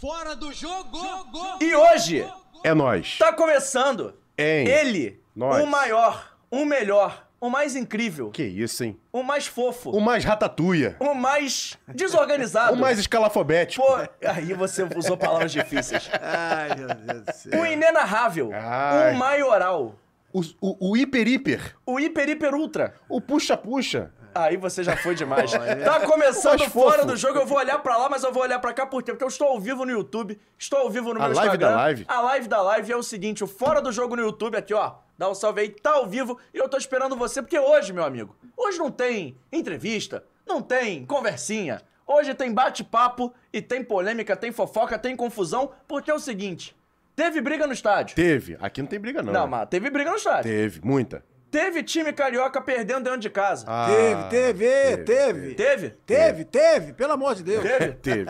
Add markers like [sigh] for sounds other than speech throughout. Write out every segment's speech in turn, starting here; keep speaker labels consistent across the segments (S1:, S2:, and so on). S1: Fora do jogo! jogo.
S2: E hoje
S3: É nós.
S2: tá começando
S3: Hein?
S2: ele,
S3: Nós.
S2: o maior, o melhor, o mais incrível,
S3: Que isso, hein?
S2: o mais fofo,
S3: O mais ratatuia.
S2: o mais desorganizado.
S3: O mais escalafobético.
S2: Pô, aí você usou palavras difíceis.
S4: Ai, meu Deus do
S2: O
S4: céu.
S2: é inenarrável,
S3: Ai.
S2: o maioral,
S3: O, o, o hiper hiper.
S2: o hiper hiper ultra. Ah.
S3: O puxa-puxa.
S2: Aí você já foi demais. tá começando
S3: Mas
S2: fora
S3: fofo.
S2: do jogo. Eu vou olhar pra lá, mas eu vou olhar pra cá por quê? Porque eu estou ao vivo no YouTube, estou ao vivo no
S3: A
S2: meu
S3: live
S2: Instagram.
S3: da live?
S2: A live da live é o seguinte: o fora do jogo no YouTube aqui, ó. Dá um salve aí, tá ao vivo. E eu tô esperando você, porque hoje, meu amigo, hoje não tem entrevista, não tem conversinha. Hoje tem bate-papo e tem polêmica, tem fofoca, tem confusão, porque é o seguinte: teve briga no estádio.
S3: Teve. Aqui não tem briga, não. né?
S2: Não, mas teve briga no estádio.
S3: Teve. Muita.
S2: Teve time carioca perdendo dentro de casa.
S3: Ah,
S4: Teve, teve, teve.
S2: Teve?
S4: Teve, teve, pelo amor de Deus.
S2: Teve?
S3: Teve.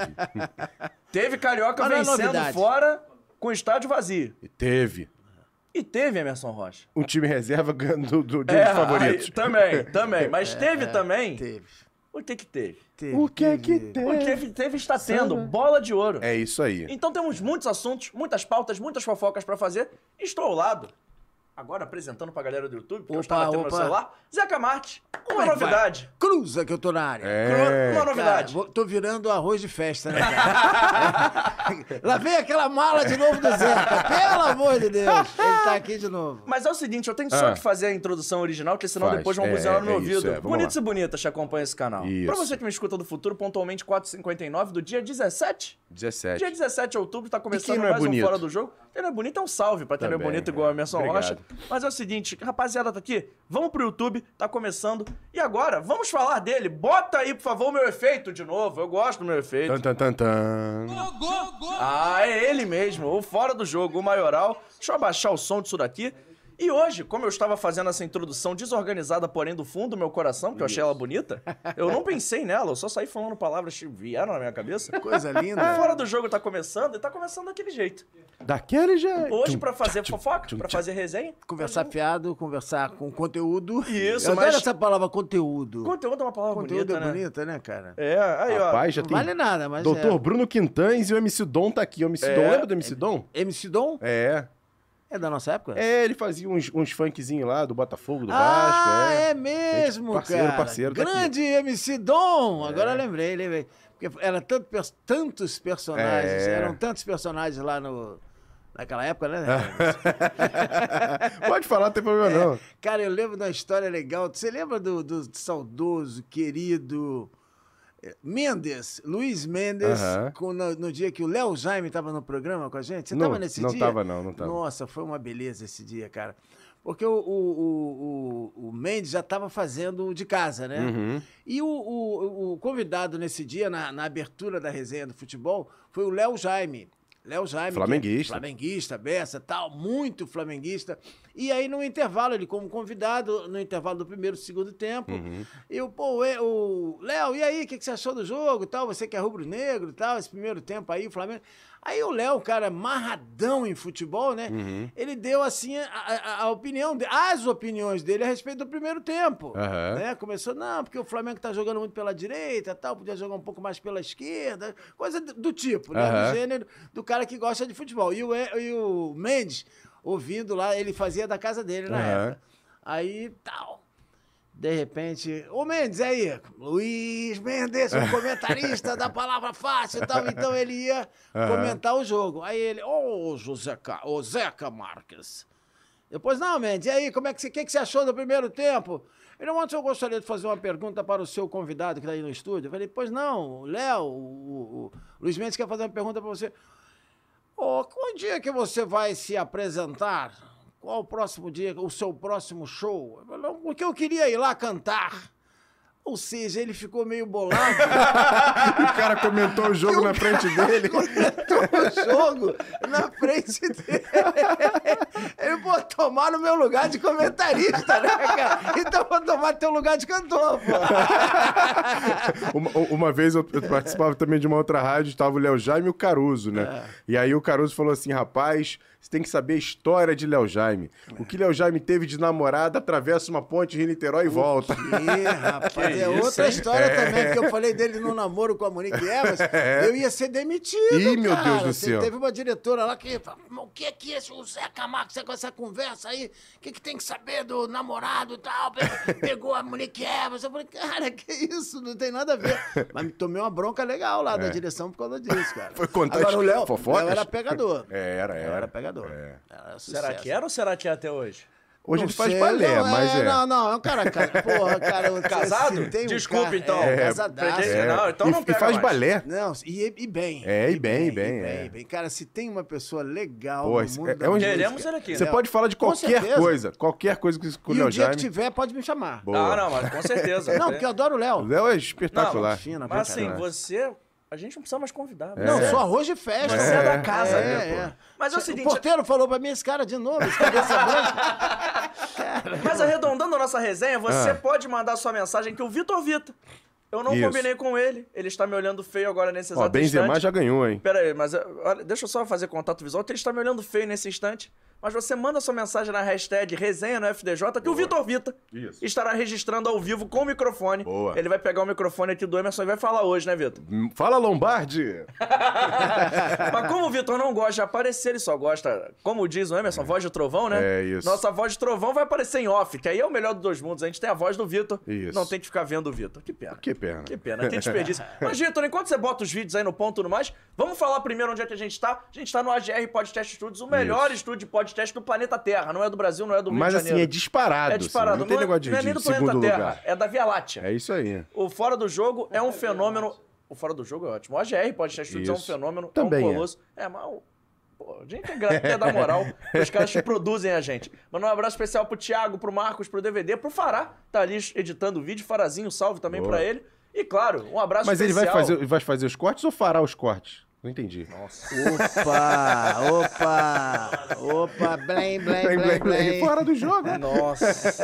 S2: Teve Carioca
S4: Mas não é
S2: vencendo
S4: novidade.
S2: fora com o estádio vazio.
S3: E teve.
S2: E teve Emerson Rocha.
S3: Um time reserva ganhando do, do, dos favoritos.
S2: É, aí- também, também. Mas teve também.
S4: É, Teve.
S2: O que que teve?
S3: [laughs]
S4: Teve.
S3: O que é que
S4: teve.
S2: O que
S3: teve?
S2: teve, teve está tendo. Bola de ouro.
S3: É isso aí.
S2: Então temos muitos assuntos, muitas pautas, muitas fofocas pra fazer. Estou ao lado, agora apresentando pra galera do YouTube, porque eu
S4: Opa,
S2: estava tendo meu
S4: opa.
S2: celular, Zeca Marte,
S4: Como
S2: uma
S4: é que vai?
S2: novidade.
S4: Cruza que eu tô na área.
S3: É.
S2: Uma
S4: Cara,
S2: novidade.
S4: vou- tô virando arroz de festa, né, cara? [laughs] Lá vem aquela mala de novo do Zeca. Pelo amor de Deus. Ele
S2: [laughs]
S4: tá aqui de novo.
S2: Mas é o seguinte, eu tenho só
S3: Ah.
S2: que fazer a introdução original, porque senão
S3: Faz.
S2: depois vão
S3: É,
S2: buzinar no meu
S3: é isso,
S2: ouvido.
S3: é. Vamos
S2: Bonitos
S3: lá.
S2: e bonitas que acompanham esse canal.
S3: Isso.
S2: Pra você que me escuta do futuro, pontualmente 4h59 do dia 17.
S3: 17.
S2: Dia 17 de outubro, tá começando
S3: quem não é
S2: mais um
S3: bonito?
S2: Fora do Jogo. Quem não é bonito é um salve pra quem não é
S3: Também,
S2: bonito
S3: é.
S2: igual a Emerson
S3: Obrigado.
S2: Rocha. Mas é o seguinte, rapaziada tá aqui, vamos pro YouTube, tá começando. E agora, vamos falar dele. Bota aí, por favor, o meu efeito de novo. Eu gosto do meu efeito.
S3: Tan, tan, tan, tan.
S2: Ah, é ele mesmo, o fora do jogo, o maioral. Deixa eu abaixar o som disso daqui. E hoje, como eu estava fazendo essa introdução desorganizada, porém do fundo do meu coração, porque eu achei ela bonita, eu não pensei nela, eu só saí falando palavras que vieram na minha cabeça.
S4: Coisa
S2: O
S4: linda.
S2: Fora do jogo tá começando e tá começando daquele jeito.
S3: Daquele já.
S2: Hoje,
S3: Tum,
S2: pra fazer fofoca,
S3: tchum,
S2: pra
S3: tchum.
S2: fazer resenha,
S4: Conversar fiado, conversar com conteúdo.
S2: Isso,
S4: eu adoro
S2: mas-
S4: essa palavra conteúdo.
S2: conteúdo é uma palavra
S4: conteúdo
S2: bonita,
S4: é
S2: né?
S4: bonita, né, cara?
S2: É, aí, ó.
S3: Rapaz, já
S4: Não
S3: tem.
S4: vale nada, mas. é.
S3: Doutor Bruno Quintães e o MC Dom tá aqui. O MC Dom,
S2: É.
S3: lembra do MC Dom?
S4: É. MC Dom?
S3: É.
S4: É da nossa época?
S3: É, ele fazia uns, uns funkzinhos lá do Botafogo, do Vasco.
S4: ah,
S3: é.
S4: é, mesmo,
S3: Parceiro,
S4: cara.
S3: parceiro, tá aqui. É.
S4: Grande MC Dom. Agora eu lembrei, lembrei. Porque era tanto pers- tantos personagens,
S3: É.
S4: eram tantos personagens lá no naquela época, né?
S3: [laughs] Pode falar, não tem problema não.
S4: É. Cara, eu lembro da história legal. Você lembra do, do saudoso, querido eh, Mendes, Luiz Mendes,
S3: Aham.
S4: com- no, no dia que o Léo Jaime estava no programa com a gente? Você
S3: Não-
S4: estava nesse
S3: não
S4: dia?
S3: tava, não, não tava.
S4: Nossa, foi uma beleza esse dia, cara. Porque o, o, o, o- o Mendes já estava fazendo de casa, né? E o, o, o convidado nesse dia, na, na abertura da resenha do futebol, foi o Léo Jaime. Léo Jaime. que- é
S3: Flamenguista.
S4: flamenguista, beça, tal, muito flamenguista. E aí, no intervalo, ele como convidado, no intervalo do primeiro e segundo tempo,
S3: Uhum,
S4: eu, pô, é, o Léo, e aí, o que, que você achou do jogo, tal, você que é rubro-negro, tal, esse primeiro tempo aí, o Flamengo... Aí o Léo, cara, marradão em futebol,
S3: Uhum.
S4: né, ele deu, assim, a, a- a opinião, de- as opiniões dele a respeito do primeiro tempo,
S3: Aham.
S4: né? Começou, não, porque o Flamengo tá jogando muito pela direita, tal, podia jogar um pouco mais pela esquerda, coisa do- do tipo, né, do
S3: Aham.
S4: gênero gênero do cara que gosta de futebol. E o, e o Mendes, ouvindo lá, ele fazia da casa dele na
S3: Aham.
S4: época. Aí, tal. De repente, ô Mendes, aí, Luiz Mendes, o comentarista da palavra fácil e tal. Então ele ia comentar o jogo. Aí ele, ô Joseca, ô Zeca Marques. Depois, não, Mendes, e aí, como é que você, que que você achou do primeiro tempo? Ele, antes eu gostaria de fazer uma pergunta para o seu convidado que está aí no estúdio. Eu falei, pois não, o Léo, o, o- o Luiz Mendes quer fazer uma pergunta para você. Ô, qual dia que você vai se apresentar? Qual o próximo dia, o seu próximo show? Eu falei, não, porque eu queria ir lá cantar. Ou seja, ele ficou meio bolado
S3: O cara comentou o jogo na frente
S4: [laughs]
S3: dele.
S4: no jogo na frente dele. Ele, pô, tomar no
S3: É.
S4: meu lugar de comentarista, né, cara? Então vou tomar teu lugar de cantor, pô.
S3: Uma, uma vez eu eu participava também de uma outra rádio, estava o Léo Jaime e o Caruso, né?
S4: É.
S3: E aí o Caruso falou assim: rapaz, você tem que saber a história de Léo Jaime. O que Léo Jaime teve de namorada atravessa uma ponte em Niterói e volta.
S4: Ih, rapaz, é
S2: isso,
S4: outra
S2: hein? É.
S4: história também, porque eu falei dele no namoro com a
S3: [laughs]
S4: Monique Evans, eu ia ser demitido,
S3: É. Ih, meu
S4: cara.
S3: Deus do
S4: Você
S3: céu.
S4: Teve uma diretora lá que falou, "Mas o que é que esse, o Zé Camargo, você com essa
S3: [laughs]
S4: conversa aí, o que que tem que saber do namorado e tal, Pe- pegou a Monique Evans, eu falei, cara, que isso, não tem nada a ver. [laughs] Mas me tomei uma bronca legal lá da direção por causa disso, cara.
S3: É. [laughs] Foi contar
S4: Agora
S3: as
S4: o Léo,
S3: fofocas?
S4: o Léo era pegador.
S3: É, era,
S4: Léo
S3: era.
S4: Era pegador.
S3: É.
S2: Será
S4: Era sucesso.
S2: que era ou será que é até hoje?
S3: [laughs] Hoje
S4: Não
S3: ele faz
S4: sei,
S3: balé,
S4: não,
S3: mas é.
S4: Não, não, é um cara, cara porra, cara.
S2: [laughs]
S4: eu-
S2: Casado?
S4: assim, tem um
S2: Desculpa,
S4: cara-
S2: então.
S4: É,
S2: É,
S4: casadaço.
S2: pretende-
S3: É.
S2: Não, então
S3: e,
S2: não
S3: e
S2: pega
S3: faz
S2: mais.
S3: balé.
S4: Não, e, e bem.
S3: É, e bem, e bem, é.
S4: Cara, se tem uma pessoa legal
S3: Pô,
S4: no
S3: esse-
S4: mundo
S3: é-
S4: da
S3: é um-
S4: música-
S2: Queremos ele aqui.
S3: Você
S2: né?
S3: pode falar de
S4: Com
S3: qualquer
S4: certeza.
S3: coisa. Qualquer coisa que com o
S4: E
S3: Léo
S4: o dia que
S3: Jaime.
S4: tiver, pode me chamar.
S2: Ah,
S3: Boa.
S2: não, mas com certeza.
S4: Não, porque eu adoro o
S3: [laughs]
S4: Léo.
S3: O Léo é espetacular.
S4: Fina, pra
S2: Mas assim,
S4: caralho.
S2: você. A gente não precisa mais convidar. né?
S4: Não,
S3: É.
S4: só arroz de festa.
S2: Você é da casa,
S4: é,
S3: né, pô?
S4: é.
S2: Mas é o
S4: O
S2: seguinte,
S4: porteiro falou pra mim esse cara de novo, esse cabeça é branca.
S2: [laughs] mas arredondando a nossa resenha, você
S3: Ah.
S2: pode mandar sua mensagem que o Vitor Vitor. Eu não
S3: Isso.
S2: combinei com ele. Ele está me olhando feio agora nesse
S3: Ó,
S2: exato
S3: Benzema
S2: instante.
S3: já ganhou, hein?
S2: Pera aí, mas eh, olha, deixa eu só fazer contato visual, que ele está me olhando feio nesse instante. Mas você manda sua mensagem na hashtag resenha no FDJ, que o Vitor Vita
S3: Isso.
S2: estará registrando ao vivo com o microfone.
S3: Boa.
S2: Ele vai pegar o microfone aqui do Emerson e vai falar hoje, né, Vitor?
S3: Hum, Fala, Lombardi!
S2: [laughs]
S3: [laughs]
S2: Mas como o Vitor não gosta de aparecer, ele só gosta, como diz o Emerson, voz de trovão, né?
S3: É, isso.
S2: Nossa voz de trovão vai aparecer em off, que aí é o melhor dos dois mundos. A gente tem a voz do Vitor,
S3: Isso.
S2: não tem que ficar vendo o Vitor. Que pena.
S3: Que pena.
S2: Que pena, que
S3: [laughs]
S2: desperdício. Mas, Vitor, enquanto você bota os vídeos aí no ponto e tudo mais, vamos falar primeiro onde é que a gente tá. A gente tá no AGR Podcast Studios, o melhor estúdio de podcast do planeta Terra. Não é do Brasil, não é do Rio
S3: Mas
S2: de
S3: assim, é
S2: Janeiro.
S3: disparado. assim, Não tem negócio de,
S2: não é
S3: de
S2: nem do planeta
S3: segundo
S2: Terra,
S3: lugar.
S2: é da Via Láctea.
S3: É isso aí.
S2: O Fora do Jogo é um fenômeno. O Fora do Jogo é ótimo. O AGR Podcast Studios é um
S3: Isso.
S2: fenômeno,
S3: Também
S2: é
S3: é.
S2: um colosso. É, mas. o- Pô, a gente é grato que é da
S3: [laughs]
S2: moral os caras que produzem a gente. Mandar um abraço especial pro Thiago, pro Marcos, pro DVD, pro Fará, tá ali editando o vídeo. Farazinho, um salve também
S3: Boa.
S2: pra ele. E claro, um abraço
S3: Mas ele
S2: especial.
S3: vai fazer, vai fazer os cortes ou fará os cortes? Não entendi.
S4: Opa, opa, opa, blém, blém,
S3: Blém, blém,
S4: blém,
S3: blém.
S4: blém.
S3: Fora do jogo. né?
S4: é
S2: Nossa.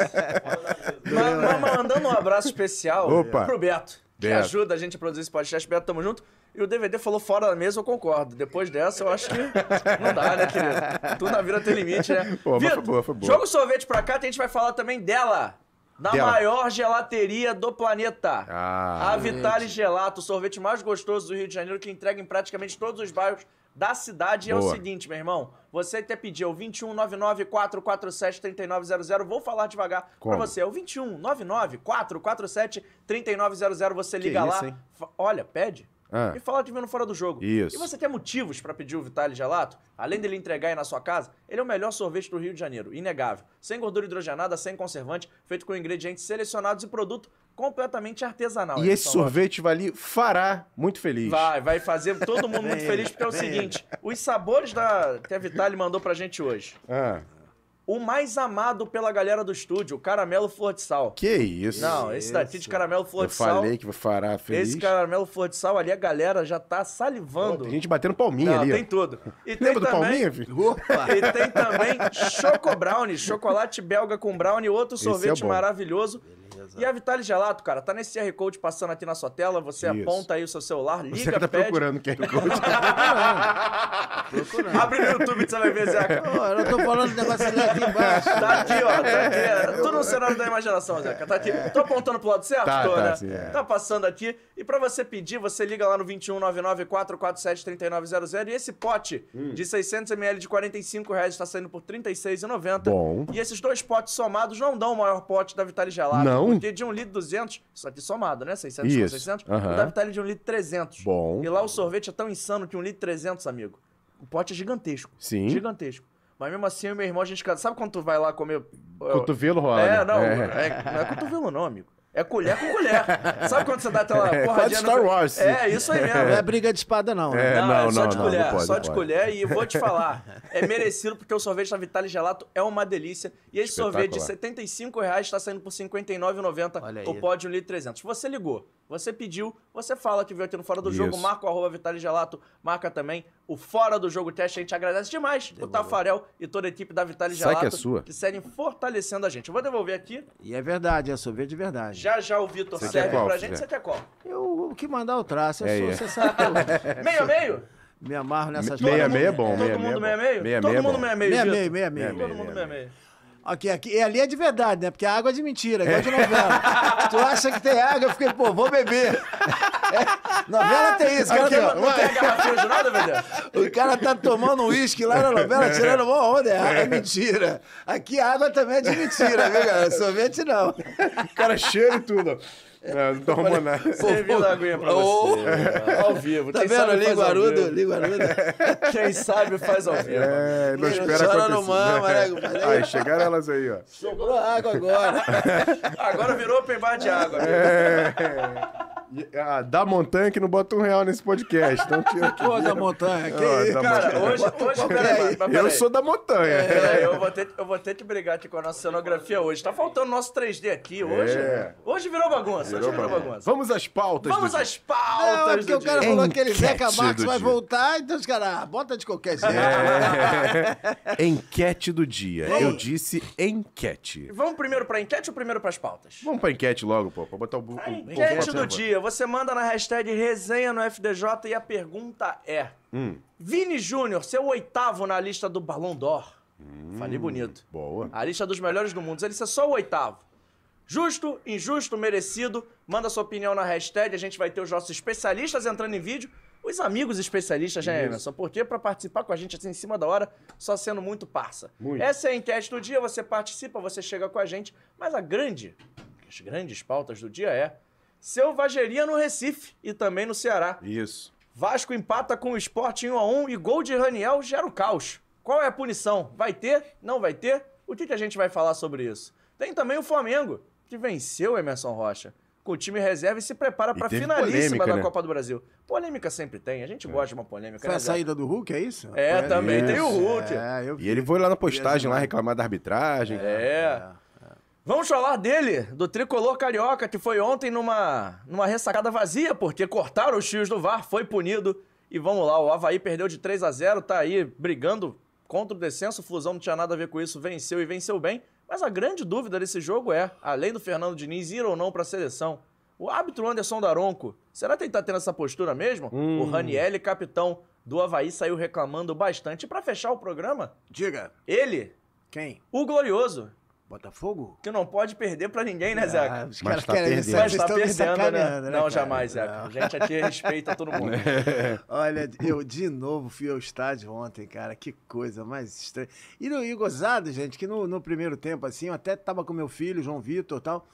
S2: ma, ma- ma- mandando um abraço especial
S3: Opa.
S2: pro Beto, que
S3: Beto.
S2: ajuda a gente a produzir esse podcast. Beto, tamo junto. E o DVD falou fora da mesa, eu concordo. Depois dessa, eu acho que não dá, né, querido? Tudo na vida tem limite, né?
S3: Pô, mas foi
S2: Vitor,
S3: boa, foi boa.
S2: Joga o sorvete pra cá que a gente vai falar também dela. Da
S3: Dela.
S2: maior gelateria do planeta.
S3: Ah.
S2: a Vitale Gelato, o sorvete mais gostoso do Rio de Janeiro, que entrega em praticamente todos os bairros da cidade. E é o
S3: Boa.
S2: seguinte seguinte, meu irmão. Você é até pediu 2199-447-3900. Vou falar devagar
S3: Como?
S2: pra você. É o 2199-447-3900. Você
S3: Que
S2: liga
S3: isso,
S2: lá,
S3: hein?
S2: fa- olha, pede.
S3: Ah.
S2: E fala que vendo fora do jogo.
S3: Isso.
S2: E você quer motivos pra pedir o Vitale Gelato? Além dele entregar aí na sua casa, ele é o melhor sorvete do Rio de Janeiro, inegável. Sem gordura hidrogenada, sem conservante, feito com ingredientes selecionados e produto completamente artesanal.
S3: E
S2: Ele
S3: esse
S2: só
S3: sorvete vai ali fará muito feliz.
S2: Vai, vai fazer todo
S3: [laughs]
S2: mundo muito
S4: Vem
S2: feliz, porque é o
S4: ele, vem
S2: seguinte: os sabores da, que a Vitale mandou pra gente hoje.
S3: Ah,
S2: O mais amado pela galera do estúdio, o caramelo flor de sal.
S3: que isso.
S2: Não, esse daqui de caramelo flor
S3: Eu
S2: de sal.
S3: falei que vai fará feliz.
S2: Esse caramelo flor de sal ali, a galera já tá
S3: Pô,
S2: salivando.
S3: Tem gente batendo palminha
S2: Não,
S3: ali. ó.
S2: tem tudo.
S3: [laughs]
S2: E tem
S3: Lembra do
S2: também-
S3: palminha, filho?
S4: Opa.
S2: E tem também Choco Brownie, chocolate belga com brownie, outro
S3: é
S2: sorvete
S3: bom.
S2: maravilhoso. E a Vitale Gelato, cara, tá nesse QR Code passando aqui na sua tela, você
S3: Isso.
S2: aponta aí o seu celular, liga,
S3: Você que tá
S2: pede.
S3: procurando o QR Code.
S2: Abre no YouTube que você vai ver, Zeca.
S4: Pô, eu tô falando do negócio dele aqui embaixo.
S2: Tá aqui, ó. Tá aqui. é, Tudo no cenário da imaginação, Zeca. Tá aqui. Tô apontando pro lado certo?
S3: Tá,
S2: Tô,
S3: tá,
S2: né?
S3: sim, é.
S2: Tá passando aqui. E pra você pedir, você liga lá no 2199-447-3900 e esse pote
S4: Hum.
S2: de 600ml de R$ 45 reais tá saindo por R$ 36,90.
S3: Bom.
S2: E esses dois potes somados não dão o maior pote da Vitale Gelado.
S3: Não?
S2: Porque de 1 litro 200, isso aqui somado, né? 600 com
S3: Isso,
S2: 600.
S3: aham.
S2: O da Vitale de 1 litro 300.
S3: Bom.
S2: E lá o sorvete é tão insano que 1 litro 300, amigo. O pote é gigantesco.
S3: Sim.
S2: Gigantesco. Mas mesmo assim, eu e meu irmão, a gente. Sabe quando tu vai lá comer.
S3: Cotovelo rola.
S2: É,
S3: né?
S2: não. É. não é cotovelo, não, amigo. É colher com colher. Sabe quando você dá aquela
S3: É,
S2: porradinha
S3: quase Star
S2: no-
S3: Wars.
S2: É, isso aí mesmo.
S4: Não é briga de espada, não. né?
S3: É,
S2: Não, é
S3: não,
S2: só
S3: não,
S2: de
S3: não,
S2: colher,
S3: não pode,
S2: só
S3: não
S2: de
S3: pode.
S2: colher. E vou te falar,
S3: [laughs]
S2: é merecido porque o sorvete da Vitale Gelato é uma delícia. E esse sorvete de R$ 75 reais está saindo por R$ 59,90
S4: Olha
S2: o
S4: aí.
S2: pódio litro 300. Você ligou, você pediu, você fala que veio aqui no Fora do Jogo,
S3: Isso.
S2: marca o arroba Vitale Gelato, marca também o Fora do Jogo Teste. A gente agradece demais o Tafarel e toda a equipe da Vitale
S3: Sai
S2: Gelato
S3: que é sua.
S2: que seguem fortalecendo a gente. Eu vou devolver aqui
S4: E é verdade, é sorvete de verdade.
S2: Já já o Vitor
S3: Você
S2: serve
S3: quer qual,
S2: pra gente.
S3: Fidel?
S2: Você quer qual?
S4: Eu, o que mandar o traço, eu
S3: É,
S4: sou,
S3: é.
S4: você sabe que eu
S2: [laughs] Meio a meio?
S4: me amarro nessas
S3: Meia,
S4: paradas.
S3: meia é bom,
S2: Todo
S3: meia,
S2: mundo
S3: meia
S2: meia
S3: é bom.
S2: meio?
S3: Meia,
S2: Todo
S3: meia é
S2: mundo
S3: bom.
S2: meia meio?
S4: Meia,
S2: Vitor?
S4: meia, meia, meia.
S3: Meia,
S2: Todo mundo meia meio.
S4: Aqui, aqui, e ali é de verdade, né? Porque a água é de mentira, igual de novela. tu acha que tem água, eu fiquei, pô, vou beber. É, novela tem isso, cara.
S2: Aqui
S4: tem-
S2: não não tem a garrafinha de nada, Vedê?
S4: O cara tá tomando uísque lá na novela, tirando uma onda. É, água, é mentira. Aqui a água também é de mentira, viu,
S2: [laughs]
S4: cara? Sorvete não.
S2: Tá
S4: É
S3: O cara cheira e tudo. ó. É, não tomou nada.
S2: Servindo a aguinha pra
S4: Ô.
S2: você. Ao vivo.
S4: Tá
S2: Quem
S4: vendo?
S2: sabe faz ao
S4: Liguarudo,
S2: vivo.
S4: Liguarudo.
S2: [laughs] Quem sabe faz ao vivo.
S3: É, não
S4: Ele não
S3: espera acontecer.
S4: chora,
S3: É.
S4: não mama,
S2: é,
S3: [laughs]
S4: né, compadre?
S3: Aí, chegaram elas aí, ó.
S4: Sobrou água agora.
S2: [laughs] Agora virou open bar de água. amigo.
S3: E, ah, da montanha que não bota um real nesse podcast. Então tira aqui.
S4: Pô, da montanha, que
S3: Ó,
S4: isso?
S3: da
S2: Cara,
S3: montanha.
S2: hoje, hoje,
S4: qualquer
S2: peraí,
S4: aí.
S2: mas peraí. É,
S3: Eu sou da montanha.
S2: Peraí, eu vou, ter, eu vou ter que brigar aqui com a nossa cenografia hoje. Tá faltando nosso 3D aqui hoje.
S3: É.
S2: Hoje virou bagunça. hoje virou bagunça.
S3: Vamos às pautas.
S2: Vamos
S3: do dia.
S2: às
S4: Não, é
S2: pautas
S4: porque
S2: do
S4: o cara
S2: dia.
S4: falou que ele Zeca
S3: Enquete
S4: Marques
S3: do
S4: vai
S3: dia.
S4: voltar, então os caras, ah, bota de qualquer jeito.
S2: É.
S3: É. [laughs] Enquete do dia.
S4: Vamos.
S3: Eu disse enquete.
S2: Vamos primeiro pra enquete ou primeiro pras pautas?
S3: Vamos pra enquete logo, pô. Pra botar o... bu- o-
S2: A
S3: o-
S2: enquete
S3: o-
S2: do dia. Você manda na hashtag resenha no FDJ e a pergunta é...
S3: Hum.
S2: Vini Júnior, seu oitavo na lista do Ballon d'Or. Falei bonito.
S3: Hum, Boa.
S2: A lista dos melhores do mundo. Ele é só o oitavo. Justo, injusto, merecido. Manda sua opinião na hashtag. A gente vai ter os nossos especialistas entrando em vídeo. Os amigos especialistas, né, Emerson? Porque pra participar com a gente assim em cima da hora, só sendo muito parça.
S3: Muito.
S2: Essa é a enquete do dia. Você participa, você chega com a gente. Mas a grande, as grandes pautas do dia é selvageria no Recife e também no Ceará.
S3: Isso.
S2: Vasco empata com o Sport em 1x1 e gol de Raniel gera o caos. Qual é a punição? Vai ter? Não vai ter? O que, que a gente vai falar sobre isso? Tem também o Flamengo, que venceu o Emerson Rocha. Com o time reserva e se prepara
S3: E
S2: para a
S3: teve
S2: finalíssima
S3: polêmica,
S2: da
S3: né?
S2: Copa do Brasil. Polêmica sempre tem, a gente gosta de uma polêmica.
S4: Foi
S2: né,
S4: a
S2: Zé?
S4: saída do Hulk, é isso?
S2: É,
S4: Foi a-
S2: também tem o
S4: Isso,
S2: Hulk.
S4: É, eu vi.
S3: E ele foi lá na postagem lá reclamar da arbitragem.
S2: É. Vamos falar dele, do tricolor carioca, que foi ontem numa, numa ressacada vazia, porque cortaram os fios do VAR, foi punido. E vamos lá, o Havaí perdeu de 3 a 0 tá aí brigando contra o descenso. O Flusão não tinha nada a ver com isso, venceu e venceu bem. Mas a grande dúvida desse jogo é, além do Fernando Diniz ir ou não pra seleção, o árbitro Anderson Daronco, será que ele tá tendo essa postura mesmo? O Ranielli, capitão do Havaí, saiu reclamando bastante. E pra fechar o programa,
S4: Diga,
S2: ele,
S4: quem?
S2: o glorioso,
S4: Botafogo? Ah,
S2: que não pode perder pra ninguém, né, Zeca?
S3: Mas
S4: os caras
S3: tá
S4: querem me
S3: perdendo.
S4: sair,
S2: Mas
S4: eles
S2: tá
S4: estão me
S2: perdendo, né?
S4: sacaneando, né?
S2: Não,
S4: cara?
S2: jamais, Zeca. A gente aqui respeita todo mundo.
S4: É. [laughs] Olha, eu de novo fui ao estádio ontem, cara. Que coisa mais estranha. E, no, e gozado, gente, que no, no primeiro tempo, assim, eu até tava com meu filho, João Vitor e tal.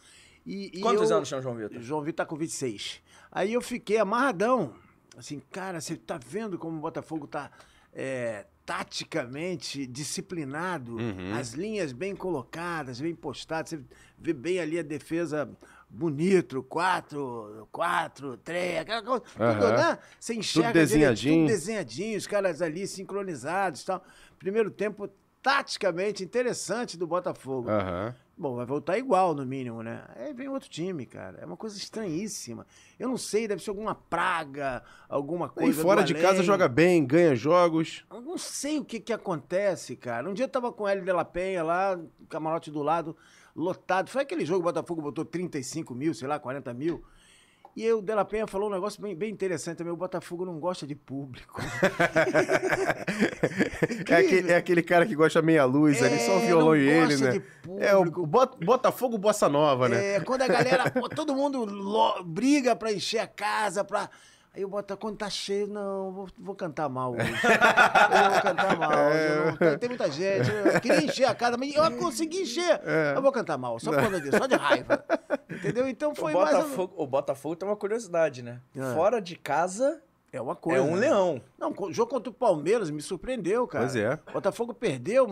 S4: E, e
S2: Quantos
S4: eu-
S2: anos tinha o João Vitor?
S4: João Vitor tá com 26. Aí eu fiquei amarradão. Assim, cara, você tá vendo como o Botafogo tá é, taticamente disciplinado, as linhas bem colocadas, bem postadas. Você vê bem ali a defesa bonito, 4, 4, 3, aquela coisa. Tudo,
S3: Aham.
S4: né? Você enxerga
S3: desenhadinho.
S4: direito, tudo desenhadinho, os caras ali sincronizados e tal. Primeiro tempo taticamente interessante do Botafogo.
S3: Aham.
S4: Bom, vai voltar igual, no mínimo, né? Aí vem outro time, cara. É uma coisa estranhíssima. Eu não sei, deve ser alguma praga, alguma
S3: E
S4: coisa. do
S3: fora de
S4: além.
S3: casa joga bem, ganha jogos.
S4: Eu não sei o que que acontece, cara. Um dia eu tava com o Hélio de la Penha lá, camarote do lado, lotado. Foi aquele jogo, o Botafogo botou 35 mil, sei lá, 40 mil. E aí o De La Penha falou um negócio bem, bem interessante também. O Botafogo não gosta de público.
S3: [laughs] É aquele, é aquele cara que gosta meia luz ali, só o
S4: É,
S3: violão
S4: não
S3: e ele,
S4: gosta
S3: né?
S4: de
S3: É o
S4: público.
S3: Bot- Botafogo Bossa Nova, né?
S4: É, quando
S3: [laughs]
S4: a galera, pô, todo mundo lo- briga pra encher a casa, pra. Aí eu boto, quando tá cheio, não, vou, vou cantar mal hoje. Eu vou cantar mal. hoje,
S3: É.
S4: eu não- tem, tem muita gente. né? Eu queria encher a casa, mas
S3: [laughs]
S4: eu consegui encher.
S3: É.
S4: Eu vou cantar mal, só por causa disso, só de raiva. Entendeu? Então
S2: O
S4: foi mais. ou-
S2: Botafogo, o Botafogo tem uma curiosidade, né?
S4: É.
S2: Fora de casa
S4: É uma coisa.
S2: é um
S4: né?
S2: leão.
S4: Não, o jogo contra o Palmeiras me surpreendeu, cara.
S3: Pois é.
S4: O Botafogo perdeu.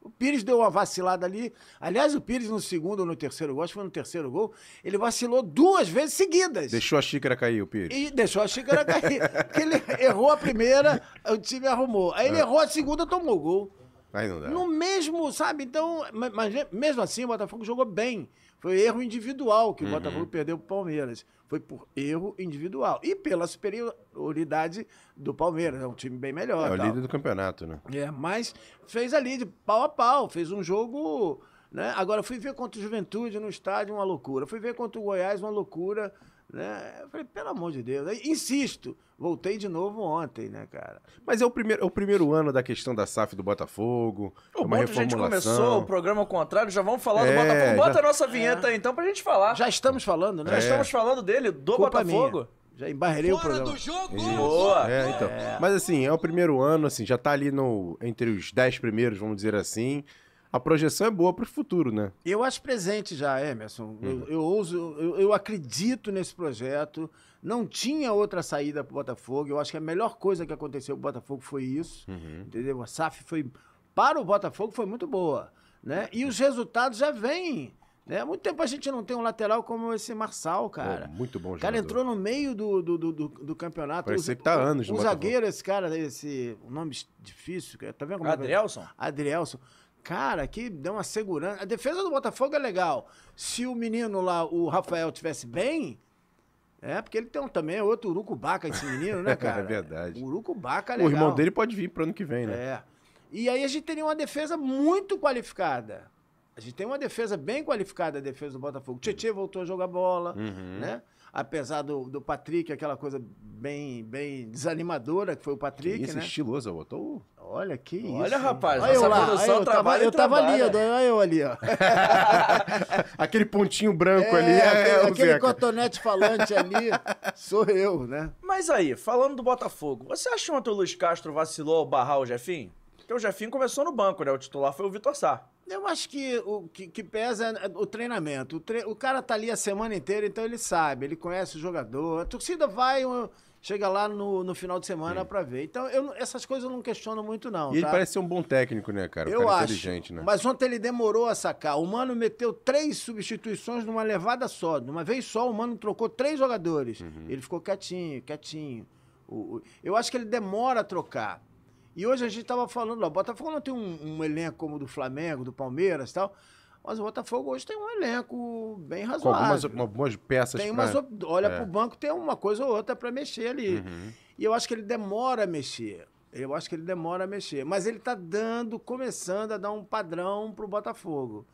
S4: O Pires deu uma vacilada ali. Aliás, o Pires no segundo ou no terceiro gol, acho que foi no terceiro gol, ele vacilou duas vezes seguidas.
S3: Deixou a xícara cair, o Pires.
S4: E deixou a xícara cair. [laughs] Porque ele errou a primeira, o time arrumou. Aí
S3: É.
S4: ele errou a segunda, tomou o gol.
S3: Aí não dá.
S4: No mesmo, sabe? Então, ma- mas mesmo assim, o Botafogo jogou bem. Foi erro individual
S3: Uhum.
S4: que o Botafogo perdeu pro Palmeiras. Foi por erro individual. E pela superioridade do Palmeiras. É um time bem melhor.
S3: É o
S4: tal.
S3: líder do campeonato, né?
S4: É, mas fez ali de pau a pau, fez um jogo Né? Agora, eu fui ver contra o Juventude no estádio, uma loucura. Eu Fui ver contra o Goiás, uma loucura. Né? Eu falei, pelo amor de Deus. Aí, insisto, voltei de novo ontem, né, cara?
S3: Mas é o primeiro, é o primeiro ano da questão da SAF do Botafogo. é
S2: O
S3: uma
S2: bom que a gente
S3: reformulação.
S2: começou o programa ao contrário, já vamos falar do
S3: É,
S2: Botafogo. Bota
S3: já- É.
S2: a nossa vinheta aí, então pra gente falar. Já,
S4: Já estamos falando, né?
S2: estamos falando dele, do
S4: Culpa
S2: Botafogo.
S4: minha. Já embarrei o
S1: Fora
S4: programa.
S1: do jogo!
S3: Isso.
S2: Boa.
S3: É, então. Mas assim, é o primeiro ano, assim, já tá ali no, entre os dez primeiros, vamos dizer assim. A projeção é boa pro futuro, né?
S4: Eu acho presente já, Emerson. Eu, eu ouso, eu, eu acredito nesse projeto. Não tinha outra saída para o Botafogo. Eu acho que a melhor coisa que aconteceu para o Botafogo foi isso.
S2: Uhum.
S4: Entendeu? A SAF foi, para o Botafogo foi muito boa. Né? E os resultados já vêm. Né? Há muito tempo a gente não tem um lateral como esse Marçal, cara.
S3: Pô, muito bom
S4: O cara
S3: jogador.
S4: entrou no meio do, do, do, do- do campeonato.
S3: Parece
S4: O-
S3: que tá há anos
S4: O
S3: no
S4: zagueiro, esse cara, esse. Um nome difícil, cara. Tá vendo como é que-
S2: Adrielson?
S4: Adrielson. Cara, que deu uma segurança. A defesa do Botafogo é legal. Se o menino lá, o Rafael, tivesse bem. É, porque ele tem um, também é outro urucubaca, esse menino, né, cara?
S3: [laughs] [laughs] É verdade.
S4: Urucubaca é
S3: O
S4: legal.
S3: irmão dele pode vir pro ano que vem, né?
S4: É. E aí a gente teria uma defesa muito qualificada. A gente tem uma defesa bem qualificada, a defesa do Botafogo. Tietchan voltou a jogar bola,
S3: Uhum.
S2: Uhum.
S4: né? Apesar do, do Patrick, aquela coisa bem, bem desanimadora que foi o Patrick,
S3: Esse
S4: né?
S3: estiloso, botou o-
S4: Olha que isso.
S2: Olha, rapaz,
S4: olha eu
S2: nossa
S4: lá,
S2: produção
S4: olha eu tava,
S2: trabalha e
S4: eu tava ali,
S2: trabalha.
S4: eu, olha eu ali, ó.
S3: [laughs] aquele pontinho branco ali.
S4: É,
S3: É,
S4: aquele,
S3: o
S4: aquele
S3: Zeca.
S4: cotonete falante ali sou eu, né?
S2: Mas aí, falando do Botafogo, você acha ontem o Luiz Castro vacilou ao barrar o Jefinho? Porque o Jefinho começou no banco, né? O titular foi o Vitor Sá.
S4: Eu acho que o que, que pesa é o treinamento. O, tre- o cara tá ali a semana inteira, então ele sabe, ele conhece o jogador. A torcida vai, um- chega lá no, no final de semana pra ver. Então, eu não- essas coisas eu não questiono muito, não.
S3: E ele
S4: tá?
S3: parece ser um bom técnico, né, cara? Um
S4: eu
S3: cara
S4: acho.
S3: inteligente, né?
S4: Mas ontem ele demorou a sacar. O Mano meteu três substituições numa levada só. De uma vez só, o Mano trocou três jogadores.
S3: Uhum.
S4: Ele ficou quietinho, quietinho. O- o- eu acho que ele demora a trocar. E hoje a gente estava falando, ó, o Botafogo não tem um, um elenco como o do Flamengo, do Palmeiras e tal. Mas o Botafogo hoje tem um elenco bem
S3: Com
S4: razoável.
S3: algumas, algumas peças
S4: Tem
S3: pra-
S4: umas, op- olha
S3: é. Uhum.
S4: pro banco, tem uma coisa ou outra para mexer ali. E eu acho que ele demora a mexer. Eu acho que ele demora a mexer. Mas ele tá dando, começando a dar um padrão pro Botafogo.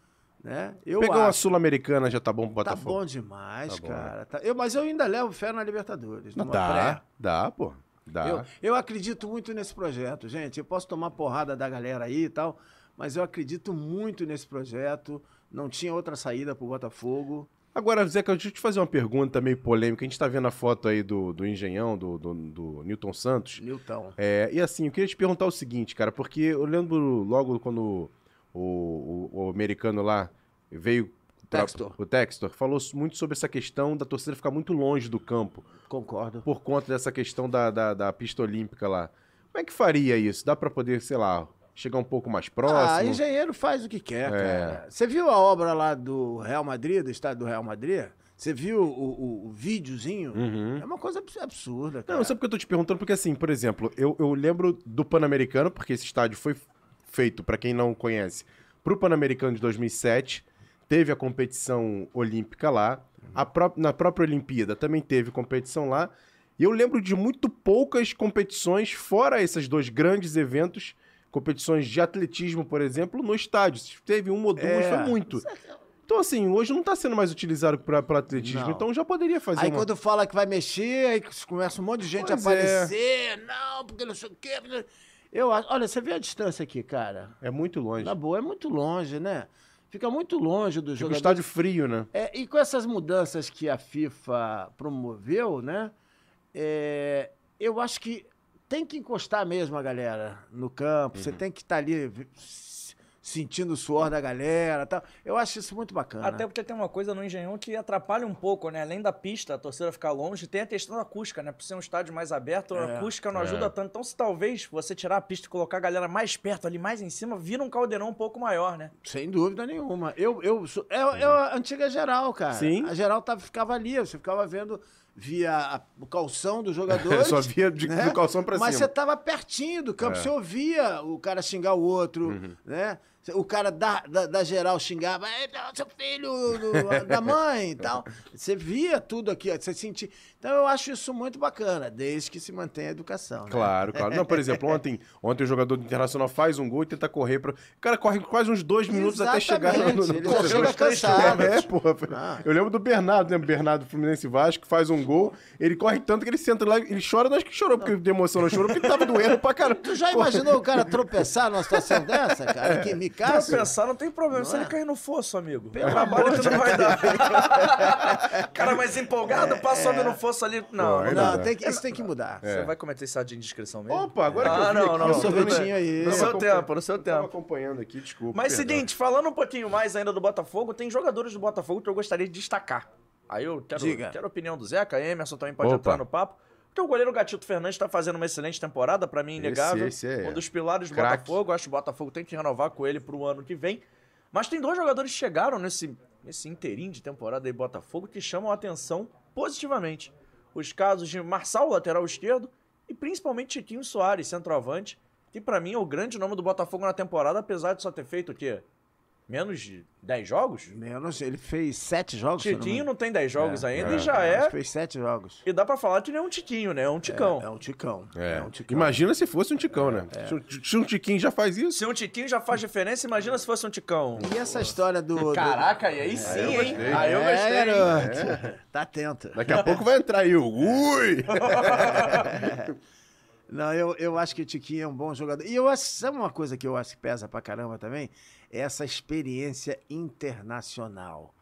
S4: Né? Eu
S3: Pegar uma
S4: acho.
S3: Sul-Americana já tá bom pro
S4: Tá
S3: Botafogo.
S4: bom demais,
S3: Tá bom, né? Tá,
S4: cara. Tá- eu, mas eu ainda levo fé na Libertadores. numa
S3: dá,
S4: pré.
S3: dá, pô. Dá.
S4: Eu, eu acredito muito nesse projeto, gente. Eu posso tomar porrada da galera aí e tal, mas eu acredito muito nesse projeto. Não tinha outra saída pro Botafogo.
S3: Agora, Zeca, deixa eu te fazer uma pergunta meio polêmica. A gente tá vendo a foto aí do, do engenhão, do, do, do Newton Santos.
S4: Nilton.
S3: É, e assim, eu queria te perguntar o seguinte, cara, porque eu lembro logo quando o, o- o americano lá veio. pra-
S4: Textor.
S3: O Textor falou muito sobre essa questão da torcida ficar muito longe do campo,
S4: Concordo.
S3: por conta dessa questão da, da, da pista olímpica lá. Como é que faria isso? Dá pra poder, sei lá, chegar um pouco mais
S4: Ah,
S3: próximo? É.
S4: engenheiro faz o que quer, cara. Você viu a obra lá do Real Madrid, do estádio do Real Madrid? Você viu o, o- o videozinho?
S3: Uhum.
S4: É uma coisa abs- absurda, cara.
S3: Não, sabe por que eu tô te perguntando? Porque, assim, por exemplo, eu, eu lembro do Pan-Americano, porque esse estádio foi feito, pra quem não conhece, pro Pan-Americano de 2007. Teve a competição olímpica lá. A pró- na própria Olimpíada também teve competição lá. E eu lembro de muito poucas competições, fora esses dois grandes eventos, competições de atletismo, por exemplo, no estádio. Se Teve uma ou duas,
S4: É.
S3: foi muito. Então, assim, hoje não tá sendo mais utilizado para atletismo,
S4: Não.
S3: então já poderia fazer
S4: aí
S3: uma...
S4: quando fala que vai mexer, aí que começa um monte de gente
S3: Pois é.
S4: a aparecer. "É, Não, porque não sei o quê. porque não- Eu acho. Olha, você vê a distância aqui, cara.
S3: É muito longe.
S4: Na boa, é muito longe, né? Fica muito longe
S3: Fica
S4: do
S3: um
S4: jogador.
S3: estádio frio, né?
S4: É, e com essas mudanças que a FIFA promoveu, né? é, eu acho que tem que encostar mesmo a galera no campo.
S3: Uhum.
S4: Você tem que estar ali vi- s- sentindo o suor da galera, tal. Eu acho isso muito bacana.
S2: Até porque tem uma coisa no Engenhão que atrapalha um pouco, né? Além da pista, a torcida ficar longe, tem a questão da acústica, né? Por ser um estádio mais aberto,
S4: É,
S2: a acústica não ajuda tanto. Então, se talvez você tirar a pista e colocar a galera mais perto, ali mais em cima, vira um caldeirão um pouco maior, né?
S4: Sem dúvida nenhuma. Eu, eu sou- é, é a antiga geral, cara.
S3: Sim.
S4: A geral tava, ficava ali, você ficava vendo via a- o
S3: [laughs]
S4: calção dos jogadores.
S3: É,
S4: né?
S3: Só via de- do calção pra
S4: Mas
S3: cima. É. Uhum.
S4: você tava pertinho do campo, você ouvia o cara xingar o outro, né? O cara da, da, da geral xingava, "É, não, seu filho do- da mãe e tal. Você via tudo aqui, ó, você sentia. Então eu acho isso muito bacana, desde que se mantenha a educação. né?
S3: Claro, claro. Não, por exemplo, um
S4: [laughs]
S3: ontem, ontem o jogador do Internacional faz um gol e tenta correr para. O cara corre quase uns dois minutos até chegar no. no,
S4: Exatamente,
S3: no
S4: ele já chega
S3: Os três
S4: cansado. Ah.
S3: É, porra. Eu lembro do Bernardo, né? Bernardo Fluminense e Vasco, faz um gol, ele corre tanto que ele senta lá, ele chora, não acho que chorou porque de emoção, não chorou porque tava doendo pra caramba.
S4: Tu já imaginou o cara tropeçar numa situação dessa, é
S3: É.
S4: cara? Que
S2: Se
S4: me caça?
S2: pensar, não tem problema.
S4: Não
S2: Se
S4: é?
S2: ele cair no fosso, amigo, trabalho que não vai dar. [laughs] cara mais empolgado, passa o homem no fosso ali. Não, não,
S3: Pô,
S4: Não,
S3: dá.
S4: É, tem que- isso tem que mudar.
S2: Você vai cometer esse ato de indiscrição mesmo?
S3: Opa, agora que eu
S2: Ah,
S3: vi
S2: não,
S3: aqui, um
S2: não,
S3: eu
S2: não.
S3: tô
S4: um sorvetinho
S3: vendo-
S4: aí.
S3: eu
S4: No
S3: tava
S2: seu
S3: acompanha-
S2: tempo, no seu
S3: né? eu tava
S2: tempo.
S3: acompanhando aqui, desculpa.
S2: Mas
S3: perdão.
S2: seguinte, falando um pouquinho mais ainda do Botafogo, tem jogadores do Botafogo que eu gostaria de destacar. Aí eu quero,
S4: Diga.
S2: quero a opinião do Zeca, Emerson também pode
S3: Opa.
S2: entrar no papo. Porque o goleiro Gatito Fernandes tá fazendo uma excelente temporada, pra mim, inegável.
S3: esse é
S2: um dos pilares do
S3: craque.
S2: Botafogo. Acho que o Botafogo tem que renovar com ele pro ano que vem. Mas tem dois jogadores que chegaram nesse, nesse inteirinho de temporada aí Botafogo que chamam a atenção positivamente. Os casos de Marçal, lateral esquerdo, e principalmente Chiquinho Soares, centroavante, que pra mim é o grande nome do Botafogo na temporada, apesar de só ter feito o quê? Menos de 10 jogos?
S4: Menos, ele fez sete jogos. se eu não me
S2: Tiquinho não tem 10 jogos ainda
S4: engano.
S2: e já
S4: Acho
S2: é.
S4: que Fez sete jogos.
S2: E dá pra falar que não é um Tiquinho, né? É um Ticão.
S4: É um ticão.
S3: É.
S4: um ticão.
S3: Imagina se fosse um Ticão, né? Se um- Se um Tiquinho já faz isso.
S2: Se um Tiquinho já faz diferença, imagina se fosse um Ticão.
S4: E essa história do. do-
S2: Caraca, e aí sim,
S3: eu
S2: hein?
S3: gostei.
S2: Aí eu
S4: É,
S2: gostei. hein?
S4: garoto.
S2: É.
S4: Tá atento.
S3: Daqui a pouco vai entrar aí o Ui!
S4: Não, eu, eu acho que o Tiquinho é um bom jogador. E eu acho, sabe uma coisa que eu acho que pesa pra caramba também? É essa experiência internacional.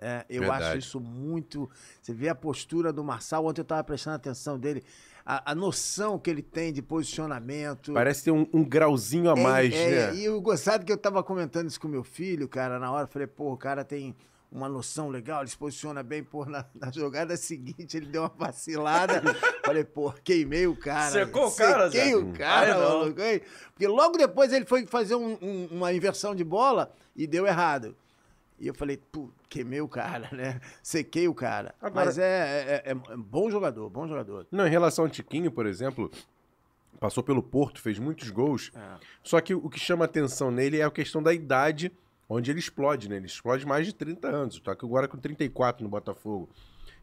S4: É, eu
S3: Verdade.
S4: acho isso muito. Você vê a postura do Marçal, ontem eu tava prestando atenção dele, a, a noção que ele tem de posicionamento.
S3: Parece ter um, um grauzinho a
S4: É,
S3: mais,
S4: é,
S3: né?
S4: E o gostado que eu tava comentando isso com meu filho, cara, na hora, eu falei, pô, o cara tem uma noção legal, ele se posiciona bem, pô, na, [laughs] na jogada seguinte ele deu uma
S3: [laughs]
S4: vacilada. falei, pô, queimei o cara.
S2: Secou o cara,
S4: Sequei
S2: Zé?
S4: o cara,
S2: Ai, não.
S4: maluco, hein? Porque logo depois ele foi fazer um- um- uma inversão de bola e deu errado. E eu falei, pô, queimei o cara, né? Sequei o cara.
S3: Agora-
S4: Mas é, é- é- é bom jogador, bom jogador.
S3: Não, em relação ao Tiquinho, por exemplo, passou pelo Porto, fez muitos gols.
S4: É.
S3: Só que o que chama atenção nele é a questão da idade onde ele explode, né? Ele explode mais de 30 anos. Tá aqui agora com 34 no Botafogo.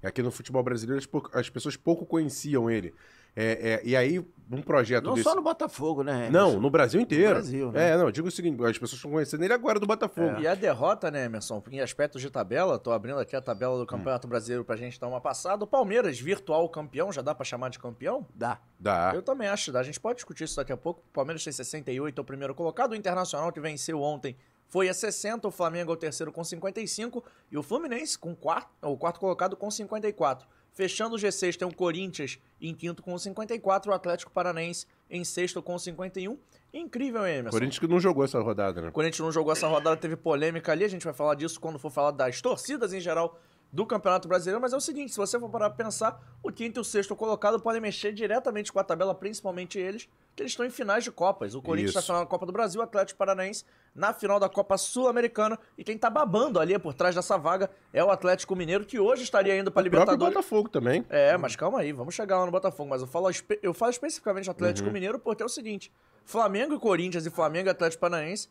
S3: E Aqui no futebol brasileiro as, pou- as pessoas pouco conheciam ele. É, é, e aí, um projeto
S4: Não
S3: desse.
S4: só no Botafogo, né?
S3: Não, no Brasil inteiro.
S4: Brasil, né?
S3: É, não, eu digo o seguinte: as pessoas estão conhecendo ele agora do Botafogo.
S2: E a derrota, né, Emerson? Em aspectos de tabela, tô abrindo aqui a tabela do Campeonato Brasileiro pra gente dar uma passada. O Palmeiras, virtual campeão, já dá pra chamar de campeão?
S4: Dá.
S3: Dá.
S2: Eu também acho, dá. a gente pode discutir isso daqui a pouco. O Palmeiras tem 68, é o primeiro colocado. O Internacional, que venceu ontem, foi a 60. O Flamengo é o terceiro com 55. E o Fluminense, com quarto, o quarto colocado, com 54. Fechando o G6, tem o Corinthians em quinto com 54. O Atlético Paranaense em sexto com 51. Incrível, hein,
S3: O
S2: Emerson.
S3: Corinthians que não jogou essa rodada, né?
S2: O Corinthians não jogou essa rodada, teve polêmica ali. A gente vai falar disso quando for falar das torcidas em geral do Campeonato Brasileiro. Mas é o seguinte: se você for parar pra pensar, o quinto e o sexto colocado podem mexer diretamente com a tabela, principalmente eles, que eles estão em finais de Copas. O Corinthians
S3: Isso.
S2: na final da Copa do Brasil, o Atlético Paranaense na final da Copa Sul-Americana. E quem tá babando ali por trás dessa vaga é o Atlético Mineiro, que hoje estaria indo pra
S3: O próprio
S2: Libertadores.
S3: Botafogo também.
S2: É, mas calma aí, vamos chegar lá no Botafogo. Mas eu falo, espe- eu falo especificamente Atlético Mineiro porque é o seguinte: Flamengo e Corinthians e Flamengo e Atlético Paranaense,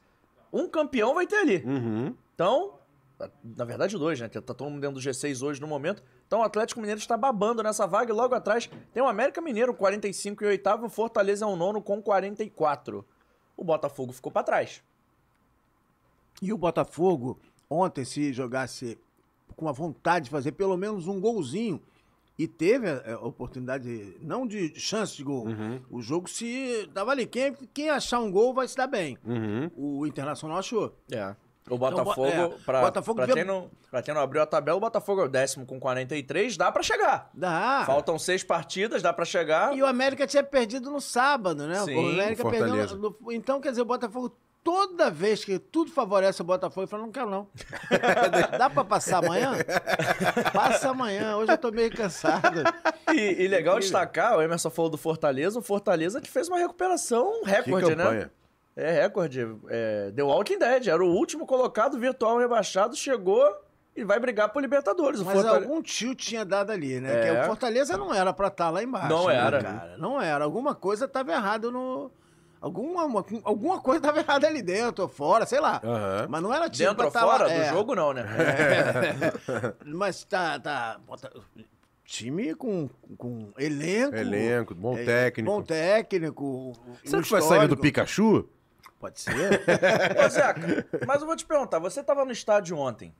S2: um campeão vai ter ali.
S3: Uhum.
S2: Então, na verdade, dois, né? Tá todo mundo dentro do G6 hoje no momento. Então, o Atlético Mineiro está babando nessa vaga e logo atrás tem o América Mineiro, 45 e oitavo, o Fortaleza é o nono com 44. O Botafogo ficou pra trás.
S4: E o Botafogo, ontem, se jogasse com a vontade de fazer pelo menos um golzinho, e teve a a oportunidade, não de chance de gol, o jogo se dava ali. Quem, quem achar um gol vai se dar bem.
S3: Uhum.
S4: O Internacional achou. Então,
S2: É. O
S4: bo-
S2: Botafogo,
S4: é,
S2: pra,
S4: Botafogo
S2: pra,
S4: devia-
S2: quem não, pra quem não abriu a tabela, o Botafogo é o décimo com 43, dá pra chegar.
S4: Dá.
S2: Faltam seis partidas, dá pra
S4: [laughs]
S2: chegar.
S4: E o América tinha perdido no sábado, né?
S2: Sim,
S4: o América
S3: Fortaleza.
S4: perdeu. no- Então, quer dizer, o Botafogo. Toda vez que tudo favorece o Botafogo, eu falo, não
S2: [laughs]
S4: quero não. Dá pra passar amanhã? Passa amanhã, hoje eu tô meio cansado.
S2: E, e legal
S4: Incrível.
S2: destacar, o Emerson falou do Fortaleza, o Fortaleza que fez uma recuperação recorde, né? É recorde. É, deu Walking Dead, era o último colocado virtual rebaixado, chegou e vai brigar por Libertadores. O
S4: Mas
S2: Fortaleza...
S4: algum tio tinha dado ali, né?
S2: É.
S4: Que o Fortaleza não era pra estar tá lá embaixo.
S2: Não
S4: né,
S2: era.
S4: cara? Não era. Alguma coisa estava errada no. Alguma, uma- alguma coisa tava errada ali dentro, ou fora, sei lá.
S3: Aham.
S4: Mas não era tipo.
S2: Dentro ou
S4: tava-
S2: fora
S4: é.
S2: do jogo, não, né?
S4: [laughs] Mas tá. tá bota- time com, com elenco.
S3: Elenco, bom
S4: É,
S3: técnico.
S4: Bom técnico.
S3: Será
S4: um
S3: que vai sair do
S4: histórico.
S3: Pikachu?
S4: Pode ser.
S2: [laughs]
S4: [laughs]
S2: Ô, Zeca, mas eu vou te perguntar, você tava no estádio ontem.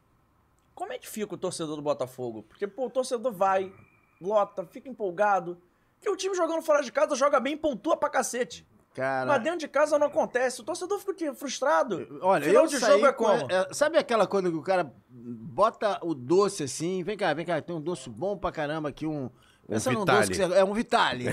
S2: Como é que fica o torcedor do Botafogo? Porque, pô, o torcedor vai, lota, fica empolgado. Porque o time jogando fora de casa joga bem e pontua pra cacete. Mas
S4: Cara.
S2: dentro de casa não acontece. O torcedor fica o quê? frustrado.
S4: Olha,
S2: Final
S4: eu
S2: de
S4: saí
S2: jogo é
S4: com-
S2: como?
S4: é, sabe aquela coisa que o cara bota o doce assim? Vem cá, vem cá, tem um doce bom pra caramba aqui, um. Pensa num doce que
S3: Vitale.
S4: você- é
S3: [laughs]
S4: um Vitale.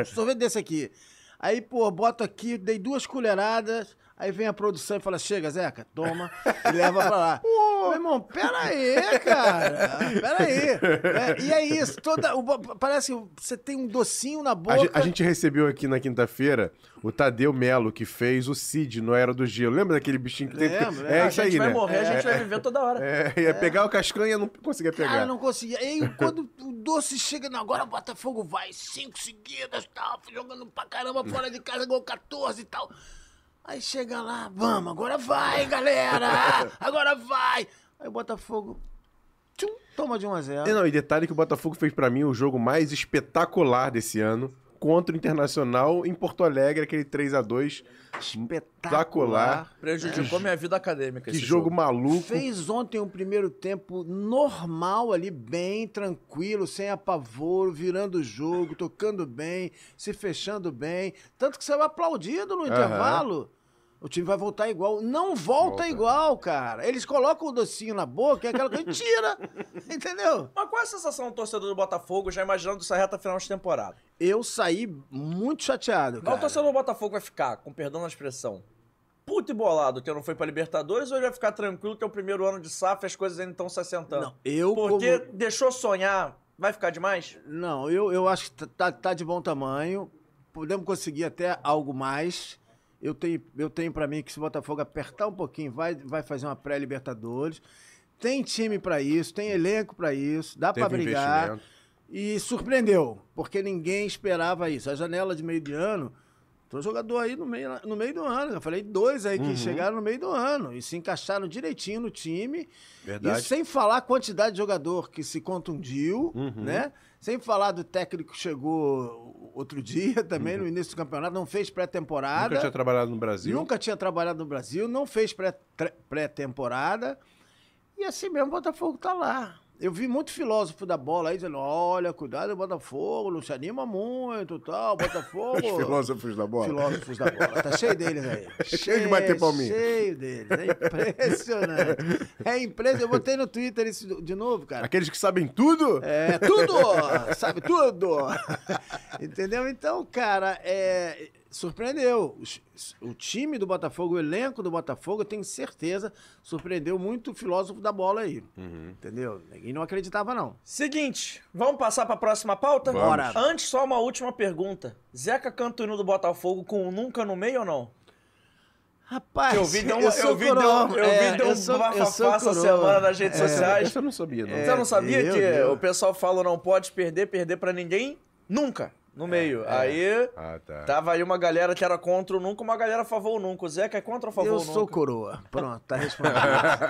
S4: um sorvete desse aqui. Aí, pô, boto aqui, dei duas colheradas, aí vem a produção e fala: chega, Zeca, toma, e leva
S3: [laughs]
S4: pra lá. Meu irmão, pera aí, cara. Pera aí. É, e é isso, toda, o bo- parece que você tem um docinho na boca.
S3: A, gen- a gente recebeu aqui na quinta-feira o Tadeu Melo, que fez o Cid no Era do Gelo. Lembra daquele bichinho que teve? que-
S4: Lembro,
S3: é
S4: lembro.
S2: a
S3: isso
S2: gente
S3: aí,
S2: vai
S3: né?
S2: morrer, a gente vai viver toda hora.
S3: É, ia pegar o cascanha e não conseguia
S4: Cara,
S3: pegar.
S4: Ah, não conseguia. E aí, quando o doce chega, não, agora o Botafogo vai, cinco seguidas, tal, jogando pra caramba fora de casa, gol 14 e tal. Aí chega lá, vamos, agora vai, galera! Agora vai! Aí o Botafogo tchum, toma de 1 a
S3: E
S4: 0
S3: não, e detalhe que o Botafogo fez pra mim o jogo mais espetacular desse ano contra o Internacional em Porto Alegre, aquele 3 a 2
S4: Espetacular. É.
S2: Prejudicou minha vida acadêmica.
S3: Que
S2: esse
S3: jogo, maluco.
S4: Fez ontem um primeiro tempo normal ali, bem tranquilo, sem apavoro, virando o jogo, tocando bem, se fechando bem. Tanto que saiu aplaudido no intervalo. O time vai voltar igual. Não volta,
S3: Volta.
S4: igual, cara. Eles colocam o docinho na boca e aquela coisa tira. entendeu?
S2: Mas qual é a sensação do torcedor do Botafogo já imaginando essa reta final de temporada?
S4: Eu saí muito chateado,
S2: Mas o
S4: cara.
S2: torcedor do Botafogo vai ficar, com perdão na expressão, puto e bolado que eu não fui pra Libertadores ou ele vai ficar tranquilo que é o primeiro ano de SAF e as coisas ainda estão se assentando?
S4: Não, eu
S2: Porque
S4: como-
S2: deixou sonhar, vai ficar demais?
S4: Não, eu, eu acho que tá, tá de bom tamanho. Podemos conseguir até algo mais. Eu tenho, eu tenho para mim que se o Botafogo apertar um pouquinho, vai, vai fazer uma pré-Libertadores. Tem time para isso, tem elenco para isso, dá para
S3: Teve
S4: brigar.
S3: investimento.
S4: E surpreendeu, porque ninguém esperava isso. A janela de meio de ano, tem um jogador aí no meio, no meio do ano. Eu falei dois aí que
S3: Uhum.
S4: chegaram no meio do ano e se encaixaram direitinho no time.
S3: Verdade.
S4: Isso sem falar a quantidade de jogador que se contundiu,
S3: Uhum.
S4: né? Sem falar do técnico que chegou outro dia [laughs] também, no início do campeonato, não fez pré-temporada.
S3: Uhum. Nunca tinha trabalhado no Brasil.
S4: Nunca tinha trabalhado no Brasil, não fez pré- tre- pré-temporada. e assim mesmo, o Botafogo tá lá. Eu vi muito filósofo da bola aí dizendo: olha, cuidado, Botafogo, não se anima muito
S3: [laughs]
S4: tal, Botafogo.
S3: Os filósofos da bola.
S4: Filósofos da bola. Tá cheio deles aí.
S3: [laughs] Cheio de bater palminha.
S4: Cheio deles. É impressionante. É impressionante. Eu botei no Twitter isso do- de novo, cara.
S3: Aqueles que sabem tudo?
S4: É tudo! Sabe tudo! Entendeu? Então, cara, é, surpreendeu. Os- O time do Botafogo, o elenco do Botafogo, eu tenho certeza, surpreendeu muito o filósofo da bola aí.
S3: Uhum.
S4: Entendeu? Ninguém não acreditava, não.
S2: Seguinte, vamos passar pra próxima pauta?
S3: Vamos.
S4: Bora.
S2: Antes, só uma última pergunta. Zeca canta o hino do Botafogo com o Nunca no meio ou não?
S4: Rapaz,
S2: Eu vi, deu uma-
S4: sou
S2: eu vi, deu-
S4: coroa.
S2: eu vi,
S4: É,
S2: deu um
S4: sou- eu sou
S2: bafafá essa
S4: coroa. É.
S2: semana nas redes sociais.
S3: Essa eu não sabia, não.
S2: Você não sabia
S4: meu
S2: que
S4: Deus.
S2: o pessoal fala não pode perder, perder pra ninguém? Nunca,
S4: É,
S2: no meio. Aí
S3: Ah, tá.
S2: tava aí uma galera que era contra o Nunca, uma galera a favor o Nunca. O Zeca é contra ou a favor
S4: Eu
S2: o
S4: sou
S2: Nunca?
S4: coroa. Pronto, tá respondido.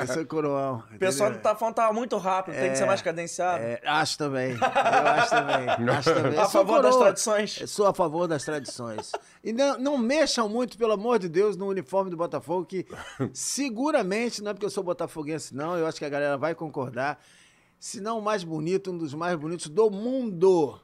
S4: eu sou coroão.
S2: O pessoal
S4: entendeu?
S2: tá falando que tava muito rápido, tem que ser mais cadenciado.
S4: É, acho também. Eu acho também. Acho também.
S2: [laughs] A
S4: Sou
S2: favor das
S4: coroa.
S2: tradições.
S4: Eu Sou a favor das tradições. E não, não mexam muito, pelo amor de Deus, no uniforme do Botafogo,
S2: [laughs]
S4: que seguramente, não é porque eu sou botafoguense, não, eu acho que a galera vai concordar. Se não o mais bonito, um dos mais bonitos do mundo.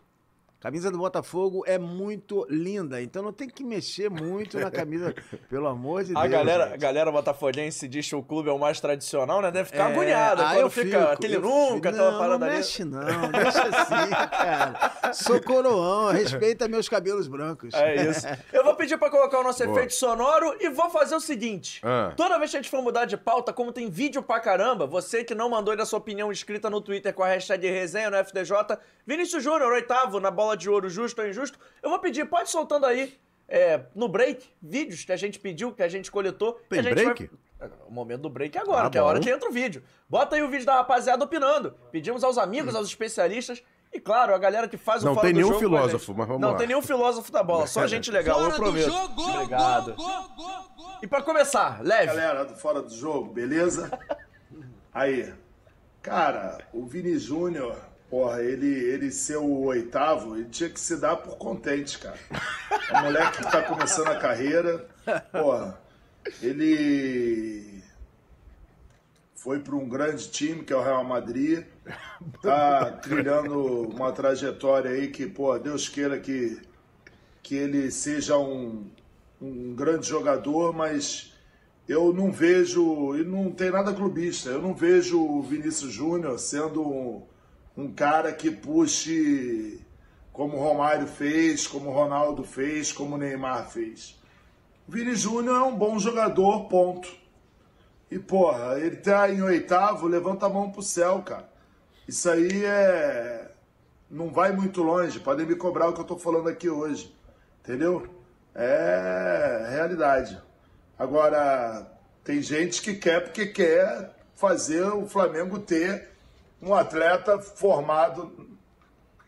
S4: Camisa do Botafogo é muito linda, então não tem que mexer muito
S2: [laughs]
S4: na camisa, pelo amor de
S2: A
S4: Deus.
S2: galera, a
S4: gente.
S2: galera botafoguense diz que o clube é o mais tradicional, né? Deve ficar
S4: É,
S2: agoniada
S4: aí
S2: quando
S4: eu
S2: fica
S4: fico,
S2: aquele
S4: eu
S2: nunca,
S4: fico,
S2: aquela
S4: não,
S2: parada
S4: Não
S2: ali.
S4: mexe não, deixa assim, cara. Sou coroão, respeita meus cabelos brancos.
S2: É isso. [laughs] Eu vou pedir pra colocar o nosso
S3: Boa.
S2: efeito sonoro e vou fazer o seguinte.
S3: Ah.
S2: Toda vez que a gente for mudar de pauta, como tem vídeo pra caramba, você que não mandou ainda sua opinião escrita no Twitter com a hashtag resenha no FDJ, Vinícius Júnior, oitavo, na bola de ouro, justo ou injusto, eu vou pedir, pode ir soltando aí, é, no break, vídeos que a gente pediu, que a gente coletou. e
S3: Tem
S2: a gente
S3: break?
S2: Vai... O momento do break é agora,
S3: Tá
S2: que é a hora
S3: bom.
S2: que entra o vídeo. Bota aí o vídeo da rapaziada opinando. Pedimos aos amigos, aos especialistas, E claro, a galera que faz
S3: Não
S2: o fora
S3: tem
S2: do
S3: nenhum
S2: jogo com a
S3: filósofo,
S2: gente.
S3: mas vamos
S2: Não
S3: lá.
S2: tem nenhum filósofo da bola, só gente legal, eu
S1: Fora do
S2: prometo.
S1: jogo!
S2: Obrigado. E pra começar, leve.
S5: galera do Fora do Jogo, beleza? Aí, cara, o Vini Júnior, porra, ele, ele ser o oitavo, ele tinha que se dar por contente, cara. É um moleque que tá começando a carreira, porra, ele foi para um grande time, que é o Real Madrid, tá trilhando uma trajetória aí que, porra, Deus queira que, que ele seja um, um grande jogador, mas eu não vejo, e não tem nada clubista, eu não vejo o Vinícius Júnior sendo um, um cara que puxe como o Romário fez, como o Ronaldo fez, como o Neymar fez. O Vini Júnior é um bom jogador, ponto. E porra, ele tá em oitavo, levanta a mão pro céu, cara. Isso aí é. Não vai muito longe, podem me cobrar o que eu tô falando aqui hoje. Entendeu? É realidade. Agora, tem gente que quer porque quer fazer o Flamengo ter um atleta formado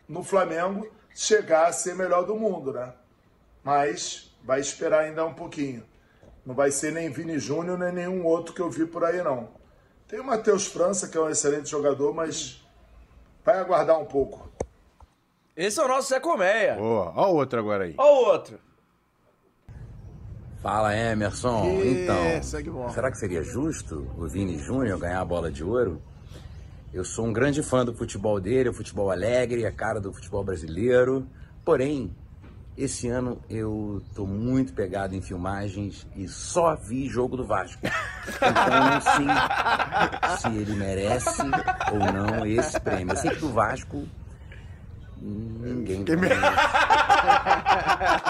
S5: no Flamengo chegar a ser melhor do mundo, né? Mas vai esperar ainda um pouquinho. Não vai ser nem Vini Júnior, nem nenhum outro que eu vi por aí, não. Tem o Matheus França, que é um excelente jogador, mas vai aguardar um pouco.
S2: Esse é o nosso Zé Colmeia.
S3: Boa. Ó o outro agora aí.
S2: Ó o outro.
S6: Fala Emerson,
S4: É,
S6: então,
S4: sangue bom.
S6: será que seria justo o Vini Júnior ganhar a bola de ouro? Eu sou um grande fã do futebol dele, o futebol alegre, a cara do futebol brasileiro. Porém, esse ano eu tô muito pegado em filmagens e só vi jogo do Vasco. Então eu não sei se ele merece ou não esse prêmio. Eu sei que do Vasco ninguém ganha.
S3: [laughs]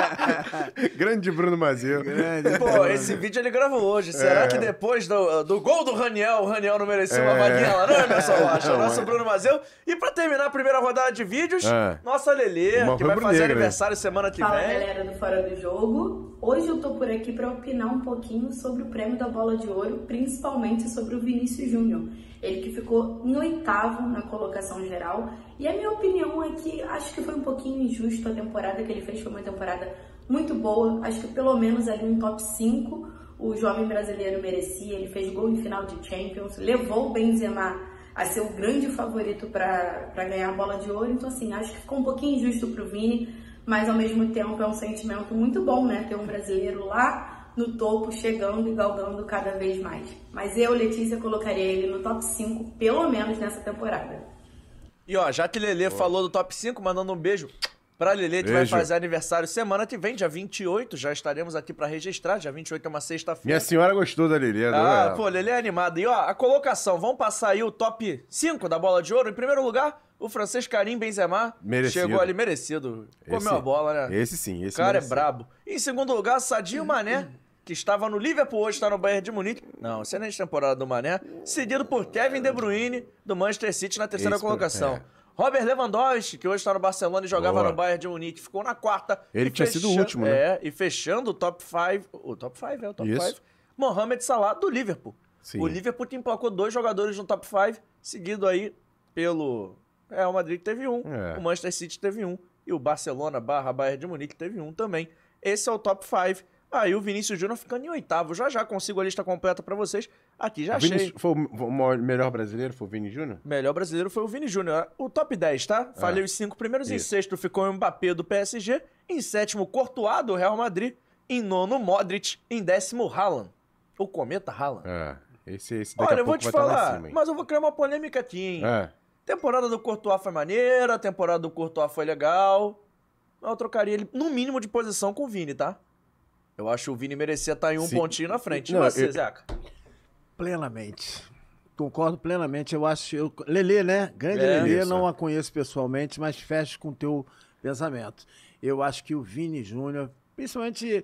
S3: Grande Bruno Mazeu.
S4: Grande.
S2: Pô,
S3: né?
S2: esse vídeo ele gravou hoje. Será que depois do, do gol do Raniel, o Raniel não merecia uma
S3: É.
S2: vaguinha lá, não, Emerson
S3: [laughs]
S2: Rocha? O
S3: Não,
S2: nosso
S3: é.
S2: Bruno Mazeu. E pra terminar a primeira rodada de vídeos,
S3: É.
S2: nossa Lelê,
S3: Uma
S2: que vai fazer
S3: rubro-negra, né?
S2: aniversário semana que
S7: Fala
S2: vem.
S7: galera do Fora do Jogo. Hoje eu tô por aqui para opinar um pouquinho sobre o prêmio da Bola de Ouro, principalmente sobre o Vinícius Júnior. Ele que ficou em oitavo na colocação geral. E a minha opinião é que acho que foi um pouquinho injusto a temporada que ele fez, foi uma temporada muito boa. Acho que pelo menos ali no top 5 o jovem brasileiro merecia. Ele fez gol em final de Champions, levou o Benzema a ser o grande favorito para ganhar a bola de ouro. Então, assim, acho que ficou um pouquinho injusto pro Vini, mas ao mesmo tempo é um sentimento muito bom, né? Ter um brasileiro lá no topo, chegando e galgando cada vez mais. Mas eu, Letícia, colocaria ele no top 5, pelo menos nessa temporada.
S2: E ó, já que Lelê falou do top 5, mandando um beijo pra Lelê, que
S3: Beijo.
S2: vai fazer aniversário semana que vem, dia 28. Já estaremos aqui pra registrar. Dia 28 é uma
S3: Minha
S2: sexta-feira.
S3: senhora gostou da Lili, adorou
S2: Ah,
S3: ela.
S2: pô, Lelê é animado. E ó, a colocação, vamos passar aí o top 5 da bola de ouro. Em primeiro lugar, o francês Karim Benzema
S3: Merecido.
S2: chegou ali merecido. Comeu
S3: Esse-
S2: a bola, né?
S3: Esse sim, esse
S2: o cara
S3: merecido.
S2: é brabo. Em segundo lugar, Sadio Mané, que estava no Liverpool hoje, está no Bayern de Munique. Não, excelente temporada do Mané. Seguido por Kevin De Bruyne, do Manchester City, na terceira
S3: Esse pro-
S2: colocação.
S3: é.
S2: Robert Lewandowski, que hoje está no Barcelona e jogava
S3: Boa.
S2: no Bayern de Munique, ficou na quarta.
S3: Ele
S2: E
S3: tinha sido o
S2: fecha-
S3: último, né?
S2: É, e fechando o top 5, o top 5 é o top
S3: Isso.
S2: 5, Mohamed Salah do Liverpool.
S3: Sim.
S2: O Liverpool que emplacou dois jogadores no top 5, seguido aí pelo Real Madrid que teve um,
S3: É.
S2: o Manchester City teve um e o Barcelona barra Bayern de Munique teve um também. Esse é o top 5. Aí o Vinícius Júnior ficando em oitavo. Já já consigo a lista completa pra vocês. Aqui já
S3: O Vini
S2: achei.
S3: foi o o maior- melhor brasileiro? Foi o Vini Júnior?
S2: Melhor brasileiro foi o Vini Júnior. O top 10, tá? Falei os cinco primeiros. Em
S3: É. Isso.
S2: sexto ficou o Mbappé do PSG. Em sétimo, Courtois do Real Madrid. Em nono, Modric. Em décimo, Haaland. O cometa Haaland.
S3: É. Esse, esse daqui
S2: Olha,
S3: a
S2: eu vou
S3: pouco
S2: te
S3: vai estar lá em
S2: falar,
S3: cima, hein?
S2: mas eu vou criar uma polêmica aqui, hein?
S3: É.
S2: Temporada do Courtois foi maneira, a temporada do Courtois foi legal. Mas eu trocaria ele, no mínimo, de posição com o Vini, tá? Eu acho que o Vini merecia estar em um
S3: Sim.
S2: pontinho na frente.
S3: Não,
S2: e você,
S3: eu-
S2: Zeca?
S4: Plenamente. Concordo plenamente. Eu acho. Eu... Lelê, né? Grande
S2: É.
S4: Lelê,
S3: Isso.
S4: não a conheço pessoalmente, mas fecho com o teu pensamento. Eu acho que o Vini Júnior, principalmente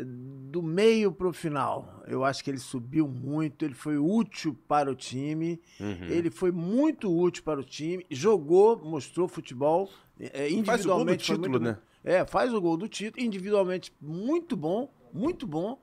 S4: do meio para o final, eu acho que ele subiu muito, ele foi útil para o time,
S3: Uhum.
S4: ele foi muito útil para o time, jogou, mostrou futebol é, individualmente.
S3: Faz o gol do
S4: foi
S3: título,
S4: muito bom.
S3: né?
S4: É, faz o gol do título, individualmente muito bom, muito bom.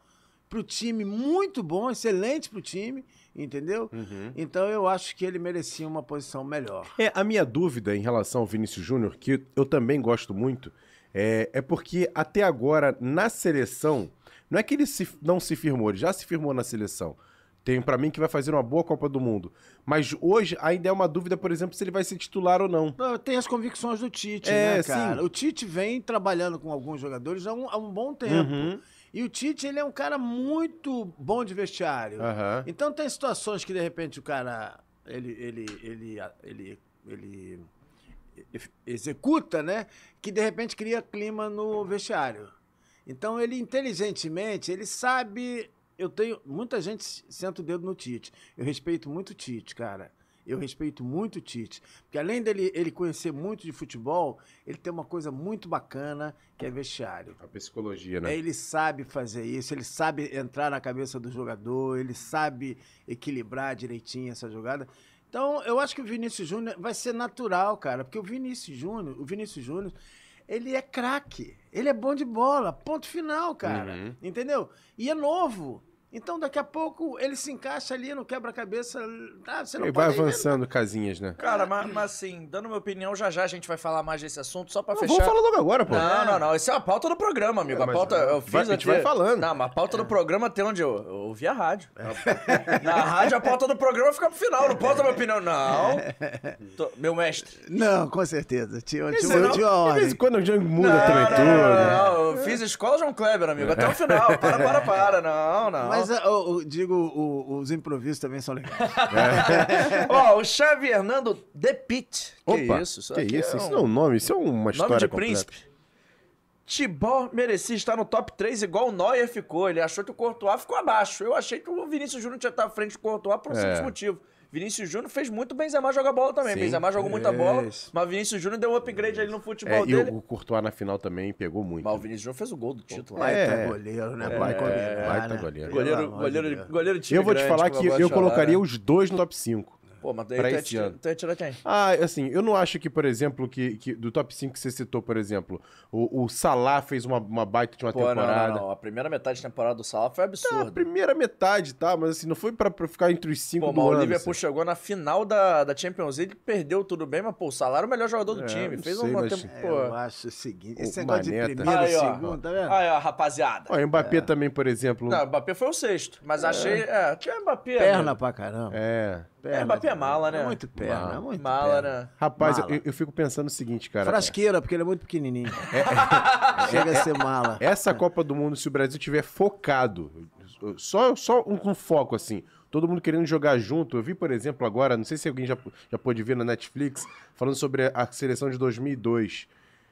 S4: pro time muito bom, excelente pro time, entendeu?
S3: Uhum.
S4: Então eu acho que ele merecia uma posição melhor.
S3: É, a minha dúvida em relação ao Vinícius Júnior, que eu também gosto muito, é, é porque até agora, na seleção, não é que ele se- não se firmou, ele já se firmou na seleção. Tem pra mim que vai fazer uma boa Copa do Mundo. Mas hoje ainda é uma dúvida, por exemplo, se ele vai ser titular ou não.
S4: Não, Tem as convicções do Tite,
S3: É,
S4: né, cara?
S3: sim.
S4: O Tite vem trabalhando com alguns jogadores há um, há um bom tempo.
S3: Uhum.
S4: E o Tite, ele é um cara muito bom de vestiário.
S3: Aham.
S4: Então tem situações que, de repente, o cara, ele, ele, ele, ele, ele efe- executa, né? Que, de repente, cria clima no vestiário. Então, ele, inteligentemente, ele sabe... Eu tenho... Muita gente senta o dedo no Tite. Eu respeito muito o Tite, cara. Eu respeito muito o Tite. Porque além dele ele conhecer muito de futebol, ele tem uma coisa muito bacana que é vestiário.
S3: A psicologia, né?
S4: É, Ele sabe fazer isso, ele sabe entrar na cabeça do jogador, ele sabe equilibrar direitinho essa jogada. Então, eu acho que o Vinícius Júnior vai ser natural, cara, porque o Vinícius Júnior, o Vinícius Júnior, ele é craque, ele é bom de bola, ponto final, cara.
S3: Uhum.
S4: Entendeu? E é novo. Então, daqui a pouco ele se encaixa ali no quebra-cabeça,
S2: ah,
S4: tá? Você não
S3: Ele vai
S4: pode nem-
S3: avançando casinhas, né?
S2: Cara, mas, mas assim, dando minha opinião, já já a gente vai falar mais desse assunto, só pra
S3: Não,
S2: fechar.
S3: vamos falar logo agora, pô.
S2: Não, não, não. Isso é a pauta do programa, amigo.
S3: É,
S2: a
S3: mas
S2: pauta eu fiz
S3: vai- a gente
S2: até-
S3: vai falando. É.
S2: Não, mas a pauta do programa tem onde eu, eu ouvi a rádio. Na rádio, a pauta do programa fica pro final. Não posso dar minha opinião,
S3: [laughs]
S2: não. Tô- meu mestre.
S4: Não, com certeza. Tinha, tinha,
S3: Senão,
S4: tinha, uma
S3: de vez
S4: ordem.
S3: em quando o Django muda
S2: não,
S3: também
S2: não,
S3: tudo. né?
S2: não, não, Eu fiz escola João Kleber, amigo. Até o final. Para, para, para. Não, não.
S4: É. Mas, ah, eu- eu digo, o- os improvisos também são legais.
S2: É.
S4: [laughs]
S2: Ó, o Xavi Hernando The Pit. Que
S3: Opa,
S2: isso?
S3: que
S2: aqui
S3: isso?
S2: é
S3: Isso
S2: um-
S3: não é um nome, isso é uma história
S2: Nome de
S3: completa.
S2: príncipe. Tibó merecia estar no top 3 igual o Neuer ficou. Ele achou que o Courtois ficou abaixo. Eu achei que o Vinícius Júnior tinha estado à frente do Courtois por um
S3: É.
S2: simples motivo. Vinícius Júnior fez muito o Benzema joga bola também.
S3: Sim.
S2: Benzema jogou muita bola,
S4: Isso.
S2: mas Vinícius Júnior deu um upgrade ali no futebol
S3: É, e
S2: dele.
S3: o, o Courtois na final também pegou muito.
S2: Mas o Vinícius Júnior fez o gol do título.
S4: Baita
S2: né?
S3: É.
S4: goleiro, né?
S3: É,
S4: Vamos combinar,
S3: baita
S4: né?
S3: goleiro.
S4: Pelo
S2: Goleiro,
S4: amor de
S2: goleiro,
S4: Deus.
S2: goleiro de time
S3: eu vou te
S2: grande,
S3: falar
S2: como
S3: que eu,
S2: gosto de falar,
S3: colocaria
S2: né?
S3: os dois no top 5.
S2: Pô, mas daí
S3: pra
S2: tu ia
S3: esse
S2: tirar-
S3: ano.
S2: tu ia tirar quem?
S3: Ah, assim, eu não acho que, por exemplo, que, que do top 5 que você citou, por exemplo, o, o Salah fez uma, uma baita de uma
S2: Pô, não,
S3: temporada.
S2: não, não. A primeira metade de temporada do Salah foi
S3: Tá, a
S2: absurda.
S3: primeira metade, tá? Mas assim, não foi pra, pra ficar entre os 5
S2: Pô,
S3: do
S2: mas o
S3: ano.
S2: Liverpool
S3: assim.
S2: chegou na final da, da Champions League, perdeu tudo bem, mas pô, o Salah era o melhor jogador do
S3: É,
S2: time.
S3: não
S2: Fez
S3: sei,
S2: uma
S3: mas-
S2: tempo,
S4: É,
S2: pô.
S4: Eu acho o seguinte, esse
S3: O
S4: negócio
S3: Maneta.
S4: de primeiro,
S2: Aí, ó.
S4: segundo, É. tá vendo?
S2: Aí, ó, rapaziada. É.
S3: Ó, o Mbappé também, por exemplo.
S2: Não, o Mbappé foi o sexto, mas achei. É, tinha Mbappé.
S4: Perna
S2: né?
S4: pra caramba.
S3: É.
S4: perna.
S2: É, Mbappé é mala, né?
S4: Muito perna,
S2: Mala.
S4: muito
S2: Mala,
S4: perna.
S2: né?
S3: Rapaz, eu,
S4: Mala.
S3: eu fico pensando o seguinte, cara.
S4: Frasqueira, porque ele é muito pequenininho. [laughs] Chega a ser mala.
S3: É, Essa Copa do Mundo, se o Brasil tiver focado, só, só um com foco assim, todo mundo querendo jogar junto. Eu vi, por exemplo, agora, não sei se alguém já, já pôde ver na Netflix, falando sobre a seleção de 2002.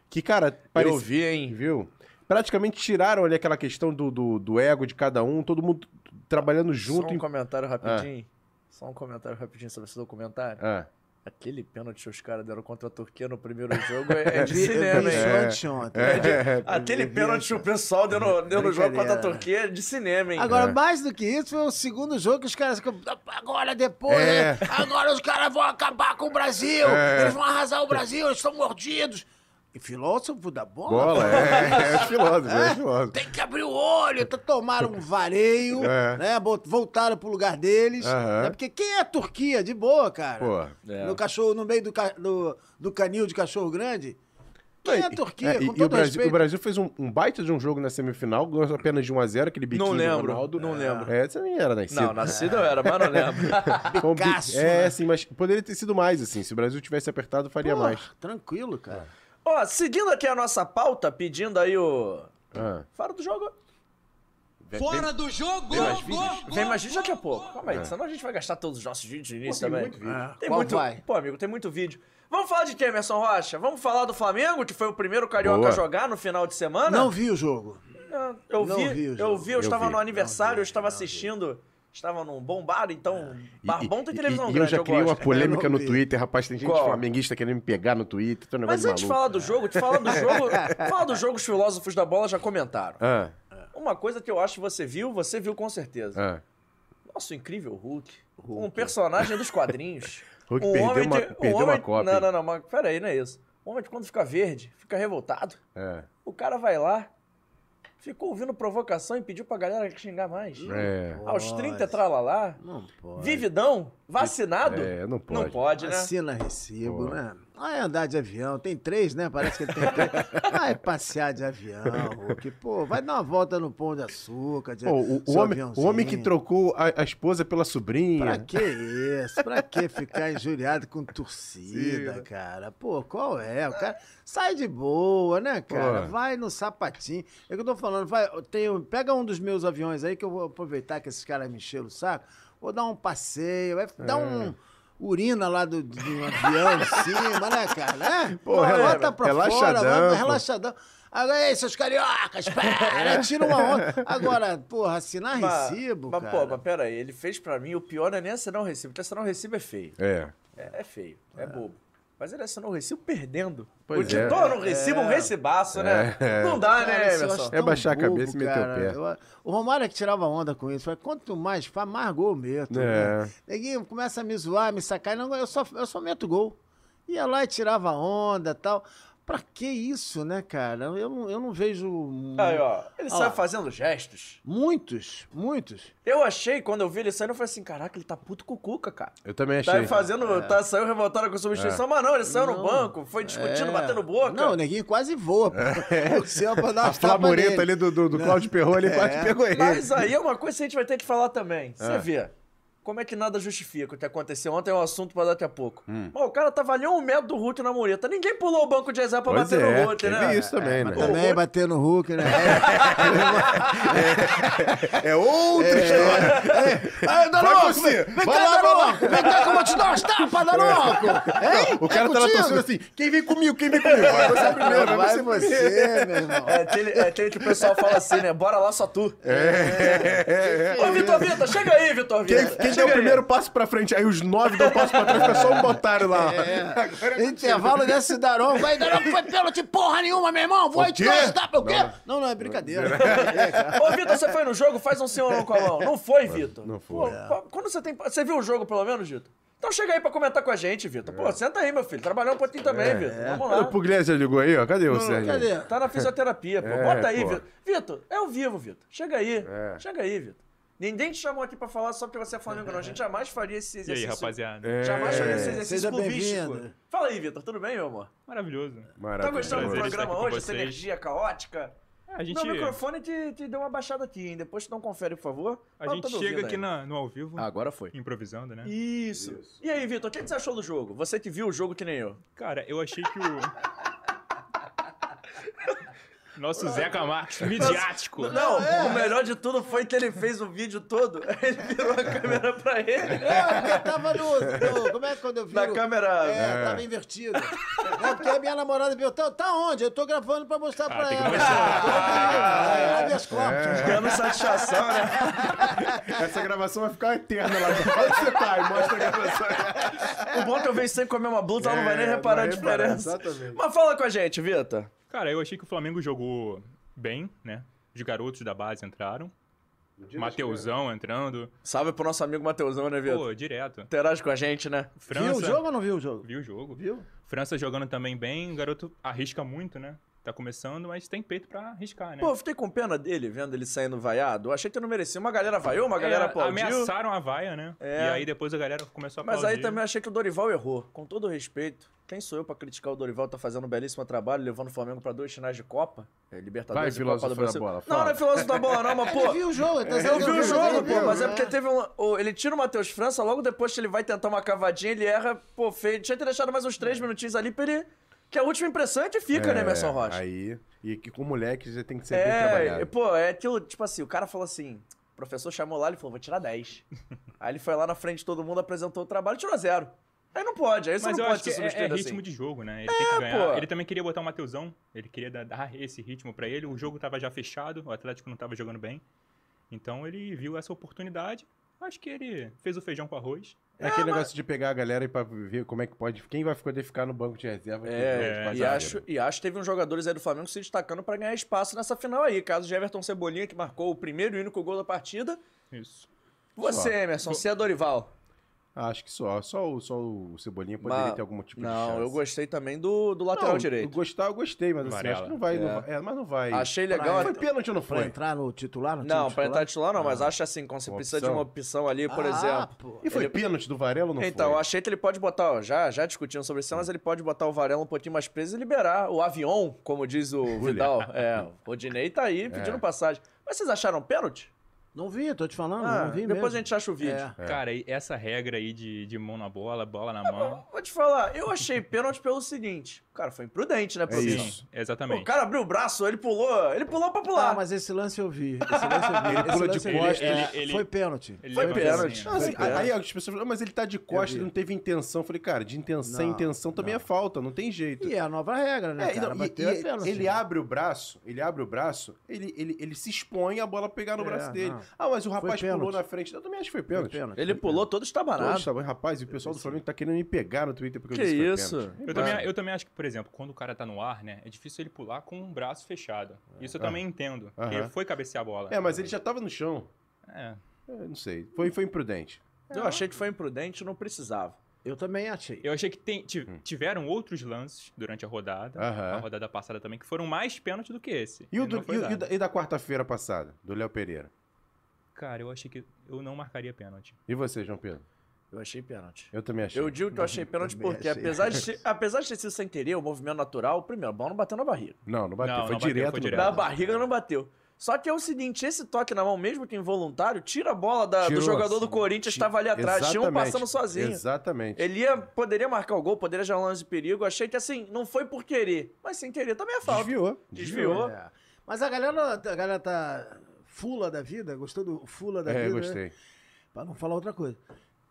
S3: Que, cara,
S2: Eu
S3: parecia.
S2: vi, hein?
S3: Viu? Praticamente tiraram ali aquela questão do, do, do ego de cada um, todo mundo trabalhando
S2: Só
S3: junto.
S2: um
S3: em-
S2: comentário rapidinho. Só um comentário rapidinho sobre esse documentário.
S3: Ah,
S2: Aquele pênalti que os caras deram contra a Turquia no primeiro jogo é, é de
S4: Vi- eu vi
S2: cinema,
S4: isso
S2: hein? É
S4: anteontem.
S2: [laughs] Aquele
S4: Eu vi
S2: pênalti que o pessoal deu no, deu no jogo contra a
S4: Brincadeira.
S2: Turquia é de cinema, hein?
S4: Agora, mais do que isso, foi o segundo jogo que os caras. ficam, Agora, depois,
S3: É.
S4: né? agora os caras vão acabar com o Brasil. Eles vão arrasar o Brasil, eles estão mordidos. E filósofo da bola?
S3: bola, é, é filósofo, é filósofo.
S4: Tem que abrir o olho. Então, tomaram um vareio,
S3: É.
S4: né? bot- Voltaram pro lugar deles.
S3: Aham.
S4: né? Porque quem é a Turquia, de boa, cara?
S3: Pô.
S2: É.
S4: No, cachorro, no meio do, ca- do, do canil de cachorro grande. Quem é a Turquia,
S3: É, e,
S4: com
S3: e
S4: todo
S3: o, Brasil,
S4: respeito?
S3: o Brasil fez um, um baita de um jogo na semifinal, ganhou apenas de 1x0, aquele biquinho
S2: lembro,
S3: do Ronaldo.
S2: não lembro.
S3: É, você nem era nascido.
S2: Não, nascido eu era, mas não lembro.
S3: [laughs] Foi um bi-
S4: Picasso,
S3: É,
S4: né?
S3: sim, mas poderia ter sido mais, assim. Se o Brasil tivesse apertado, faria
S4: Pô,
S3: mais.
S4: Tranquilo, cara.
S2: Ó, seguindo aqui a nossa pauta, pedindo aí o.
S3: Ah.
S2: Fora do jogo.
S1: Fora do jogo!
S2: Vem mais vídeos?
S1: Gol,
S2: Vem mais
S1: gol,
S2: vídeos daqui a
S1: gol,
S2: pouco.
S1: gol.
S2: Calma aí, senão a gente vai gastar todos os nossos vídeos de início também.
S4: vídeo.
S2: É. Tem
S4: Qual
S2: muito.
S4: vai?
S2: Pô, amigo, tem muito vídeo. Vamos falar de quem, Emerson Rocha? Vamos falar do Flamengo, que foi o primeiro carioca
S3: Boa.
S2: a jogar no final de semana?
S4: Não vi o jogo.
S2: Eu- Eu
S4: Não
S2: vi,
S4: vi o
S2: eu
S4: jogo.
S2: vi, eu
S3: Eu
S2: estava
S3: vi.
S2: no aniversário,
S4: Não vi,
S2: eu estava
S4: não vi.
S2: assistindo, estava num bombado, então.
S3: E-
S2: Barbão tem
S3: e-
S2: televisão
S3: e, e eu
S2: grande,
S3: já criei uma
S2: gosto.
S3: polêmica
S4: Eu não
S3: no
S4: vi.
S3: Twitter, rapaz. Tem gente
S2: Qual?
S3: flamenguista querendo me pegar no Twitter. Tá um negócio
S2: Mas antes de
S3: maluco.
S2: falar do jogo, de falar do jogo, falar do jogo, os filósofos da bola já comentaram.
S3: Ah,
S2: Uma coisa que eu acho que você viu, você viu com certeza.
S3: ah.
S2: Nosso incrível Hulk. Um personagem dos quadrinhos.
S3: [laughs] Hulk
S2: um
S3: perdeu
S2: homem
S3: uma-
S2: que- um
S3: perdeu
S2: homem-
S3: uma Copa,
S2: Não,
S3: hein?
S2: não, não, mas peraí, não é isso. Um homem que quando fica verde, fica revoltado.
S3: É.
S2: O cara vai lá, Ficou ouvindo provocação e pediu pra galera xingar mais.
S3: É.
S2: Aos
S4: Pode.
S2: 30, tralalá.
S4: Não pode.
S2: Vividão, vacinado.
S3: É, não pode.
S2: Não pode, né?
S4: Assina recibo,
S3: Pô.
S4: né? Ah, é andar de avião. Tem três, né? Parece que ele tem
S3: [laughs]
S4: três. Vai passear de avião, Hulk. Pô, vai dar uma volta no Pão de Açúcar. De...
S3: Pô, o- o,
S4: seu
S3: homem, o homem que
S4: aviãozinho.
S3: trocou a, a esposa pela sobrinha.
S4: Pra que isso? Pra que ficar injuriado com torcida, cara? Pô, qual é? O cara sai de boa, né, cara?
S3: Pô.
S4: Vai no sapatinho. É o que eu tô falando. Vai, eu tenho- pega um dos meus aviões aí, que eu vou aproveitar que esses caras me encheram o saco. Vou dar um passeio, vai dar
S3: É.
S4: um... Urina lá do, do avião em cima, né, cara? É?
S3: Pô,
S4: Pô,
S3: rela-
S4: bota pra fora,
S3: relaxadão,
S4: vai,
S3: pô.
S4: relaxadão. Agora, ei, seus cariocas,
S5: [laughs]
S4: para, É, tira uma onda. Agora, porra, assinar
S2: Mas-
S4: recibo,
S2: mas,
S4: cara.
S2: pô, mas pera aí, ele fez pra mim, o pior não é nem assinar o recibo, porque assinar o recibo é feio.
S3: É.
S2: É, é feio, é, bobo. Mas ele assinou o recibo perdendo.
S3: Pois
S2: o
S3: é.
S2: editor não receba um recibaço, né? Não dá, né,
S4: É. Cara, isso eu
S2: Emerson?
S4: acho
S3: É
S4: tão
S3: baixar a
S4: bobo,
S3: cabeça e meter o
S4: cara.
S3: pé.
S4: Eu- o Romário é que tirava onda com isso. Falei, Quanto mais, faz mais gol mesmo.
S3: É.
S4: Né? Neguinho começa a me zoar, me sacar. Não, eu, só, eu só meto gol. Ia lá e tirava onda e tal. Pra que isso, né, cara? Eu não, eu não vejo mu-
S2: Aí, ó, ele
S4: Ó
S2: sai
S4: lá.
S2: fazendo gestos.
S4: muitos, muitos.
S2: Eu achei, quando eu vi ele saindo, eu falei assim, caraca, ele tá puto com o Cuca, cara.
S3: Eu também achei.
S2: Tá aí fazendo,
S4: É.
S2: tá, saiu revoltado com a
S3: É.
S2: substituição, mas não, ele saiu no banco, foi discutindo,
S4: É.
S2: batendo boca.
S4: Não, o neguinho quase voa. É. [laughs] O céu pra dar
S3: A
S4: uma tapa nele. É.
S3: flamureta ali do, do, do Cláudio Perrou, ele quase pegou ele. É.
S2: Mas aí é uma coisa que a gente vai ter que falar também. Você vê. Como é que nada justifica o que aconteceu ontem? É um assunto pra daqui a pouco.
S3: Hum.
S2: Mas o cara tava ali a um metro do Hulk na mureta. Ninguém pulou o banco de reserva pra
S3: Pois
S2: bater
S3: é,
S2: no Hulk,
S3: teve
S2: né?
S3: isso também, né?
S4: Também bater no
S2: [laughs]
S4: Hulk, né?
S3: É outra história.
S4: é. Aí,
S3: Vai
S4: Daronco,
S3: você,
S4: vem
S3: vai lá,
S4: cá,
S3: vai lá.
S4: Daronco, vem cá que eu vou te dar umas
S2: [laughs]
S4: tapas, Daronco. Hein?
S3: O cara
S4: é
S3: tá lá
S4: contigo?
S3: torcendo assim, quem vem comigo, quem vem comigo? Vai
S2: [laughs]
S3: você primeiro, vai,
S4: Vai
S3: você primeiro.
S4: você, meu irmão.
S2: É aquele, é aquele que o pessoal fala assim, né? Bora lá só tu.
S3: É, é, é.
S2: Ô, Vitor Vitor, chega aí, Vitor Vitor.
S3: Quem, quem
S2: É, Chega
S3: deu o
S2: aí.
S3: primeiro passo pra frente, aí os nove dão o passo pra trás, fica só um otário lá.
S2: É,
S4: Intervalo desse Daronco. Vai, Daronco, foi pênalti porra nenhuma, meu irmão. Vou
S3: O
S4: aí te
S3: quê?
S4: dar umas tapas. O quê? Não, não, é brincadeira.
S2: [laughs] Ô, Vitor, você foi no jogo? Faz um sim ou não com a mão. Não foi, Vitor.
S3: não foi.
S2: Pô, pô, Quando você tem. Você viu o jogo, pelo menos, Vitor? Então chega aí pra comentar com a gente, Vitor. Pô, senta aí, meu filho. Trabalhar um pouquinho também,
S4: é,
S2: Vitor. Vamos lá.
S3: É. O Pugliese já ligou aí, ó. Cadê o Sérgio?
S4: Cadê?
S2: Tá na fisioterapia, pô.
S3: [laughs] É,
S2: Bota aí,
S3: pô.
S2: Vitor. Vitor, é ao vivo, Vitor. Chega aí.
S3: É.
S2: Chega aí, Vitor. Ninguém te chamou aqui pra falar só porque você é Flamengo, não. A gente jamais faria esse
S8: E aí,
S2: exercício.
S8: rapaziada?
S2: Jamais faria esse
S3: É,
S2: exercício
S4: Seja
S2: clubístico.
S4: bem-vindo.
S2: Fala aí, Vitor. Tudo bem, meu amor?
S8: Maravilhoso. né?
S2: Tá
S3: maravilha.
S2: gostando do
S8: Prazer estar
S2: programa
S8: aqui com
S2: hoje? Essa
S8: vocês.
S2: energia caótica?
S8: A gente,
S2: Não, o microfone te, te deu uma baixada aqui, hein? Depois tu não confere, por favor.
S8: a
S2: Mas eu
S8: gente
S2: tô te
S8: chega
S2: ouvindo Tá
S8: aqui
S2: aí.
S8: na- no ao vivo,
S2: Ah, agora foi.
S8: improvisando, né?
S2: Isso. E aí, Vitor, o que que você achou do jogo? Você que viu o jogo que nem eu.
S8: Cara, eu achei que o...
S2: [laughs]
S8: Nosso Zeca Marques, midiático.
S2: Não, é. o melhor de tudo foi que ele fez o vídeo todo, [laughs] ele virou a câmera pra ele.
S4: Não, porque tava no, no- Como é que quando eu vi?
S2: Na
S4: o-
S2: câmera-
S4: É, tava invertido. É porque a minha namorada perguntou: tá onde? Eu tô gravando pra mostrar pra
S8: tem que
S4: ela.
S8: mostrar.
S4: Tô aqui, é, habeas corpus.
S2: Dando satisfação, né?
S3: [laughs] Essa gravação vai ficar eterna lá. Onde você tá? E mostra a gravação.
S2: O bom é que eu venho sem comer uma blusa, ela não vai nem
S3: É,
S2: reparar a
S3: vai reparar,
S2: diferença.
S3: exatamente.
S2: Mas fala com a gente, Vitor.
S8: Cara, eu achei que o Flamengo jogou bem, né? Os garotos da base entraram. Mateusão entrando.
S2: Salve pro nosso amigo Mateusão, né, Vitor?
S8: Pô, direto.
S2: Interage com a gente, né?
S8: França...
S4: Viu o jogo ou não viu o jogo?
S8: Viu o jogo.
S4: Viu?
S8: França jogando também bem. O garoto arrisca muito, né? Tá começando, mas tem peito pra arriscar, né?
S2: Pô, eu fiquei com pena dele, vendo ele saindo vaiado. Eu achei que eu não merecia. Uma galera vaiou, uma
S8: É,
S2: galera aplaudiu.
S8: ameaçaram a vaia, né?
S2: É.
S8: E aí depois a galera começou a
S2: Mas
S8: aplaudir.
S2: aí também achei que o Dorival errou. Com todo o respeito, quem sou eu pra criticar o Dorival? Tá fazendo um belíssimo trabalho, levando o Flamengo pra dois finais de Copa. É,
S3: Vai,
S2: Libertadores e Copa
S3: filósofo
S2: do
S3: da
S2: Brasil.
S3: bola,
S2: não,
S3: fala.
S2: não é filósofo da bola,
S4: [laughs]
S2: não, mas pô.
S4: Ele viu o jogo, ele tá
S2: Eu vi
S4: dizendo que
S2: o jogo,
S4: ele viu,
S2: pô, mas é
S4: né?
S2: porque teve um. o- Ele tira o Matheus França, logo depois que ele vai tentar uma cavadinha, ele erra, pô, feio. Tinha que ter deixado mais uns três minutinhos ali pra ele. Que a última impressão é que fica, né, Emerson Rocha?
S3: Aí, e que com moleque já tem que ser bem
S2: É,
S3: trabalhado.
S2: e, pô, é aquilo, tipo assim, o cara falou assim, o professor chamou lá, ele falou, vou tirar
S3: [laughs]
S2: 10. aí ele foi lá na frente de todo mundo, apresentou o trabalho, tirou zero. Aí não pode, aí você
S8: Mas
S2: não
S8: eu
S2: pode
S8: acho que
S2: ser
S8: é, é
S2: substituído
S8: ritmo
S2: assim.
S8: de jogo, né? Ele tem que ganhar.
S2: pô.
S8: Ele também queria botar o Mateusão. Ele queria dar, dar esse ritmo pra ele. O jogo tava já fechado. O Atlético não tava jogando bem. Então ele viu essa oportunidade. Acho que ele fez o feijão com arroz.
S3: É aquele negócio de pegar a galera e pra ver como é que pode. Quem vai poder ficar no banco de reserva?
S2: É,
S8: É,
S2: e, acho, e acho que teve uns jogadores aí do Flamengo se destacando pra ganhar espaço nessa final aí. Caso de Everton Cebolinha, que marcou o primeiro e único gol da partida.
S8: Isso.
S2: Você, Emerson, você é Dorival.
S3: Acho que só. Só o, só o Cebolinha
S2: Mas-
S3: poderia ter algum tipo de chance.
S2: Não, eu gostei também do, do lateral
S3: Não, eu
S2: direito.
S3: Gostar, eu gostei, mas assim,
S8: Amarela.
S3: acho que não vai. não
S2: É.
S3: vai- É, mas não vai.
S2: Achei legal.
S3: Foi pênalti ou não
S4: Pra
S3: foi?
S4: entrar [laughs] no titular? No time
S2: Não, pra
S4: titular?
S2: entrar titular não, mas acho assim, quando você
S3: Ah, Uma
S2: precisa
S3: opção.
S2: de uma opção ali, por
S4: Ah,
S2: exemplo.
S4: pô.
S3: E foi
S2: Ele-
S3: pênalti do Varela ou não
S2: então, eu
S3: foi? Hum.
S2: achei que ele pode botar, ó, já, já discutindo sobre isso, mas ele pode botar o Varela um pouquinho mais preso e liberar o avião, como diz o Vidal. É, o Rodinei tá
S3: É.
S2: aí pedindo passagem. Mas vocês acharam pênalti?
S4: Não vi, tô te falando,
S2: Ah,
S4: não vi mesmo.
S2: depois a gente acha o vídeo.
S4: É.
S8: Cara, e essa regra aí de, de mão na bola, bola na mão.
S2: Vou te falar, eu achei pênalti pelo seguinte. O cara foi imprudente, né,
S3: É
S2: professor?
S3: isso.
S8: Assim, Exatamente.
S2: O cara abriu o braço, ele pulou, ele pulou pra pular.
S4: Ah, mas esse lance eu vi. Esse lance eu vi.
S3: Ele
S4: Esse
S3: pula de
S4: lance eu vi.
S3: costas.
S4: É,
S8: Ele- ele-
S4: Foi pênalti.
S8: Ele
S2: foi
S8: levanta
S2: pênalti.
S8: assim, ó.
S3: Não, assim,
S4: Foi
S3: aí as pessoas falam, "Ah, mas ele tá de costas,
S4: vi.
S3: ele não teve intenção. Eu falei, cara, de intenção, sem
S4: Não,
S3: intenção também é falta, não tem jeito.
S4: E é a nova regra, né,
S3: É,
S4: cara?
S3: não, e-
S4: Bateu
S3: e
S4: é pênalti.
S3: ele abre o braço, ele abre o braço, ele, ele, ele se expõe a bola pegar no
S4: É,
S3: braço dele.
S4: não.
S3: Ah, mas o rapaz pulou
S4: pênalti.
S3: na frente. Eu também acho que foi
S4: Foi
S3: pênalti.
S4: pênalti,
S2: ele
S4: foi
S2: pulou todo estabanado.
S3: Todos estavam, rapaz, e o pessoal do Flamengo tá querendo me pegar no Twitter porque
S2: Que
S3: eu disse que foi
S2: isso?
S3: pênalti.
S8: Eu também, eu também acho que, por exemplo, quando o cara tá no ar, né? É difícil ele pular com o braço fechado. Isso eu também entendo. Porque
S3: É. Aham.
S8: ele foi cabecear a bola.
S3: É, mas ele já tava no chão.
S8: É.
S3: É, não sei. Foi, foi imprudente.
S2: Eu achei que foi imprudente, não precisava.
S4: pênalti. Eu também achei.
S8: Eu achei que tem- ti- tiveram outros lances durante a rodada,
S3: Hum. Aham.
S8: a rodada passada também, que foram mais pênalti do que esse.
S3: E, o
S8: Ele
S3: do-
S8: não foi
S3: e o-
S8: dado.
S3: e o da- e da quarta-feira passada, do Léo Pereira?
S8: Cara, eu achei que eu não marcaria pênalti.
S3: E você, João Pedro?
S2: Eu achei pênalti.
S3: Eu também achei.
S2: Eu digo que eu achei pênalti
S4: também
S2: porque,
S4: achei.
S2: apesar [laughs] de, ter- apesar de ter sido sem querer, o movimento natural, primeiro, a bola não bateu na barriga.
S3: Não, não bateu.
S8: Não,
S3: foi
S8: não bateu,
S3: direto
S8: foi
S3: no
S8: direto.
S2: Na
S3: braço.
S2: barriga não bateu. Só que é o seguinte, esse toque na mão, mesmo que involuntário, tira a bola da- do
S3: Tirou
S2: jogador do
S3: assim,
S2: Corinthians,
S3: ti-
S2: estava ali atrás, tinha um
S3: Exatamente.
S2: passando sozinho.
S3: Exatamente.
S2: Ele ia- poderia marcar o gol, poderia já lance de perigo. Achei que assim, não foi por querer, mas sem querer também é falta.
S3: Desviou.
S2: Desviou.
S4: É. Mas a galera, a galera tá fula da vida, gostou do fula da
S3: É,
S4: vida? Né?
S3: gostei.
S4: Pra não falar outra coisa.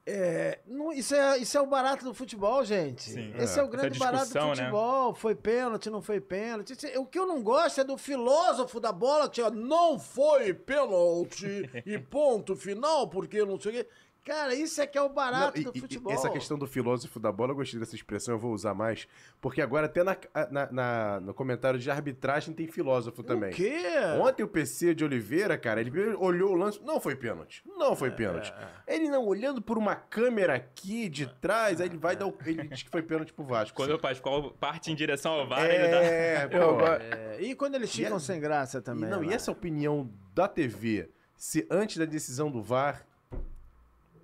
S4: É, não- isso, é, isso é o barato do futebol, gente.
S8: Sim.
S4: Esse é,
S8: É.
S4: o grande
S8: Essa
S4: barato do
S8: discussão, né?
S4: futebol. Foi pênalti, não foi pênalti. Isso é- O que eu não gosto é do filósofo da bola que chega, não foi pênalti e ponto final, porque não sei o quê. Cara, isso é que é o barato
S3: Não, e-
S4: do
S3: e-
S4: futebol.
S3: Essa questão do filósofo da bola, eu gostei dessa expressão, eu vou usar mais. Porque agora até na- na- na- no comentário de arbitragem tem filósofo também.
S4: O quê?
S3: Ontem o PC de Oliveira, cara, ele primeiro olhou o lance. Não foi pênalti. Não
S4: É.
S3: foi pênalti. Ele não, olhando por uma câmera aqui
S4: É.
S3: de trás, aí ele vai dar o. Ele diz que foi pênalti pro Vasco.
S8: Quando o Pascoal parte em direção ao VAR, ele dá. [laughs]
S3: É, pô.
S4: É, e quando eles ficam
S3: E-
S4: sem graça
S3: E
S4: também.
S3: não, e
S4: né?
S3: essa opinião da TV, se antes da decisão do VAR,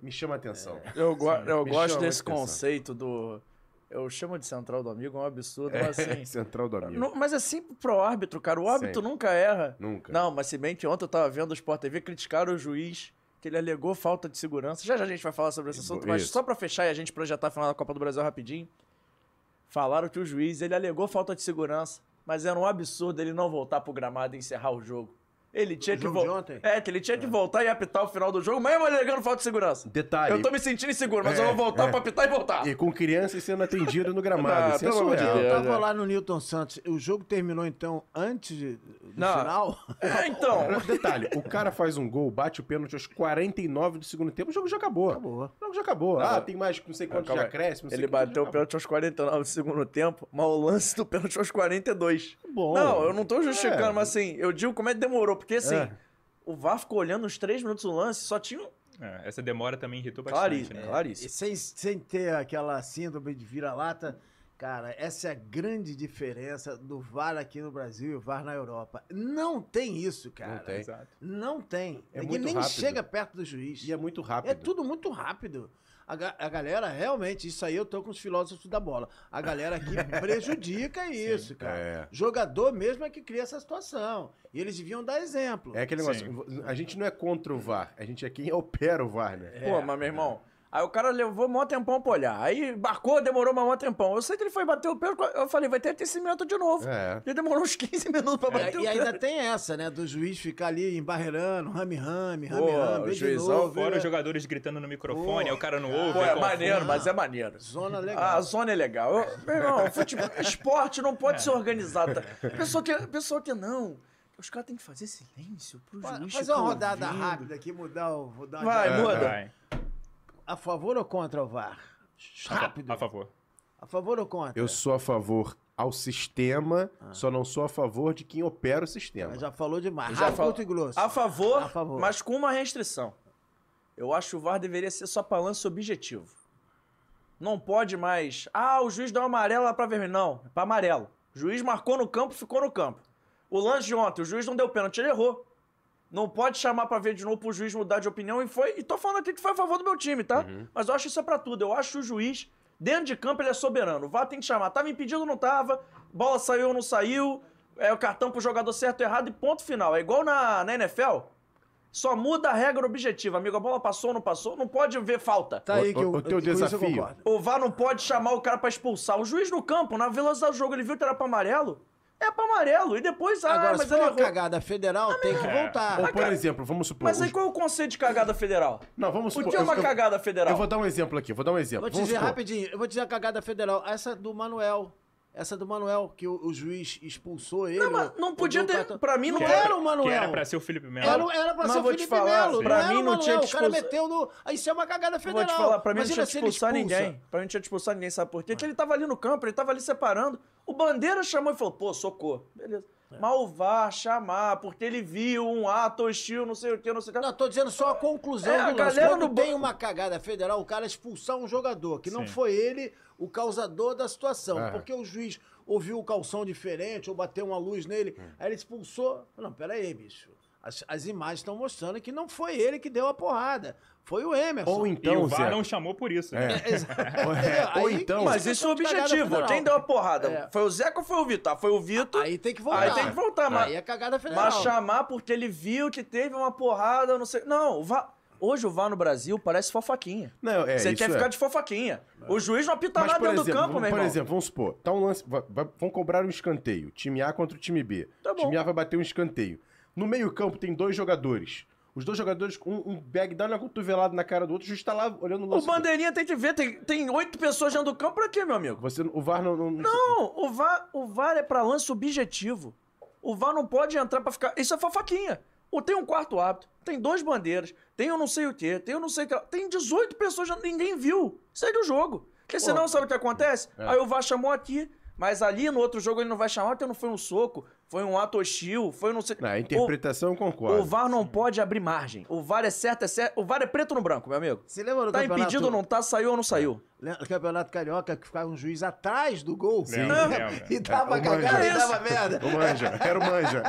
S3: me chama a atenção.
S2: É. Eu, go- eu
S3: me
S2: gosto
S3: chama
S2: desse
S3: muita atenção.
S2: conceito do. Eu chamo de central do amigo, é um absurdo, mas assim.
S3: É, [laughs] Central do Amigo.
S2: Não, mas é sempre pro árbitro, cara. O árbitro
S3: Sempre.
S2: nunca erra.
S3: Nunca.
S2: Não, mas se bem que ontem eu tava vendo o Sport TV criticaram o juiz que ele alegou falta de segurança. Já já a gente vai falar sobre esse assunto, mas
S3: Isso.
S2: só pra fechar e a gente projetar a final da Copa do Brasil rapidinho. Falaram que o juiz, ele alegou falta de segurança, mas era um absurdo ele não voltar pro gramado e encerrar o jogo. Ele tinha que
S4: jogo de
S2: voltar.
S4: ontem?
S2: É, que ele tinha que voltar e apitar o final do jogo, mesmo alegando falta de segurança.
S3: Detalhe. É,
S2: Eu tô me sentindo inseguro, mas eu vou voltar pra apitar e voltar.
S3: E com crianças sendo atendidas no gramado.
S2: Ah,
S3: Isso é
S2: pelo amor de
S3: surreal.
S2: Deus.
S4: Eu
S2: É,
S4: tava
S2: é.
S4: lá no Newton Santos. O jogo terminou então antes de- do
S2: Não.
S4: final?
S2: É, [laughs] então.
S3: Detalhe, o cara faz um gol, bate o pênalti aos 49 do segundo tempo, o jogo já acabou.
S4: Acabou.
S3: O jogo já acabou. ah, tem mais não sei quantos
S2: Calma
S3: já
S2: aí.
S3: cresce, não sei
S2: Ele
S3: quantos
S2: bateu
S3: já
S2: o pênalti aos 49 do segundo tempo, mas o lance do pênalti aos 42.
S3: Bom.
S2: Não, eu não tô justificando,
S3: É.
S2: mas assim, eu digo como é que demorou, porque assim,
S3: É.
S2: o VAR ficou olhando uns 3 minutos o lance, só tinha. um-
S8: É, essa demora também irritou bastante,
S2: Clarice,
S8: né?
S2: Clarice.
S4: É, Sem, sem ter aquela síndrome de vira-lata. Cara, essa é a grande diferença do VAR aqui no Brasil e o VAR na Europa. Não tem isso, cara.
S3: Não tem.
S8: Exato.
S4: Não tem.
S3: É
S4: Ninguém
S3: muito
S4: nem
S3: rápido.
S4: chega perto do juiz.
S3: E é muito rápido.
S4: É tudo muito rápido. A, ga- a galera, realmente, isso aí eu tô com os filósofos da bola. A galera
S3: [laughs]
S4: aqui prejudica isso, cara.
S3: é.
S4: Jogador mesmo é que cria essa situação. E eles deviam dar exemplo.
S3: É aquele negócio. A gente não é contra o VAR, a gente é quem [laughs] opera o VAR, né?
S2: Pô, mas meu irmão. Aí o cara levou mó tempão pra olhar. Aí barcou, demorou mó tempão. Eu sei que ele foi bater o pênalti, eu falei, vai ter aquecimento de novo.
S3: É.
S2: Ele demorou uns 15 minutos pra
S4: É,
S2: bater o
S4: e ainda
S2: pênalti.
S4: tem essa, né? Do juiz ficar ali embarreirando, rame-rame,
S2: Pô, o
S4: rame-rame, de
S2: juizão
S4: novo.
S8: Fora
S4: é
S8: os jogadores gritando no microfone, aí o cara não ouve.
S2: Pô,
S8: aí
S2: né? é
S8: confunde.
S2: maneiro, mas é maneiro.
S4: Zona
S2: A
S4: legal.
S2: zona é legal. Eu- meu irmão, futebol, é esporte não pode ser organizado. tá? Pessoa que, pessoa que não. Os caras têm que fazer silêncio pro
S4: Fa-
S2: juiz.
S4: Fazer uma
S2: ficar
S4: rodada
S2: ouvindo.
S4: rápida aqui, mudar o... Vou dar uma
S2: Vai,
S4: de-
S2: muda.
S8: Vai.
S4: A favor ou contra o VAR? Rápido.
S8: A favor.
S4: A favor ou contra?
S3: Eu sou a favor ao sistema,
S2: Ah.
S3: só não sou a favor de quem opera o sistema.
S4: Mas Já falou demais.
S2: Já
S4: Rápido
S2: falo-
S4: e grosso.
S2: A favor,
S4: A favor.
S2: mas com uma restrição. Eu acho que o VAR deveria ser só para lance objetivo. Não pode mais. Ah, o juiz deu amarelo lá para vermelho. Não, é para amarelo. O juiz marcou no campo, ficou no campo. O lance de ontem, o juiz não deu pênalti, ele errou. Não pode chamar pra ver de novo pro juiz mudar de opinião e foi. E tô falando aqui que foi a favor do meu time, tá?
S3: Uhum.
S2: Mas eu acho isso é pra tudo. Eu acho o juiz, dentro de campo, ele é soberano. O VAR tem que chamar. Tava impedido ou não tava? Bola saiu ou não saiu? É o cartão pro jogador certo ou errado e ponto final. É igual na, na NFL. Só muda a regra objetiva, amigo. A bola passou ou não passou? Não pode ver falta.
S4: Tá aí que eu,
S3: o teu
S4: com isso eu
S3: desafio.
S4: concordo.
S2: O VAR não pode chamar o cara pra expulsar. O juiz no campo, na velocidade do jogo, ele viu que era pra amarelo? É pra amarelo. E depois, ah,
S4: Agora, se
S2: mas
S4: for
S2: ele
S4: uma
S2: errou. É
S4: cagada federal, tem que voltar.
S3: Ou, por exemplo, vamos supor.
S2: Mas aí
S3: os-
S2: qual é o conceito de cagada federal?
S3: Não, vamos
S2: O
S3: supor.
S2: que é
S3: eu-
S2: uma
S3: eu-
S2: cagada federal?
S3: Eu vou dar um exemplo aqui, vou dar um exemplo.
S4: Vou te
S3: Vamos
S4: dizer
S3: supor,
S4: rapidinho, eu vou te dizer a cagada federal. Essa do Manuel. Essa do Manuel, que o, o juiz expulsou ele.
S2: Não, mas
S4: ou-
S2: não
S4: ou
S2: podia
S4: deu
S2: ter-
S4: cartão.
S2: pra mim não
S4: não
S2: era-
S4: era o
S8: Que era
S4: Manuel.
S8: pra ser o Felipe Melo.
S4: Era, era pra
S2: Mas
S4: ser o
S2: vou te
S4: Felipe
S2: falar,
S4: Melo.
S2: pra
S4: era
S2: mim
S4: o
S2: não tinha
S4: Manuel,
S2: que
S4: O cara
S2: expulsar-
S4: meteu no. Aí Isso é uma cagada
S2: Eu
S4: federal.
S2: Vou te falar, pra mim
S4: Imagina
S2: não tinha
S4: se
S2: que
S4: ele
S2: expulsar
S4: expulsa.
S2: ninguém. Pra mim não tinha que expulsar ninguém, sabe por quê? Porque ele tava ali no campo, ele tava ali separando. O Bandeira chamou e falou, pô, socorro. Beleza.
S4: É.
S2: Malvar, chamar, porque ele viu um ato hostil, não sei o que, não sei o que.
S4: Não, tô dizendo só a conclusão
S2: É,
S4: do
S2: a
S4: lance.
S2: galera
S4: Quando
S2: no
S4: tem
S2: banco-
S4: uma cagada federal, o cara expulsar um jogador, que não
S8: Sim.
S4: foi ele o causador da situação,
S2: É.
S4: porque o juiz ouviu o calção diferente ou bateu uma luz nele,
S2: É.
S4: aí ele expulsou. Não, peraí, bicho. As, as imagens estão mostrando que não foi ele que deu a porrada, foi o Emerson.
S3: Ou
S8: E o
S3: então,
S8: VAR
S3: Zé.
S8: não chamou por isso.
S2: [laughs]
S8: né?
S3: É.
S4: Exato.
S3: Ou então-
S2: Mas isso é o
S4: cagada
S2: objetivo.
S4: federal.
S2: Quem deu a porrada?
S4: É.
S2: Foi o Zeca ou foi o Vitor? Ah, Foi o Vitor.
S4: Aí tem que voltar.
S2: Aí tem que voltar, mas-
S4: Aí é cagada federal.
S2: Mas chamar porque ele viu que teve uma porrada, não sei. Não, o VAR- hoje o Vá no Brasil parece fofaquinha.
S3: Não, é,
S2: Você
S3: isso
S2: quer
S3: é.
S2: ficar de fofaquinha. O juiz não apita
S3: Mas,
S2: nada
S3: por
S2: dentro
S3: exemplo,
S2: tá do campo,
S3: vamos-
S2: meu
S3: Por
S2: irmão.
S3: exemplo, vamos supor, tá um lance, va- va- vão cobrar um escanteio, time A contra o time B.
S2: Tá bom.
S3: Time A vai bater um escanteio. No meio campo tem dois jogadores. Os dois jogadores, um, um bag dá uma cotovelada na cara do outro, o juiz tá lá olhando o
S2: o
S3: lance.
S2: bandeirinha tem que ver, tem- tem oito pessoas dentro do campo pra quê, meu amigo?
S3: Você, o VAR não... Não,
S2: Não, o VAR, o VAR é pra lance objetivo. O VAR não pode entrar pra ficar. Isso é fofaquinha. Ou tem um quarto árbitro, tem dois bandeiras, tem eu não sei o quê, tem eu não sei o que. lá. Tem 18 pessoas, já ninguém viu. Segue o jogo. Porque senão, sabe o que acontece?
S3: É.
S2: Aí o VAR chamou aqui, mas ali no outro jogo ele não vai chamar, porque não foi um soco, foi um ato hostil, foi não sei.
S3: Na
S2: o,
S3: interpretação, eu concordo.
S2: o VAR não pode abrir margem. O VAR é certo, é certo. O VAR é preto no branco, meu amigo.
S4: Você lembra do
S2: Tá
S4: campeonato? É.
S2: impedido ou não tá, saiu ou não saiu?
S4: Lembra do Campeonato Carioca, que ficava um juiz atrás do gol.
S8: Lembro,
S4: Ah,
S8: lembro.
S4: [laughs] E dava
S3: É, o
S4: cagada
S3: Manja.
S4: e dava merda.
S3: O manja, era o manja.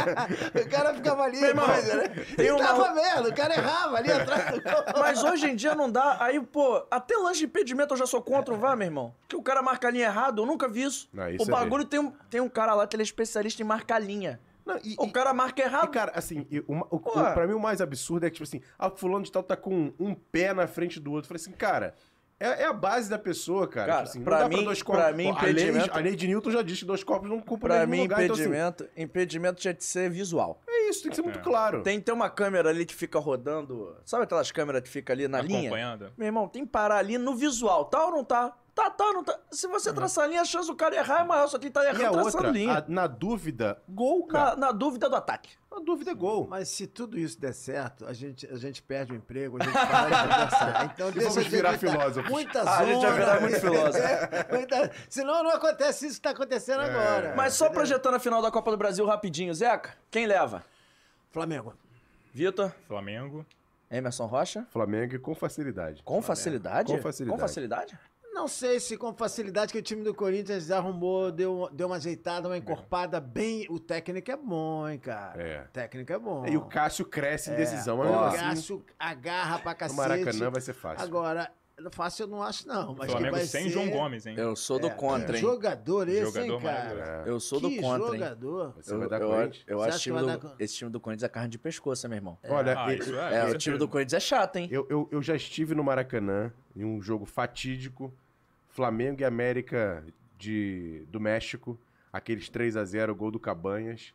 S4: O cara ficava ali,
S2: irmão,
S4: coisa, né?
S2: tem
S4: E
S2: um
S4: dava
S2: malu-
S4: merda, o cara errava ali atrás do gol.
S2: [laughs] Mas hoje em dia não dá. Aí, pô, até lance de impedimento eu já sou contra o VAR, meu irmão. Que o cara marca a linha errado, eu nunca vi isso.
S3: Não, isso
S2: o
S3: é
S2: bagulho tem um, tem um cara lá que ele é especialista em marcar linha.
S3: [laughs] Não, e-
S2: O
S3: e-
S2: cara marca
S3: E,
S2: errado.
S3: cara, assim, eu- uma- o,
S2: Pô.
S3: o- pra mim o mais absurdo é que, tipo assim, ah, o fulano de tal tá com um, um pé na frente do outro. Eu Falei assim, cara, é, é a base da pessoa, cara.
S2: Cara,
S3: Tipo assim,
S2: pra mim- pra mim,
S3: a, lei,
S2: impedimento-
S3: a lei de Newton já diz que dois corpos não ocupam o
S2: Pra
S3: mesmo
S2: mim,
S3: lugar. Então,
S2: impedimento, impedimento tinha de ser visual.
S3: assim, é isso, tem que ser muito claro.
S2: Tem que ter uma câmera ali que fica rodando. Sabe aquelas câmeras que fica ali na linha?
S8: Acompanhando.
S2: Meu irmão, tem que parar ali no visual. Tá ou não tá? Tá, tá ou não tá? Se
S8: Uhum.
S2: você traçar a linha, a chance do cara errar é maior. Só que ele tá
S3: E a
S2: errando traçando
S3: outra,
S2: linha.
S3: a- na dúvida,
S2: Gol, na, na dúvida do ataque.
S3: na dúvida é gol.
S4: Mas se tudo isso der certo, a gente, a gente perde o emprego, a gente para de conversar. Então deixa
S3: vamos
S4: de
S3: virar
S4: evitar
S3: filósofos.
S4: Muita zona.
S2: Ah, a gente vai virar muito filósofo.
S4: [laughs] É, muita- Senão não acontece isso que está acontecendo agora.
S2: É. Mas só projetando a final da Copa do Brasil rapidinho, Zeca, quem leva?
S4: Flamengo.
S2: Vitor,
S8: Flamengo.
S2: Emerson Rocha?
S3: Flamengo e com facilidade.
S2: Com facilidade?
S3: Com facilidade.
S2: Com facilidade?
S4: Não sei se com facilidade que o time do Corinthians arrumou, deu, deu uma ajeitada, uma encorpada bem. O técnico é bom, hein, cara?
S3: É.
S4: O técnico é bom.
S3: E o Cássio cresce em decisão.
S4: É,
S3: é um
S4: o
S3: negocinho-
S4: Cássio agarra pra cacete.
S3: Maracanã vai ser fácil.
S4: Agora, fácil eu não acho, não. Mas que
S8: Flamengo
S4: vai
S8: sem
S4: ser-
S8: João Gomes, hein?
S2: Eu sou do
S4: É,
S2: contra, hein?
S4: Jogador esse, hein,
S8: Jogador
S4: cara?
S8: maravilhoso.
S3: É,
S2: Eu sou do
S4: que
S2: contra, hein?
S4: jogador.
S3: Você
S2: Eu,
S3: vai dar
S2: eu,
S3: Corinthians?
S2: eu
S4: Você
S2: acho
S4: acha
S2: time
S4: que vai
S2: do-
S4: dar co-
S2: esse time do Corinthians é carne de pescoço, né, meu irmão?
S3: Olha,
S8: Ah,
S3: e-
S8: isso
S2: É,
S8: com
S2: o time
S8: certeza.
S2: do Corinthians é chato, hein?
S3: Eu, eu, eu já estive no Maracanã, em um jogo fatídico, Flamengo e América de, do México, aqueles 3 a 0 gol do Cabanhas,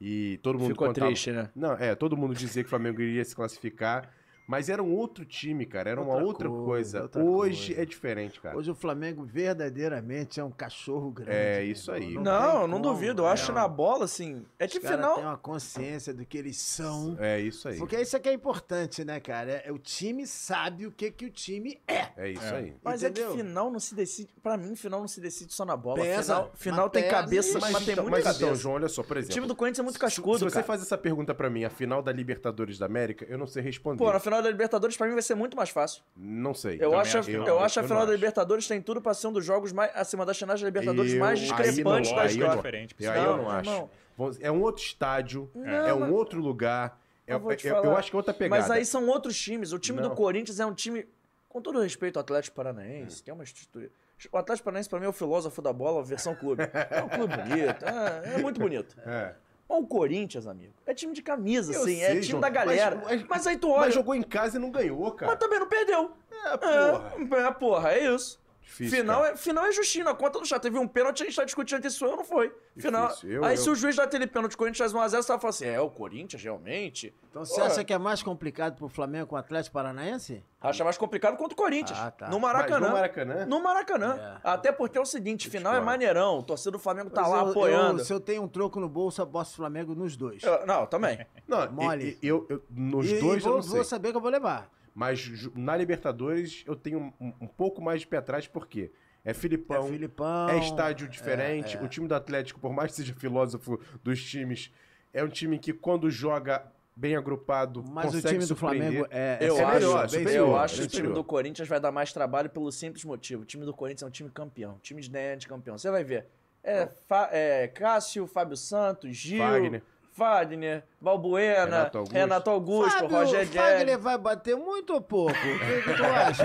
S3: e todo mundo
S2: Ficou
S3: contava-
S2: triste, né?
S3: Não, é, todo mundo dizia que o Flamengo iria se classificar, mas era um outro time, cara, era uma outra
S4: Outra coisa,
S3: coisa.
S4: outra
S3: Hoje
S4: coisa.
S3: é diferente, cara.
S4: Hoje o Flamengo verdadeiramente é um cachorro grande.
S3: É,
S4: meu
S3: isso aí.
S4: irmão.
S2: Não,
S4: tem
S2: não
S4: como,
S2: duvido. Eu
S4: né?
S2: acho na bola, assim. É que
S4: Os caras
S2: final.
S4: têm uma consciência do que eles são.
S3: É isso aí.
S4: Porque isso é que é importante, né, cara? É, é o time sabe o que, que o time é.
S3: É isso aí.
S2: Mas é
S4: entendeu?
S2: que final não se decide. Pra mim, final não se decide só na bola.
S4: Pesa,
S2: final final
S4: mas
S2: tem
S4: pesa.
S2: cabeça,
S4: Mas
S2: mas, tem
S3: então,
S2: muita
S3: mas
S2: cabeça.
S3: então, João, olha só, por
S2: o time
S3: exemplo.
S2: do Corinthians é muito
S3: se
S2: cascudo,
S3: você
S2: cara.
S3: faz essa pergunta pra mim, a final da Libertadores da América, eu não sei responder.
S2: Pô, na final final da Libertadores pra mim vai ser muito mais fácil.
S3: Não sei.
S2: Eu
S8: Também
S2: acho, a-
S8: acho que
S2: eu,
S8: não,
S2: acho a
S3: eu
S2: final
S3: não
S2: da
S3: acho.
S2: Libertadores tem tudo pra ser um dos jogos mais acima das finais da Libertadores mais
S3: Eu-
S2: discrepantes da
S3: aí não, aí eu não-
S2: história.
S8: Diferente,
S3: aí eu
S2: não,
S3: não acho.
S2: irmão.
S3: Vamos- É um outro estádio,
S2: Não,
S3: é um
S2: mas-
S3: outro lugar. É,
S2: Eu vou te
S3: é- eu
S2: falar.
S3: acho que é outra pegada.
S2: Mas aí são outros times. O time do
S3: Não.
S2: Corinthians é um time, com todo respeito ao Atlético
S3: É.
S2: Paranaense, tem uma estrutura. O Atlético Paranaense, pra mim, é o filósofo da bola, versão clube. É um clube bonito, é, é muito bonito.
S3: É.
S2: Mas o Corinthians, amigo, é time de camisa,
S3: Eu
S2: assim, é
S3: sei,
S2: time
S3: João,
S2: da galera. Mas,
S3: mas- mas-
S2: aí tu olha,
S3: Mas
S2: mas,
S3: jogou em casa e não ganhou, cara.
S2: também não perdeu.
S3: É, porra.
S2: É, é, porra, é isso.
S3: Difícil,
S2: final,
S3: cara.
S2: é, final é justinho, a conta do chá. Teve um pênalti, a gente tá discutindo isso, eu não foi. Final,
S3: Difícil, eu-
S2: aí
S3: eu-
S2: se o juiz dá aquele pênalti, o Corinthians faz 1x0, você vai falar assim, é, o Corinthians realmente...
S4: Então você acha que é mais complicado pro Flamengo com o Atlético Paranaense?
S2: Acha mais complicado contra o Corinthians.
S4: Ah, tá.
S2: No Maracanã.
S3: Mas no Maracanã?
S2: No Maracanã.
S4: É.
S2: Até porque é o seguinte, final é
S3: discordo.
S2: maneirão. O torcedor do Flamengo tá
S4: Mas
S2: lá
S4: eu- eu-
S2: apoiando.
S4: se eu tenho um troco no bolso, eu boto o Flamengo nos dois.
S2: Eu- Não, também.
S3: Não,
S4: Mole.
S3: e- e- eu, eu- nos
S4: E- e
S3: dois
S4: vou,
S3: eu não
S4: vou
S3: sei.
S4: saber que eu vou levar.
S3: Mas ju- na Libertadores eu tenho um, um pouco mais de pé atrás, por quê? É Filipão.
S4: é Filipão. é,
S3: é estádio diferente. O time do Atlético, por mais que seja filósofo dos times, é um time que quando joga bem agrupado,
S4: Mas o
S3: consegue
S4: time do
S3: surpreender.
S4: Flamengo é. é
S2: Eu
S3: Esse é
S4: superior,
S2: acho,
S3: melhor,
S2: eu
S3: superior,
S2: acho que o time
S3: superior.
S2: do Corinthians vai dar mais trabalho pelo simples motivo. O time do Corinthians é um time campeão. Time de né, de campeão. Você vai ver. É, Fa- é Cássio, Fábio Santos, Gil, Fagner,
S3: Wagner.
S2: Balbuena, Renato
S3: Renato
S2: Augusto,
S3: Augusto.
S4: Fábio,
S2: Rogério
S4: Fagner
S2: Guedes.
S4: vai bater muito ou pouco? O que, que tu acha?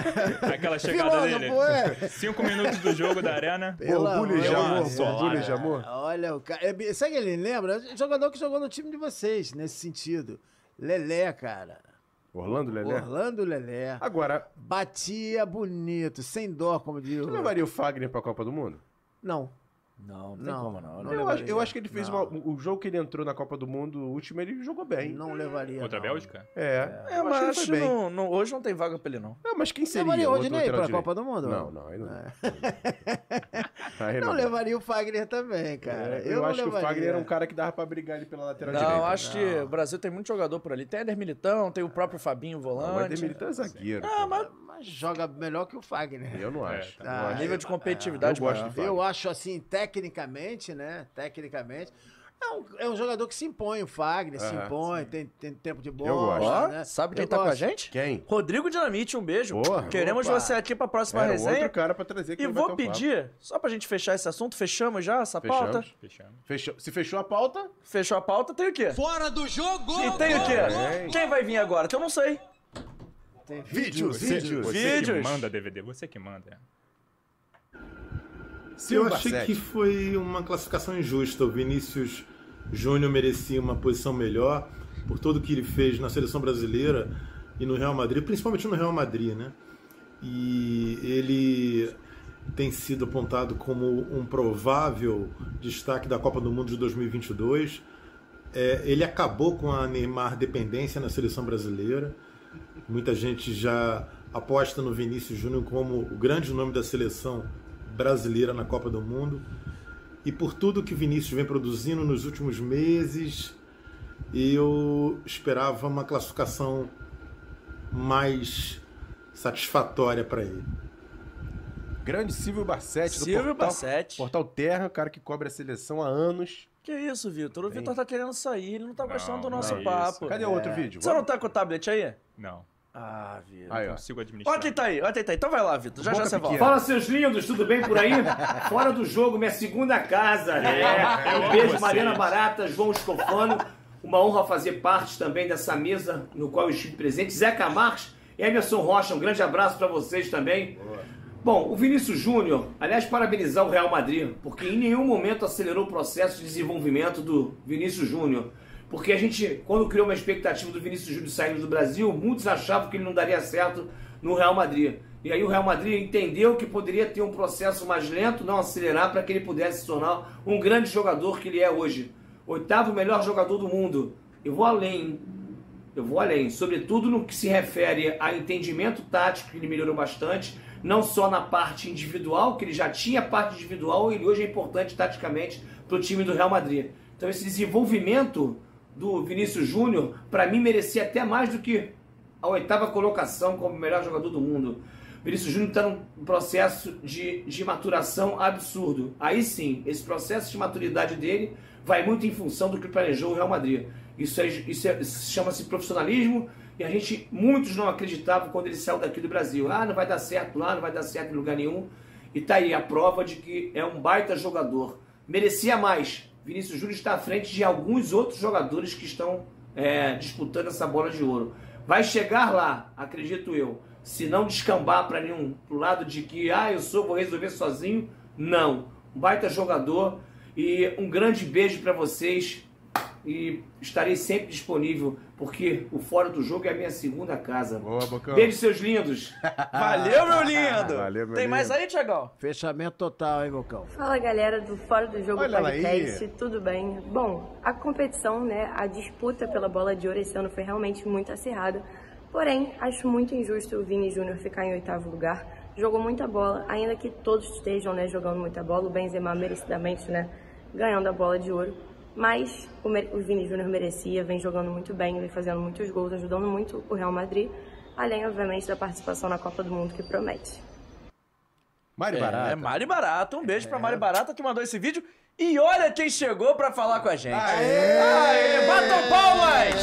S2: [laughs]
S8: Aquela chegada dele.
S4: Filósofo, é.
S8: Cinco minutos do jogo da Arena.
S4: Pelo
S3: Orgulho de
S4: amor
S3: amor,
S4: de
S3: orgulho
S4: Deus.
S3: de amor.
S4: Olha o cara. é bi- Sabe que ele lembra? É Jogador que jogou no time de vocês, nesse sentido. Lelé, cara.
S3: Orlando Lelé.
S4: Orlando Lelé.
S3: Agora,
S4: Batia bonito, sem dó, como diz.
S3: você
S4: o-
S3: levaria o Fagner pra Copa do Mundo?
S4: Não.
S2: Não, não tem
S4: Não,
S2: como não.
S4: não
S3: Eu acho,
S4: levaria.
S3: eu acho que ele fez
S4: Não.
S3: uma- o jogo que ele entrou na Copa do Mundo, o último, ele jogou bem.
S4: Não levaria.
S8: Contra a
S4: não.
S8: Bélgica?
S3: É,
S2: É,
S3: eu
S2: mas acho
S3: acho que ele foi bem.
S2: não- não- hoje não tem vaga pra ele, não.
S3: Ah, mas quem seria?
S4: Levaria o
S3: outro
S4: Rodinei
S3: lateral
S4: pra
S3: direito?
S4: Copa do Mundo? É.
S3: Não, não, aí não. [laughs] Aí
S4: Não
S3: não.
S4: levaria o Fagner [laughs] também, cara.
S3: É,
S4: Eu,
S3: eu
S4: não
S3: acho que o
S4: levaria.
S3: Fagner era um cara que dava pra brigar ali pela lateral
S2: Não,
S3: direita. né?
S2: acho que o Brasil tem muito jogador por ali. Tem Eder Militão, tem o próprio Fabinho
S3: Não, mas
S2: Volante.
S3: Demir é zagueiro.
S2: Ah, mas
S4: Mas joga melhor que o Fagner.
S3: Eu não
S8: É,
S3: acho.
S8: tá.
S3: Eu
S4: Ah,
S3: acho.
S2: nível de competitividade
S3: Eu gosto
S2: maior.
S3: do
S4: Eu acho assim, tecnicamente, né? Tecnicamente. É um, é um jogador que se impõe, o Fagner se
S3: Aham,
S4: impõe, tem, tem tempo de bola.
S3: gosto.
S2: Ó,
S4: né?
S2: sabe quem
S4: Eu
S2: tá com a
S4: gosto.
S2: gente?
S3: Quem?
S2: Rodrigo Dinamite, um beijo.
S3: Porra.
S2: Queremos
S4: Opa.
S2: você aqui pra próxima
S3: Ah, Era
S2: resenha.
S3: outro cara pra trazer que
S2: E
S3: vai bater
S2: vou
S3: um papo.
S2: pedir, só pra gente fechar esse assunto, fechamos já essa
S3: Fechamos.
S2: pauta?
S8: Fechamos.
S3: Fechou. Se fechou a pauta,
S2: Fechou a pauta, tem o quê?
S1: Fora do jogo!
S2: E tem o quê?
S3: Gol!
S2: Quem vai vir agora? Que eu não sei.
S4: Tem
S3: vídeos,
S4: vídeos.
S3: vídeos.
S8: Você que
S2: Vídeos.
S8: manda DVD, você que manda. é.
S9: Eu
S3: é Silva
S9: achei
S3: Sete.
S9: que foi uma classificação injusta. O Vinícius Júnior merecia uma posição melhor por tudo que ele fez na seleção brasileira e no Real Madrid, principalmente no Real Madrid, né? E ele tem sido apontado como um provável destaque da Copa do Mundo de 2022. É, ele acabou com a Neymar dependência na seleção brasileira. Muita gente já aposta no Vinícius Júnior como o grande nome da seleção brasileira na Copa do Mundo. E por tudo que o Vinícius vem produzindo nos últimos meses, eu esperava uma classificação mais satisfatória para ele.
S3: Grande Silvio Barsetti do
S2: Silvio
S3: portal,
S2: Bassetti.
S3: Portal Terra, o cara que cobre a seleção há anos.
S2: Que isso, Vitor? O
S3: Bem.
S2: Vitor tá querendo sair, ele não tá
S8: Não,
S2: gostando do
S8: não
S2: nosso
S8: é isso.
S2: papo.
S3: Cadê o outro vídeo?
S2: Você não tá com o tablet aí?
S8: Não,
S2: Ah, Vitor.
S3: Aí,
S8: não
S3: ó.
S8: consigo administrar.
S2: Olha quem tá aí, olha quem tá aí. Então vai lá, Vitor. Já já
S3: Boca
S2: você volta.
S3: pequena.
S10: Fala, seus lindos, tudo bem por aí? Fora do jogo, minha segunda casa. É, um beijo, Mariana Barata, João Escofano. Uma honra fazer parte também dessa mesa no qual eu estive presente. Zé Camarques, Emerson Rocha, um grande abraço pra vocês também. Bom, o Vinícius Júnior, aliás, parabenizar o Real Madrid, porque em nenhum momento acelerou o processo de desenvolvimento do Vinícius Júnior. Porque a gente, quando criou uma expectativa do Vinícius Júnior saindo do Brasil, muitos achavam que ele não daria certo no Real Madrid. E aí o Real Madrid entendeu que poderia ter um processo mais lento, não acelerar, para que ele pudesse se tornar um grande jogador que ele é hoje. Oitavo melhor jogador do mundo. Eu vou além. Eu vou além, sobretudo no que se refere a entendimento tático, que ele melhorou bastante, não só na parte individual, que ele já tinha a parte individual, ele hoje é importante taticamente para o time do Real Madrid. Então esse desenvolvimento do Vinícius Júnior, para mim, merecia até mais do que a oitava colocação como melhor jogador do mundo. Vinícius Júnior está num processo de, de maturação absurdo. Aí sim, esse processo de maturidade dele vai muito em função do que planejou o Real Madrid. Isso, é, isso, é, isso chama-se profissionalismo e a gente, muitos não acreditavam quando ele saiu daqui do Brasil. Ah, não vai dar certo lá, não vai dar certo em lugar nenhum. E tá aí a prova de que é um baita jogador. Merecia mais. Vinícius Júnior está à frente de alguns outros jogadores que estão é, disputando essa bola de ouro. Vai chegar lá, acredito eu. Se não descambar para nenhum pro lado de que, ah, eu sou, vou resolver sozinho. Não. Um baita jogador. E um grande beijo para vocês. E estarei sempre disponível, porque o Fora do Jogo é a minha segunda casa.
S3: Boa, Bocão. [laughs]
S10: Beijo, seus lindos.
S4: Ah,
S2: Valeu, meu lindo!
S3: Valeu, meu
S2: Tem mais
S3: lindo.
S2: aí, Tiagão?
S4: Fechamento total, hein, Bocão?
S7: Fala galera do Fora do Jogo
S3: Olha ela
S7: Podcast,
S3: aí.
S7: tudo bem? Bom, a competição, né, a disputa pela bola de ouro esse ano foi realmente muito acirrada. Porém, acho muito injusto o Vini Júnior ficar em oitavo lugar. Jogou muita bola, ainda que todos estejam, né, jogando muita bola. O Benzema merecidamente, né, ganhando a bola de ouro. Mas o, mer- o Vini Júnior merecia, vem jogando muito bem, vem fazendo muitos gols, ajudando muito o Real Madrid. Além, obviamente, da participação na Copa do Mundo que promete.
S3: Mari
S2: É,
S3: Barata.
S2: Mari Barata. Um beijo
S8: É.
S2: pra Mari Barata que mandou esse vídeo. E olha quem chegou pra falar com a gente.
S3: Aê!
S2: Aê, batam palmas!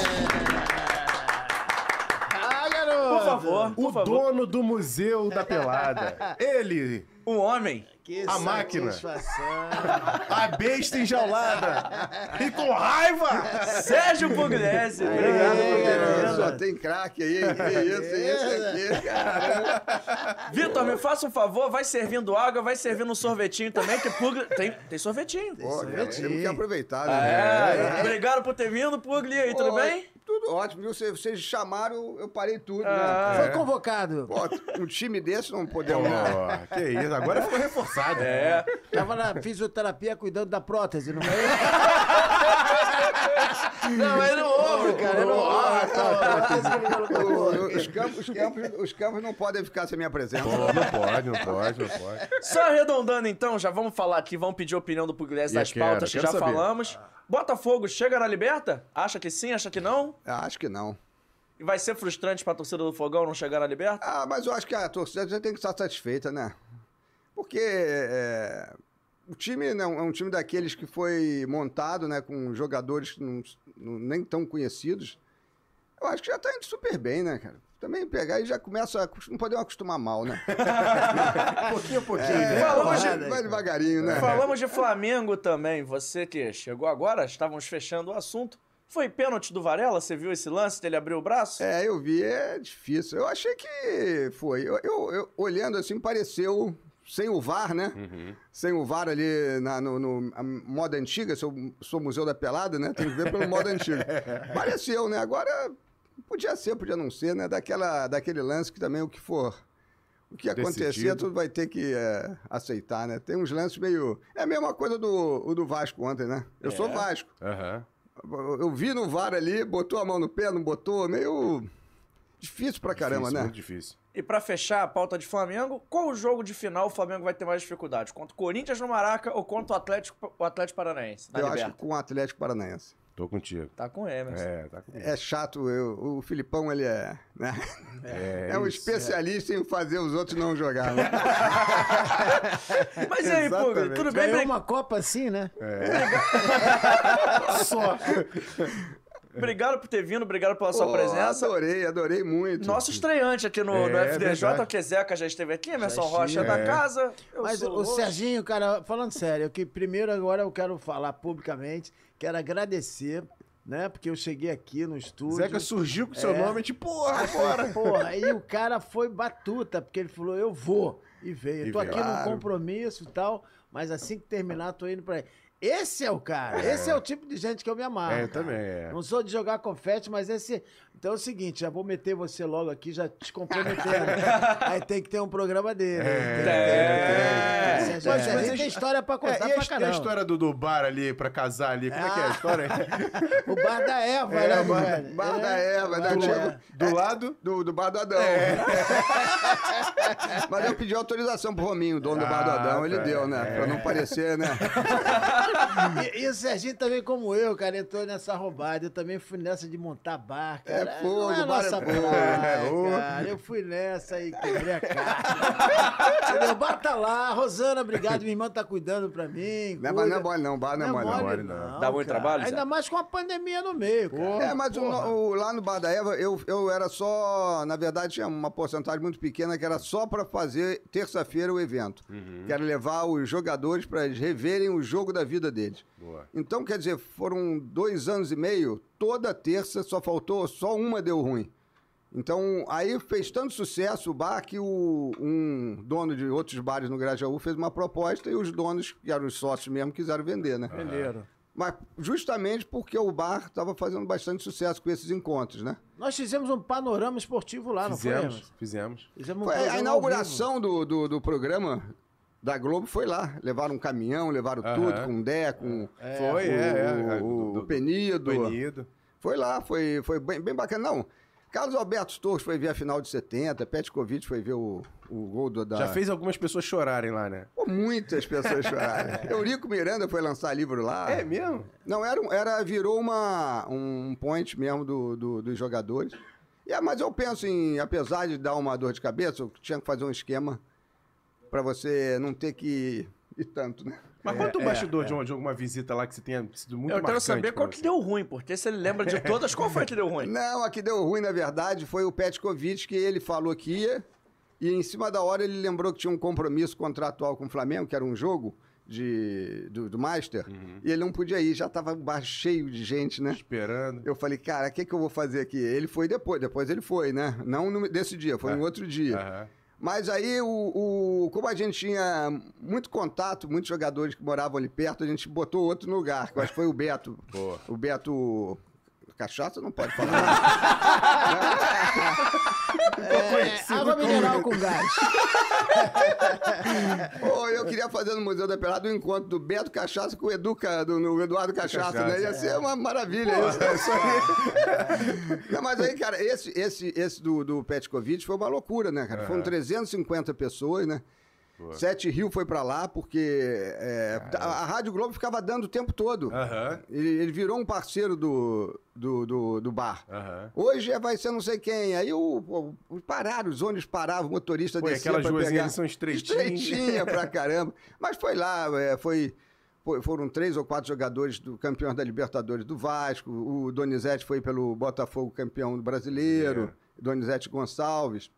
S4: Ah, garoto!
S2: Por favor,
S3: O
S2: por favor.
S3: dono do Museu da
S2: [laughs]
S3: Pelada. Ele,
S2: Um homem.
S4: Que
S3: A máquina.
S4: satisfação.
S3: a besta enjaulada. E com raiva!
S2: Sérgio Pugliese. Obrigado
S4: Aê,
S2: por ter vindo.
S11: Só tem craque aí,
S3: [laughs]
S11: hein? Que isso, hein?
S3: É, né?
S11: esse aqui, cara.
S2: É. Vitor, me faça um favor, vai servindo água, vai servindo um sorvetinho também, que Pugli... Tem, tem sorvetinho.
S3: é
S11: Pô, cara, temos que
S4: Sorvetinho.
S11: aproveitar, né?
S2: Ah, É, obrigado por ter vindo, Pugli. E aí, tudo
S11: Pô,
S2: bem?
S11: Tudo ótimo, viu? Vocês, vocês chamaram, eu parei tudo, né?
S2: Ah.
S4: Foi
S2: é.
S4: convocado.
S11: Pô, um time desse não podemos...
S3: Pô, que isso, agora ficou reforçado.
S2: É.
S4: Tava na fisioterapia cuidando da prótese, não é?
S2: [laughs] Não, mas no ombro, cara. é no ombro.
S11: O- o- Os campos, os, campos, os campos não podem ficar sem minha presença.
S3: Pô, não pode, não pode, não pode.
S2: Só arredondando então, já vamos falar aqui, vamos pedir opinião do Pugliese
S3: Eu
S2: das
S3: quero,
S2: pautas que
S3: quero
S2: já
S3: saber.
S2: falamos. Botafogo chega na liberta? Acha que sim, acha que não?
S11: Ah, Acho que não.
S2: E vai ser frustrante pra torcida do Fogão não chegar na liberta?
S11: Ah, mas eu acho que a torcida já tem que estar satisfeita, né? Porque é, o time né, é um time daqueles que foi montado, né? Com jogadores que não- não- nem tão conhecidos. Eu acho que já tá indo super bem, né, cara? Também pegar e já começa a... acos- Não podemos acostumar mal, né? É,
S3: pouquinho a pouquinho.
S2: Falamos de-
S11: Vai devagarinho, né?
S2: Falamos de Flamengo também, você que chegou agora, estávamos fechando o assunto. Foi pênalti do Varela, você viu esse lance dele abrir o braço?
S11: É, eu vi, é difícil. Eu achei que foi. Eu, eu- eu- olhando assim, pareceu sem o VAR, né?
S3: Uhum.
S11: Sem o VAR ali na no, no- a moda antiga, sou, sou museu da pelada, né? Tem que ver pelo moda
S3: [laughs]
S11: antiga. Pareceu, né? Agora podia ser, podia não ser, né? Daquela, daquele lance que também o que for. O que acontecer,
S3: Decidido.
S11: tu vai ter que é, aceitar, né? Tem uns lances meio. É a mesma coisa do, o do Vasco ontem, né? Eu
S3: É.
S11: sou Vasco.
S3: Aham.
S11: Eu eu vi no VAR ali, botou a mão no pé, não botou, meio difícil pra caramba,
S3: Difícil,
S11: né?
S3: Muito difícil.
S2: E pra fechar a pauta de Flamengo, qual o jogo de final o Flamengo vai ter mais dificuldade? Contra o Corinthians no Maraca ou contra o Atlético, o Atlético Paranaense? Na
S11: Eu
S2: liberta?
S11: acho que com o Atlético Paranaense.
S3: Tô contigo.
S2: Tá com o Emerson.
S3: É, tá comigo.
S11: É chato, eu- o Filipão, ele é. né?
S3: É,
S11: É, um
S3: isso.
S11: especialista em fazer os outros não jogar. né?
S2: Mas é e aí, Pugli,
S11: Exatamente.
S2: tudo bem?
S4: Ganhou
S2: Brin-
S4: uma Copa assim, né?
S2: [laughs]
S3: [laughs] Só.
S2: Obrigado por ter vindo, obrigado pela sua
S11: Pô,
S2: presença.
S11: Adorei, adorei muito.
S2: Nosso estreante aqui no,
S3: É,
S2: no FDJ,
S3: verdade.
S2: o Quezeca já esteve aqui, Emerson Rocha é
S11: estive,
S2: da
S3: é.
S2: casa. Eu
S4: Mas
S2: sou
S4: o
S2: Lô.
S4: Serginho, cara, falando sério, que primeiro agora eu quero falar publicamente, quero agradecer, né? Porque eu cheguei aqui no estúdio.
S3: Zeca surgiu com seu
S4: É.
S3: nome, tipo, porra,
S4: Porra,
S3: bora.
S4: aí o cara foi batuta, porque ele falou, eu vou. E veio.
S3: E
S4: Eu tô
S3: veio.
S4: aqui num
S11: Claro.
S4: compromisso e tal, mas assim que terminar, tô indo pra aí. Esse é o cara, esse é o tipo de gente que eu me amarro.
S3: É, eu
S4: cara.
S3: também, é.
S4: Não sou de jogar confete, mas esse. Então é o seguinte, já vou meter você logo aqui, já
S3: [laughs]
S4: te comprometendo. aí tem que ter um programa dele.
S2: É.
S4: Tem que ter. Mas,
S3: Mas-
S4: a
S3: mas
S4: gente
S3: a-
S4: tem história pra
S3: É,
S4: contar
S3: e a,
S4: pra
S3: his-
S4: caramba.
S3: a história do, do bar ali, pra casar ali, como é que é a [laughs] história?
S4: O bar da Eva,
S3: É,
S4: né,
S3: o bar-
S4: velho?
S11: Bar da Eva, da
S4: do
S11: Diego,
S4: lado-
S3: do lado...
S11: do, do Bar do Adão. [laughs] Mas eu pedi autorização pro Rominho, o dono do Bar do
S3: Ah,
S11: Adão, ele
S3: tá,
S11: deu, né? Pra não parecer, né?
S4: E, e o Serginho também, como eu, cara, entrou nessa roubada. Eu também fui nessa de montar bar, cara. Não
S11: É fogo,
S4: é a nossa
S11: bar é-
S4: praia,
S11: É, ô.
S4: cara. Eu fui nessa e quebrei a cara. Entendeu? Bar tá lá. Rosana, obrigado. Minha irmã tá cuidando pra mim.
S11: Não é, ba- não é mole, não. Bar não é mole, não.
S2: Dá muito
S4: cara.
S2: trabalho,
S4: Ainda
S2: Zé?
S4: mais com a pandemia no meio, cara.
S11: É, mas o
S4: Porra.
S11: no- o- lá no Bar da Eva, eu, eu era só. Na verdade, tinha uma porcentagem muito pequena que era só pra fazer terça-feira o evento.
S4: Uhum.
S11: Que era levar os jogadores pra eles reverem o jogo da vida deles.
S3: Boa.
S11: Então, quer dizer, foram dois anos e meio, toda terça só faltou, só uma deu ruim. Então, aí fez tanto sucesso o bar que o, um dono de outros bares no Grajaú fez uma proposta e os donos, que eram os sócios mesmo, quiseram vender, né?
S4: Entenderam.
S11: Mas justamente porque o bar estava fazendo bastante sucesso com esses encontros, né?
S4: Nós fizemos um panorama esportivo lá, não foi, Emerson?
S3: Fizemos, fizemos.
S4: Fizemos um
S11: Foi
S4: programa
S11: a
S4: ao
S11: inauguração do, do, do programa da Globo foi lá. Levaram um caminhão, levaram tudo,
S3: Aham.
S11: com Dé, com
S3: Foi,
S11: o,
S3: é, é.
S11: o-
S3: Do-
S11: o
S3: do-
S11: Penido.
S3: Banido.
S11: Foi lá, foi, foi bem, bem bacana. Não, Carlos Alberto Torres foi ver a final de 70, Petkovic foi ver o, o gol do, da...
S3: Já fez algumas pessoas chorarem lá, né?
S11: Pô, muitas
S3: [laughs]
S11: pessoas choraram. Eurico Miranda foi lançar livro lá.
S3: É mesmo?
S11: Não, era, um- era virou uma, um point mesmo do, do- dos jogadores. E, é, mas eu penso em, apesar de dar uma dor de cabeça, eu tinha que fazer um esquema pra você não ter que ir tanto, né?
S3: Mas quanto o bastidor de, uma, de alguma visita lá que você tenha sido muito
S2: eu quero
S3: marcante
S2: saber
S3: pra
S2: qual que
S3: é, você?
S2: deu ruim, porque se ele lembra de todas, qual foi que deu ruim?
S11: [laughs] Não, a que deu ruim, na verdade, foi o Petkovic, que ele falou que ia, e em cima da hora ele lembrou que tinha um compromisso contratual com o Flamengo, que era um jogo de, do, do Master,
S3: Uhum.
S11: e ele não podia ir, já tava o bar cheio de gente, né?
S3: Esperando.
S11: Eu falei, cara, o que, que eu vou fazer aqui? Ele foi depois, depois ele foi, né? Não no- desse dia, foi em outro dia.
S3: É. Aham.
S11: Mas aí, o, o- como a gente tinha muito contato, muitos jogadores que moravam ali perto, a gente botou outro no lugar, que eu acho que foi o Beto.
S3: Boa.
S11: O Beto. Cachaça
S3: [laughs]
S11: não pode falar.
S4: vivo. É, água mineral com gás.
S11: Pô, eu queria fazer no Museu da Pelada um encontro do Beto Cachaça com o Edu, Ca- do, no Eduardo Cachaça,
S3: Cachaça, é.
S11: né? Ia ser uma maravilha isso. isso aí. [laughs] Não, mas aí, cara, esse, esse, esse do, do Petkovic foi uma loucura, né, cara?
S3: É.
S11: Foram 350 pessoas, né? Sete Rio foi pra lá porque é, a, a Rádio Globo ficava dando o tempo todo.
S3: Aham.
S11: Ele, ele virou um parceiro do, do, do, do bar.
S3: Aham.
S11: Hoje é- vai ser não sei quem. Aí o, o- pararam, os ônibus paravam, o motorista
S3: Pô, e
S11: descia
S3: aquelas
S11: pra
S3: ruazinhas
S11: pegar.
S3: ali são estreitinhas.
S11: Estreitinha pra caramba. Mas foi lá, é, foi, foi- foram três ou quatro jogadores do campeão da Libertadores do Vasco. O Donizete foi pelo Botafogo campeão brasileiro.
S3: É.
S11: Donizete Gonçalves.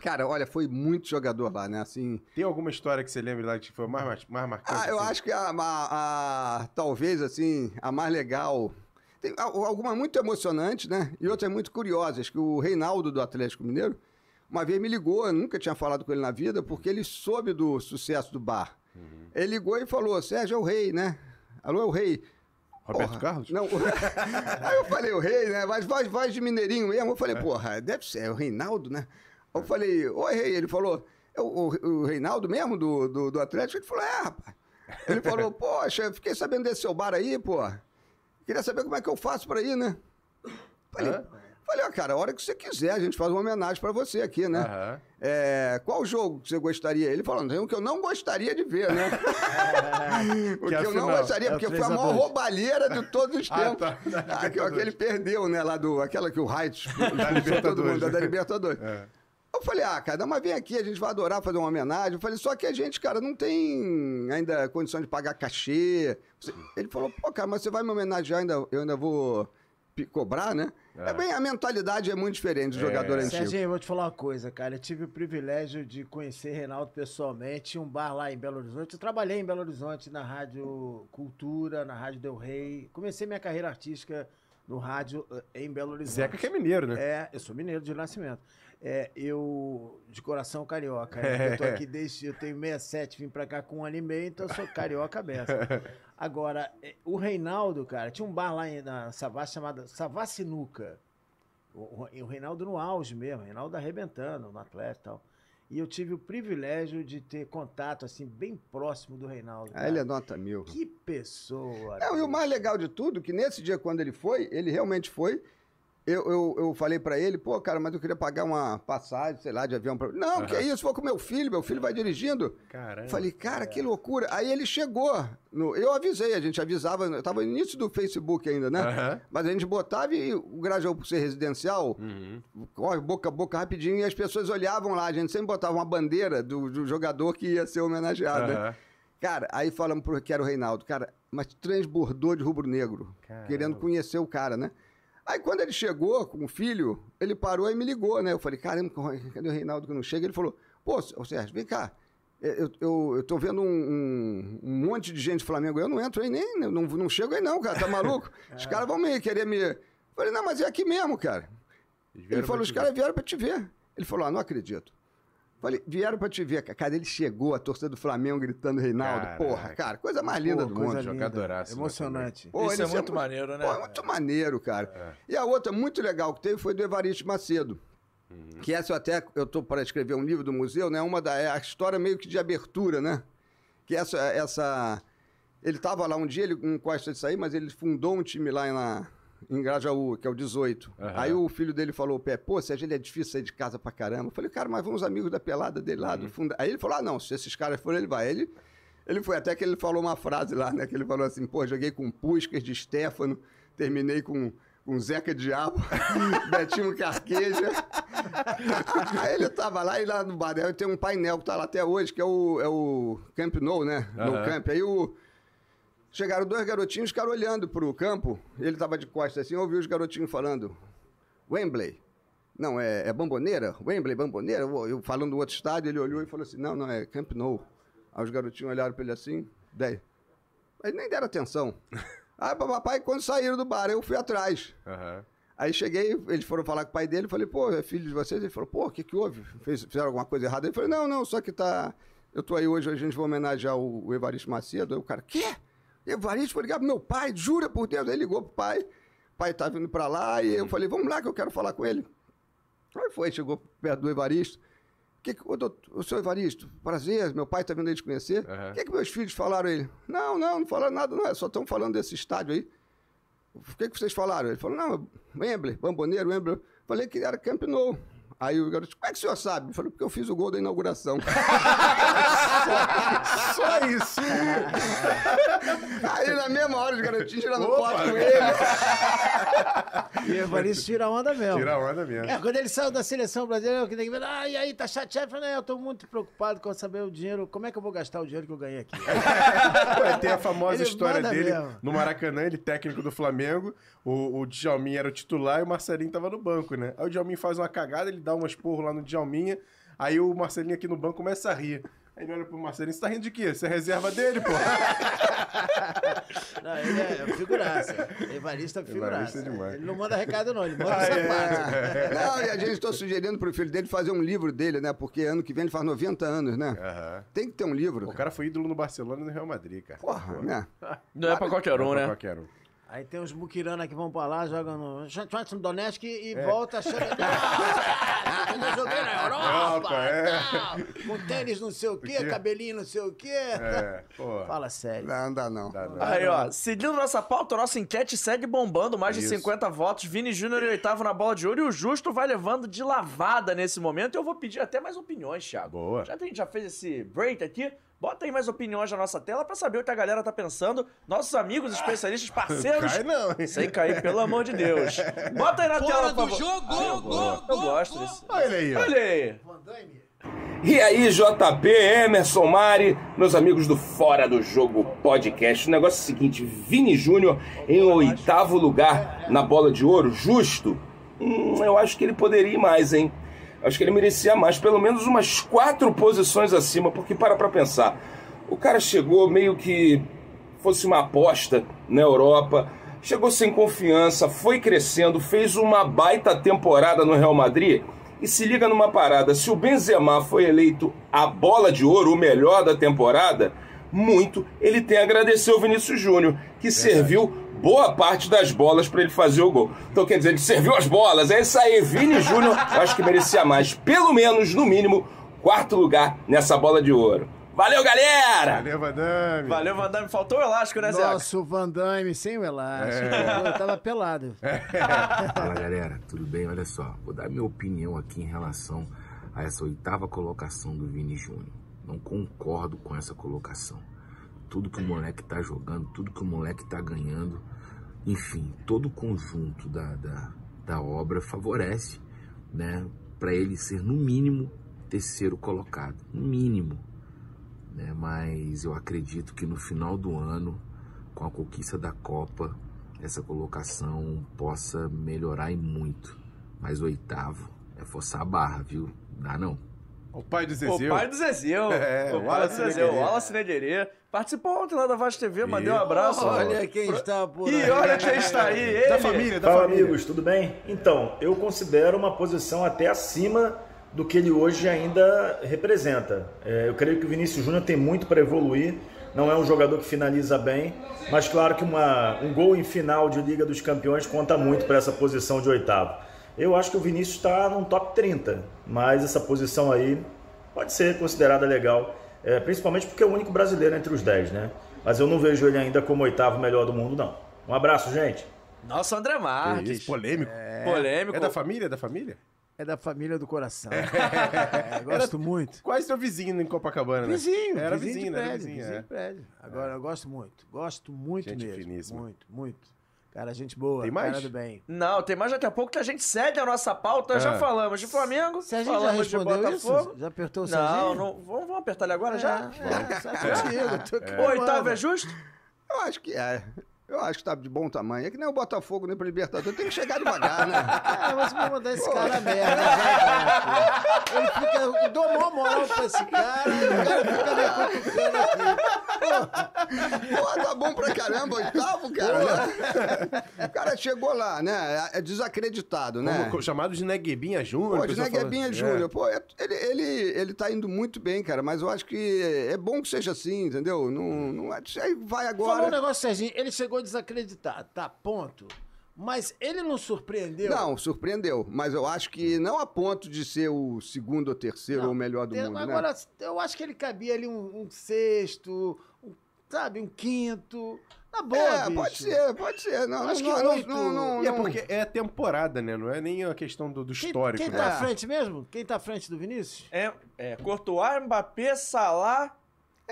S11: Cara, olha, foi muito jogador lá, né? Assim,
S3: Tem alguma história que você lembra lá que foi mais, mais, mais marcante?
S11: ah, eu
S3: assim?
S11: acho que a, a- a- talvez assim, a mais legal. Tem al- alguma muito emocionante, né? E outras muito curiosas, que o Reinaldo do Atlético Mineiro, uma vez me ligou, eu nunca tinha falado com ele na vida, porque ele soube do sucesso do bar.
S3: Uhum.
S11: Ele ligou e falou: Sérgio é o rei, né? Alô, é o rei.
S3: Roberto
S11: Porra,
S3: Carlos?
S11: Não. [laughs] Aí eu falei, o rei, né? Mas voz, voz de mineirinho mesmo. Eu falei, porra, deve ser, é o Reinaldo, né? Aí eu falei, oi, rei. Ele falou, é o, o- o Reinaldo mesmo, do, do, do Atlético? Ele falou, é, rapaz. Ele falou, poxa, eu fiquei sabendo desse seu bar aí, pô. Queria saber como é que eu faço pra ir, né? Falei, falei, ó, cara, a hora que você quiser, a gente faz uma homenagem pra você aqui, né?
S3: Aham.
S11: É, qual jogo que você gostaria? Ele falou, tem um que eu não gostaria de ver, né? o que
S3: Que
S11: eu não
S3: afinal,
S11: gostaria,
S4: é o
S11: porque foi a
S4: 3 a
S11: maior
S4: 2.
S11: roubalheira de todos os
S3: Ah,
S11: tempos.
S3: tá. Da
S11: Ah, que- que ele perdeu, né? Lá do, aquela que o Heights
S3: Libertadores,
S11: todo mundo,
S3: né?
S11: da Libertadores.
S3: É.
S11: Eu falei, ah, cara, mas vem aqui, a gente vai adorar fazer uma homenagem. Eu falei, só que a gente, cara, não tem ainda condição de pagar cachê. Você- Ele falou, pô, cara, mas você vai me homenagear, ainda, eu ainda vou pi- cobrar, né? É. bem, a mentalidade é muito diferente do jogador antigo.
S4: Serginho, eu vou te falar uma coisa, cara. Eu tive o privilégio de conhecer Reinaldo pessoalmente, em um bar lá em Belo Horizonte. Eu trabalhei em Belo Horizonte na Rádio Cultura, na Rádio Del Rey. Comecei minha carreira artística no rádio eh, em Belo Horizonte.
S3: Zeca que é mineiro, né?
S4: É, eu sou mineiro de nascimento. É, eu, de coração carioca.
S3: [laughs]
S4: né? Eu tô aqui desde. Eu tenho 67, vim pra cá com um ano e meio, então eu sou
S3: [laughs]
S4: carioca beça. Agora, é, o Reinaldo, cara, tinha um bar lá em- na Savassi chamado Savassinuca. O, o- o Reinaldo no auge mesmo, o Reinaldo arrebentando no atleta e tal. E eu tive o privilégio de ter contato, assim, bem próximo do Reinaldo.
S11: Ah, ele
S4: cara.
S11: é nota mil.
S4: Que pessoa.
S11: É, e o
S4: bicho.
S11: mais legal de tudo, que nesse dia, quando ele foi, ele realmente foi. Eu, eu, eu falei pra ele, pô, cara, mas eu queria pagar uma passagem, sei lá, de avião. Pra... Não, que é isso? Vou com meu filho, meu filho vai dirigindo.
S12: Caramba.
S11: Falei, cara, que loucura. Aí ele chegou. no- Eu avisei, a gente avisava, eu tava no início do Facebook ainda, né?
S3: Aham.
S11: Mas a gente botava e o Grajaú, por ser residencial, corre boca a boca rapidinho e as pessoas olhavam lá. A gente sempre botava uma bandeira do, do jogador que ia ser homenageado, né?
S3: Aham.
S11: Cara, aí falamos pro que era o Reinaldo, cara, mas transbordou de rubro-negro, querendo conhecer o cara, né? Aí quando ele chegou com o filho, ele parou e me ligou, né? Eu falei, caramba, cadê o Reinaldo que não chega? Ele falou, pô, ô Sérgio, vem cá, É, eu, eu, eu tô vendo um, um- um monte de gente do Flamengo, eu não entro aí nem, né? não, não chego aí não, cara, tá maluco? Os caras vão me querer me... Eu falei, não, mas é aqui mesmo, cara. Ele
S3: vieram
S11: falou,
S3: pra
S11: os
S3: te
S11: caras vieram pra te ver. Ele falou, ah, não acredito. Falei, vieram pra te ver, cara. Cara, ele chegou, a torcida do Flamengo gritando Reinaldo.
S3: Caraca.
S11: Porra, cara, coisa mais linda
S4: Pô,
S11: do
S4: coisa
S11: mundo.
S4: linda. É
S3: jogadoraço, né,
S4: Emocionante.
S11: Pô,
S2: Isso
S11: ele
S2: é
S11: sempre-
S2: muito maneiro, né?
S11: Pô,
S2: [laughs]
S11: é muito maneiro, cara. E a outra muito legal que teve foi do Evaristo Macedo. Que essa eu até eu tô para escrever um livro do museu, né? Uma da é a história meio que de abertura, né? Que essa essa ele tava lá um dia, ele não gosta de sair, mas ele fundou um time lá em, lá, em Grajaú, que é o 18.
S3: Aham.
S11: Aí o filho dele falou, pé, pô, Sérgio, ele é difícil sair de casa pra caramba. Eu falei, cara, mas vamos amigos da pelada dele lá do fundo. Aí ele falou, ah, não, se esses caras forem, ele vai. Ele, ele foi, até que ele falou uma frase lá, né? Que ele falou assim, pô, joguei com Puskas de Stefano, terminei com... Com Zeca Diabo, [laughs] Betinho Carqueja. [laughs] Aí ele tava lá e lá no bar, aí tem um painel que tá lá até hoje, que é o, é o Camp Nou, né? No
S3: Aham.
S11: Camp. Aí o, Chegaram dois garotinhos, ficaram olhando pro campo. Ele tava de costas assim, ouviu os garotinhos falando. Wembley. Não, é, é Bamboneira? Wembley, Bamboneira? Eu, eu falando do outro estádio, ele olhou e falou assim, não, não, é Camp Nou. Aí os garotinhos olharam pra ele assim, daí. Aí nem deram atenção. Aí papai, quando saíram do bar, eu fui atrás.
S3: Aham.
S11: Aí cheguei, eles foram falar com o pai dele, falei, pô, é filho de vocês? Ele falou, pô, o que, que houve? Fez- fizeram alguma coisa errada? Ele falou, não, não, só que tá. Eu tô aí hoje, a gente vai homenagear o, o Evaristo Macedo. Aí o cara, quê? Evaristo foi ligar pro meu pai, jura por Deus. Aí ligou pro pai, o pai tá vindo pra lá, e eu falei, vamos lá que eu quero falar com ele. Aí foi, chegou perto do Evaristo. Que que, ô, doutor, o senhor Evaristo, prazer, meu pai tá vindo aí te conhecer. O
S3: Aham.
S11: que, que meus filhos falaram a ele? Não, não, não falaram nada, não, é só estão falando desse estádio aí. O que, que vocês falaram? Ele falou, não, é Wembley, Bamboneiro, Wembley. Falei que era Camp Nou. Aí o garoto, como é que o senhor sabe? Ele falou, porque eu fiz o gol
S3: [laughs]
S11: da inauguração.
S3: Só isso!
S11: [laughs] aí na mesma hora os garotinhos tirando
S3: Opa!
S11: foto com ele.
S4: E o Evaristo tira onda mesmo.
S3: Tira a onda mesmo.
S4: É, quando ele saiu da seleção brasileira, que tem que ver, ah, e aí, tá chateado? Eu falei, não, eu tô muito preocupado com saber o dinheiro, como é que eu vou gastar o dinheiro que eu ganhei aqui? [laughs]
S3: Ué, [laughs] tem a famosa
S4: Ele
S3: história
S4: manda
S3: dele
S4: mesmo.
S3: no Maracanã, ele técnico do Flamengo, o, o Djalminha era o titular e o Marcelinho tava no banco, né? Aí o Djalminha faz uma cagada, ele dá um esporro lá no Djalminha, aí o Marcelinho aqui no banco começa a rir. Aí ele olha pro Marcelinho, você tá rindo de quê? Você é reserva dele, pô?
S4: Não, ele é figuraça. Evaristo é figuraça.
S3: Evaristo é demais.
S4: ele não manda recado, não, ele manda
S3: Ah, é.
S4: sapato. [laughs]
S11: Não, e a gente tá sugerindo pro filho dele fazer um livro dele, né? Porque ano que vem ele faz 90 anos, né?
S3: Aham.
S11: Tem que ter um livro.
S3: O cara foi ídolo no Barcelona e no Real Madrid, cara.
S11: Porra, né?
S2: Não é pra qualquer um,
S3: Pra
S2: né?
S3: Qualquer um.
S4: Aí tem uns muquirana que vão pra lá, jogam no Shantwantin Donetsk e
S3: É.
S4: volta achando.
S3: [laughs]
S4: Não, quando eu joguei na Europa,
S3: Europa, é.
S4: não, com tênis não sei o quê,
S3: quê?
S4: cabelinho não sei o quê.
S3: É, porra.
S4: Fala sério.
S11: Não, não dá não.
S3: Dá, não.
S2: Aí, ó, seguindo nossa pauta, nossa enquete segue bombando, mais de
S3: Isso.
S2: 50 votos. Vini Júnior em oitavo na bola de ouro e o Justo vai levando de lavada nesse momento. Eu vou pedir até mais opiniões, Thiago.
S3: Boa.
S2: Já que a gente já fez esse break aqui, bota aí mais opiniões na nossa tela pra saber o que a galera tá pensando. Nossos amigos,
S3: [laughs]
S2: especialistas, parceiros.
S3: Cai não, hein?
S2: Sem cair, pelo amor de Deus. Bota aí na tela,
S13: Fora
S2: por
S13: do
S2: favor.
S13: jogo!
S2: Ah, eu
S13: Gol,
S2: gosto.
S13: gol,
S2: Eu gosto desse.
S3: Olha ele aí, ó.
S2: Olha aí.
S1: E aí, JP, Emerson Mari, meus amigos do Fora do Jogo Podcast. O negócio é o seguinte: Vini Júnior em oitavo lugar na bola de ouro, justo? Hum, eu acho que ele poderia ir mais, hein? Acho que ele merecia mais, pelo menos umas quatro posições acima, porque para pra pensar. O cara chegou meio que fosse uma aposta na Europa. Chegou sem confiança, foi crescendo, fez uma baita temporada no Real Madrid. E se liga numa parada: se o Benzema foi eleito a bola de ouro, o melhor da temporada, muito ele tem a agradecer o Vinícius Júnior, que serviu boa parte das bolas para ele fazer o gol. Então, quer dizer, ele serviu as bolas. É isso aí, Vini Júnior, eu acho que merecia mais. Pelo menos, no mínimo, quarto lugar nessa bola de ouro.
S2: Valeu, galera!
S3: Valeu, Vadame!
S2: Valeu, Vadame. Faltou o elástico, né, Zé?
S4: Nossa, o Van Damme sem o elástico.
S6: É.
S4: Eu tava pelado.
S6: Fala galera, tudo bem? Olha só, vou dar minha opinião aqui em relação a essa oitava colocação do Vini Júnior. Não concordo com essa colocação. Tudo que o moleque tá jogando, tudo que o moleque tá ganhando, enfim, todo o conjunto da, da, da obra favorece, né, para ele ser no mínimo terceiro colocado, no mínimo, né? Mas eu acredito que no final do ano, com a conquista da Copa, essa colocação possa melhorar e muito. Mas oitavo é forçar a barra, viu? Dá não.
S3: O pai do
S2: O pai do Zezeu.
S3: É,
S2: o pai do
S3: Wallace
S2: Zezeu, o
S3: Neguerê.
S2: Wallace Neguerê. Participou ontem lá da Vaz TV, mandei um
S3: Isso.
S2: abraço.
S4: Olha quem está por aí.
S2: E olha quem está aí, ele.
S14: Da família, da
S15: Fala
S14: família.
S15: amigos, tudo bem? Então, eu considero uma posição até acima do que ele hoje ainda representa. É, eu creio que o Vinícius Júnior tem muito para evoluir. Não é um jogador que finaliza bem, mas claro que uma- um gol em final de Liga dos Campeões conta muito para essa posição de oitavo. Eu acho que o Vinícius está num top 30, mas essa posição aí pode ser considerada legal, é, principalmente porque é o único brasileiro entre os 10, né? Mas eu não vejo ele ainda como oitavo melhor do mundo, não. Um abraço, gente!
S2: Nossa, André Marques.
S3: Que isso, polêmico.
S2: Polêmico.
S3: É da família? É da família?
S4: É da família do coração.
S3: [laughs]
S4: É, gosto muito.
S3: Quase seu vizinho em Copacabana, né?
S4: Vizinho,
S3: Era
S4: vizinho,
S3: vizinho,
S4: de
S3: era
S4: prédio,
S3: vizinho,
S4: vizinho
S3: é.
S4: de prédio. Agora, eu gosto muito, gosto muito
S3: Gente
S4: mesmo.
S3: finíssima.
S4: Muito, muito. Cara, gente boa,
S3: Tem mais?
S4: cara do bem.
S2: Não, tem mais daqui a pouco que a gente segue a nossa pauta.
S4: É.
S2: Já falamos de Flamengo,
S4: Se a gente já
S2: falamos de
S4: respondeu isso,
S2: Botafogo.
S4: já apertou o
S2: Não,
S4: Serginho?
S2: não, vamos, vamos apertar ele agora já?
S4: É, sai contigo, tô aqui,
S2: Oitavo
S4: mano.
S2: é justo?
S11: Eu acho que é. Eu acho que tá de bom tamanho. É que nem o Botafogo, nem pro Libertadores. Tem que chegar devagar, né?
S4: Ah, mas vou mandar esse cara a merda. já, cara. Ele fica. Eu dou mó moral pra esse cara. e O cara fica me cutucando aqui.
S11: Pô, tá bom pra caramba, oitavo, cara. né? O cara chegou lá, né? É desacreditado, né?
S3: Como- chamado de Neguebinha Júnior.
S11: Pô,
S3: o
S11: de
S3: pessoal
S11: Neguebinha
S3: falando-
S11: Júnior, pô, é- ele, ele, ele tá indo muito bem, cara, mas eu acho que é bom que seja assim, entendeu? Não, não é, aí vai
S4: Falou um
S11: agora.
S4: negócio, Serginho. Ele chegou desacreditado, tá? Ponto. Mas ele não surpreendeu.
S11: Não, surpreendeu, mas eu acho que não a ponto de ser o segundo ou terceiro ou melhor do
S4: Tem-
S11: mundo,
S4: Agora,
S11: né?
S4: eu acho que ele cabia ali um, um sexto, um- sabe, um quinto. Na boa,
S11: É,
S4: bicho.
S11: pode ser, pode ser. Não,
S4: acho
S11: não,
S4: que
S11: não,
S4: oito.
S11: não, não,
S3: E é
S11: não.
S3: porque é a temporada, né? Não é nem a questão do, do histórico.
S4: Quem
S3: né?
S4: tá à frente mesmo? Quem tá à frente do Vinícius?
S2: É, é Courtois, Mbappé, Salah,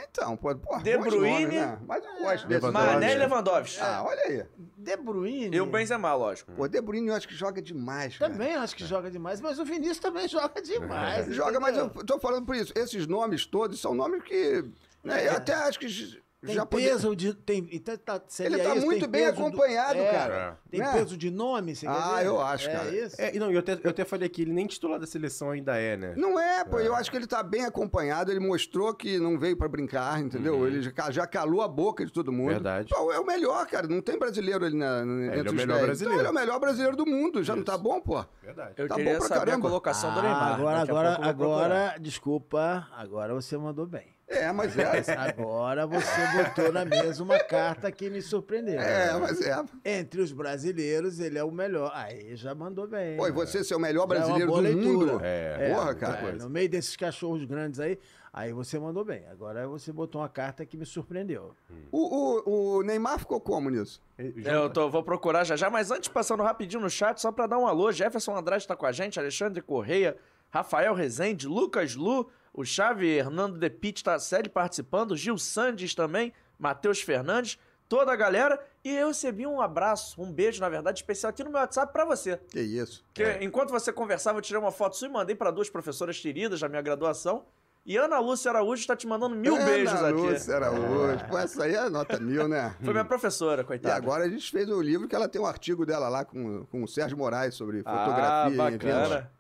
S11: Então, pô, pô,
S2: De
S11: bons
S2: Bruyne,
S11: nomes, né? Mas eu
S4: É.
S11: gosto desse
S2: Mané e
S11: nome.
S2: Lewandowski.
S11: Ah, olha aí.
S4: De Bruyne.
S2: E o Benzema, lógico.
S11: Pô, De Bruyne eu acho que joga demais, cara.
S4: Também acho que joga demais, mas o Vinícius também joga demais.
S11: [laughs] Joga, mas eu
S4: entendeu?
S11: tô falando por isso. Esses nomes todos são nomes que. né, Eu até acho que j-
S4: É. Tem
S11: já podia-
S4: peso de. Tem, então tá- seria
S11: Ele tá
S4: isso?
S11: muito
S4: Tem
S11: bem
S4: peso do-
S11: acompanhado,
S4: É,
S11: cara.
S4: Tem
S11: Né?
S4: peso de nome, você quer
S11: Ah,
S4: dizer?
S11: eu acho, cara.
S4: É isso?
S3: É, e não, eu até, eu até falei que ele nem titular da seleção ainda é, né?
S11: Não é, pô. Eu acho que ele tá bem acompanhado. Ele mostrou que não veio pra brincar, entendeu?
S4: Uhum.
S11: Ele já, já calou a boca de todo mundo.
S3: Verdade.
S11: Pô, é o melhor, cara. Não tem brasileiro ali na, na-
S3: ele é
S11: entre
S3: o
S11: os
S3: melhor
S11: 10.
S3: brasileiro.
S11: Então, ele é o melhor brasileiro do mundo. Já não tá bom, pô?
S3: Verdade.
S2: Eu
S11: Tá bom
S2: queria
S11: pra
S2: saber
S11: caramba.
S2: a colocação do
S4: Ah,
S2: Neymar.
S4: agora,
S2: Daqui a
S4: agora,
S2: pouco eu vou procurar.
S4: agora, desculpa, agora você mandou bem.
S11: É, mas é.
S4: Agora você botou na mesa uma carta que me surpreendeu.
S11: É, mas é.
S4: Entre os brasileiros, ele é o melhor. Aí já mandou bem.
S11: Pô, e você ser o melhor
S4: Já é uma
S11: brasileiro
S4: boa
S11: do
S4: leitura.
S11: mundo?
S3: É.
S11: Porra,
S4: muita
S11: cara.
S4: coisa. no meio desses cachorros grandes aí, aí você mandou bem. Agora você botou uma carta que me surpreendeu.
S2: Hum.
S11: O, o- o Neymar ficou como nisso?
S2: É, Eu tô, vou procurar já já, mas antes passando rapidinho no chat, só pra dar um alô, Jefferson Andrade tá com a gente, Alexandre Correia, Rafael Rezende, Lucas Lu, o Chave Hernando De Pitt tá série participando, Gil Sandes também, Matheus Fernandes, toda a galera, e eu recebi um abraço, um beijo, na verdade, especial aqui no meu WhatsApp pra você.
S11: Que isso? É.
S2: Que enquanto você conversava, eu tirei uma foto sua e mandei pra duas professoras queridas da minha graduação. E Ana Lúcia Araújo tá te mandando mil
S11: Ana
S2: beijos aqui.
S11: Lúcia Araújo. Pô, essa aí é nota mil, né?
S2: Foi minha professora,
S11: E
S2: coitada.
S11: agora a gente fez o livro que ela tem um artigo dela lá com, com o Sérgio Moraes sobre
S2: Ah,
S11: fotografia. e eventos.
S2: bacana.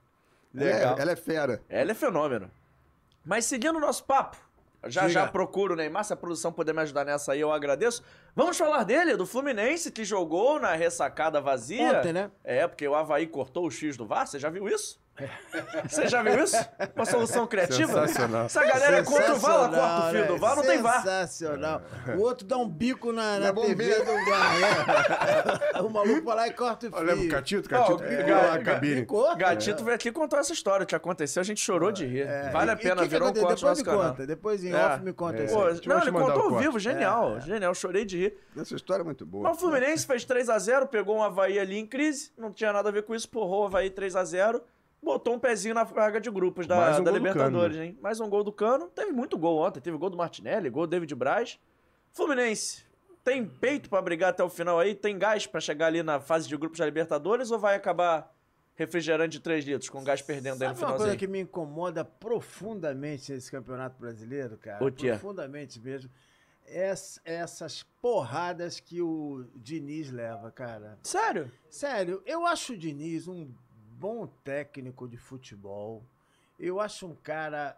S11: Ela é-
S2: Legal.
S11: ela é fera.
S2: Ela é fenômeno. Mas seguindo o nosso papo, já
S11: Diga.
S2: já procuro o Neymar, se a produção puder me ajudar nessa aí, eu agradeço. Vamos falar dele, do Fluminense, que jogou na ressacada vazia.
S4: Ontem, né?
S2: É, porque o Havaí cortou o X do VAR, você já viu isso? [laughs] Você já viu isso? Uma solução criativa?
S3: Sensacional.
S2: Essa galera é contra o VAR, ela corta o fio do VAR, não tem VAR.
S4: né? Sensacional. O outro dá um bico na, na,
S3: é
S2: Na
S4: TV
S2: bombeira.
S4: do VAR. né? [laughs] o maluco vai lá e corta o fio.
S3: Olha pro Catito, Catito picou lá a cabine.
S4: É.
S2: Gatito veio aqui contar essa história que aconteceu, a gente chorou de rir. Vale a
S4: E- e
S2: pena,
S4: que que
S2: virou um corte
S4: aconteceu?
S2: no
S4: Depois
S2: nosso
S4: me
S2: canal.
S4: conta, depois em off me conta isso
S2: É. Pô,
S4: aí.
S2: Não,
S4: Vou te
S2: ele
S4: mandar
S2: contou
S4: o
S2: ao
S4: corte. É.
S2: vivo, genial, genial, chorei de rir.
S11: Essa história é muito boa.
S2: Mas o Fluminense fez 3x0, pegou um Havaí ali em crise, não tinha nada a ver com isso, porrou o Havaí 3x0, botou um pezinho na carga de grupos da,
S3: Mais um
S2: da
S3: gol do
S2: Libertadores,
S3: Cano.
S2: hein? Mais um gol do Cano. Teve muito gol ontem, teve gol do Martinelli, gol do David Braz. Fluminense, tem peito pra brigar até o final aí? Tem gás pra chegar ali na fase de grupos da Libertadores ou vai acabar refrigerante de 3 litros com gás perdendo
S3: É
S2: aí no
S4: Sabe uma coisa
S2: finalzinho?
S4: que me incomoda profundamente nesse campeonato brasileiro, cara?
S2: O quê?
S4: Profundamente mesmo. Ess- essas porradas que o Diniz leva, cara.
S2: Sério?
S4: Sério, eu acho o Diniz um bom técnico de futebol. Eu acho um cara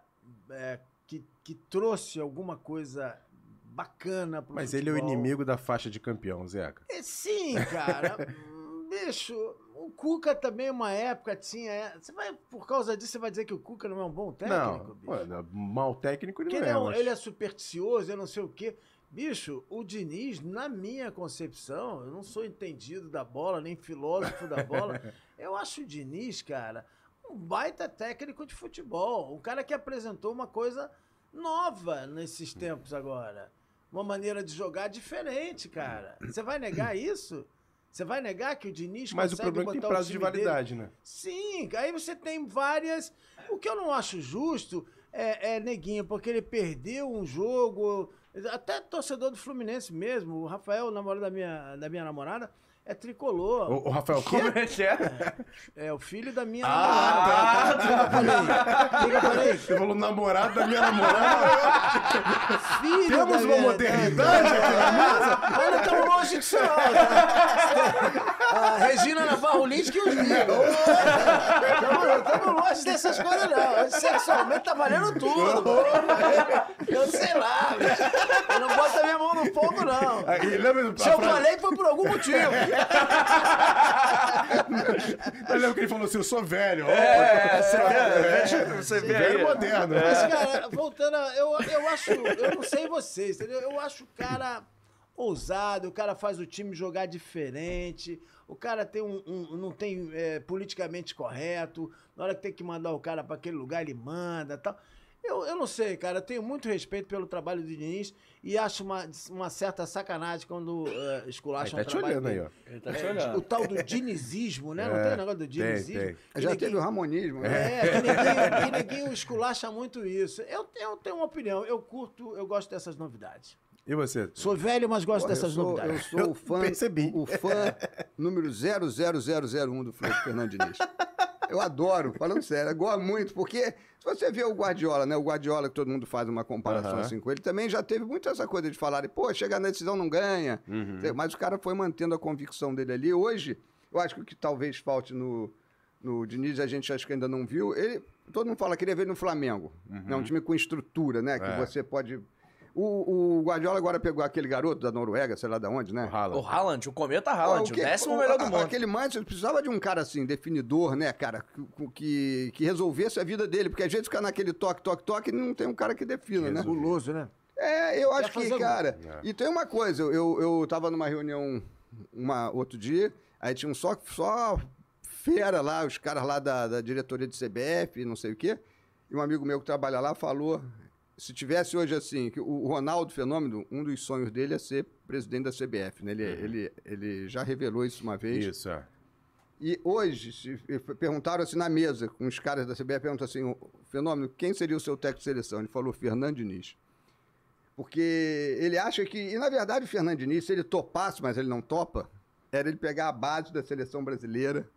S4: é, que, que trouxe alguma coisa bacana pro
S3: Mas ele é
S4: futebol.
S3: o inimigo da faixa de campeão, Zeca.
S4: É, Sim,
S3: [laughs]
S4: cara. Hum, Bicho, o Cuca também, é uma época, tinha. é, Você vai, por causa disso, você vai dizer que o Cuca não é um bom técnico?
S3: não, pô, mal técnico ele
S4: Porque
S3: não
S4: ele
S3: é.
S4: é, um-
S3: mas-
S4: ele é supersticioso, eu não sei o quê. Bicho, o Diniz, na minha concepção, eu não sou entendido da bola, nem filósofo da bola.
S3: [laughs]
S4: Eu acho o Diniz, cara, um baita técnico de futebol. Um cara que apresentou uma coisa nova nesses tempos agora. Uma maneira de jogar diferente, cara. Você vai negar isso? Você vai negar que o Diniz
S3: Mas o
S4: consegue
S3: problema é que tem
S4: botar o
S3: prazo de
S4: time dele-
S3: validade, né?
S4: Sim, aí você tem várias. O que eu não acho justo é, é Neguinho, porque ele perdeu um jogo. Até torcedor do Fluminense mesmo, o Rafael, namorado da minha, da minha namorada, é tricolor.
S3: O, o Rafael, o quê?
S2: Como é que é?
S4: É o filho da minha
S3: Ah,
S4: namorada. Liga pra mim.
S3: Você falou namorado da minha namorada.
S4: [laughs] Filho da
S3: Temos uma
S4: minha-
S3: modernidade aqui na mesa?
S4: Olha tão longe que você né? A Regina Navarro Lins que os liga. Tamo, tamo longe dessas coisas, não. Sexualmente tá valendo tudo. Eu sei lá, bicho. Eu não boto a minha mão no fogo, não.
S3: Aí, lembra do
S4: Se eu falei, foi por algum motivo.
S3: Eu lembro que ele falou assim: eu sou velho. ó.
S2: É, você vê, você vê
S3: velho é
S2: aí.
S3: moderno. né?
S4: Mas, cara, voltando, a- eu, eu acho, eu não sei vocês, entendeu? Eu acho o cara ousado, o cara faz o time jogar diferente, o cara tem um, um- não tem é, politicamente correto, na hora que tem que mandar o cara pra aquele lugar, ele manda tal. Eu, eu não sei, cara, eu tenho muito respeito pelo trabalho do Diniz e acho uma, uma certa sacanagem quando é, esculacham
S3: Aí
S4: o
S3: tá te
S4: trabalho
S3: olhando aí,
S4: dele.
S3: ó.
S2: Ele tá te
S4: É,
S2: olhando.
S4: o tal do dinizismo, né? Não
S3: É,
S4: tem o negócio do
S3: tem,
S4: dinizismo?
S3: tem.
S4: Que
S11: Já
S4: ninguém-
S11: teve o ramonismo, né?
S4: é, que neguinho, que neguinho esculacha muito isso. Eu, eu tenho uma opinião, eu curto, eu gosto dessas novidades.
S3: E você?
S4: Sou velho, mas gosto
S11: Porra, eu
S4: dessas
S11: sou, eu
S4: novidades.
S11: sou o fã,
S3: percebi. [laughs]
S11: o fã número 00001 do Fernando Fernando Diniz. Eu adoro, falando sério, eu gosto muito, porque se você vê o Guardiola, né? O Guardiola, que todo mundo faz uma comparação
S3: Aham.
S11: assim com ele, também já teve muito essa coisa de falar, pô, chegar na decisão não ganha.
S3: Uhum.
S11: Mas o cara foi mantendo a convicção dele ali. Hoje, eu acho que o que talvez falte no, no Diniz, a gente acho que ainda não viu, ele, todo mundo fala, queria ver ele no Flamengo. É um time com estrutura, né? Que
S3: Uhum. É.
S11: você pode... O, o Guardiola agora pegou aquele garoto da Noruega, sei lá de onde, né?
S3: O Haaland.
S2: O Haaland, o Cometa
S11: Pô,
S2: Haaland, o,
S11: que-
S2: décimo
S11: o-
S2: melhor
S11: a-
S2: do mundo.
S11: Aquele Manchester precisava de um cara assim, definidor, né, cara? Que, que, que resolvesse a vida dele. Porque às vezes fica naquele toque, toque, toque e não tem um cara que defina, né?
S4: Guloso, né?
S11: É, eu acho
S4: fazer um- É. gol.
S11: que, cara. E tem uma coisa, eu, eu tava numa reunião uma, outro dia, aí tinha um só, só fera lá, os caras lá da, da diretoria de CBF, não sei o quê. E um amigo meu que trabalha lá falou: se tivesse hoje assim, que o Ronaldo Fenômeno, um dos sonhos dele é ser presidente da CBF, né? Ele, ele, ele já revelou isso uma vez.
S3: Uhum. Isso, é.
S11: E hoje, se- perguntaram assim na mesa, com os caras da CBF, perguntaram assim, "O Fenômeno, quem seria o seu técnico de seleção? Ele falou Fernando Diniz. Porque ele acha que... E, na verdade, o Fernando Diniz, se ele topasse, mas ele não topa, era ele pegar a base da seleção brasileira,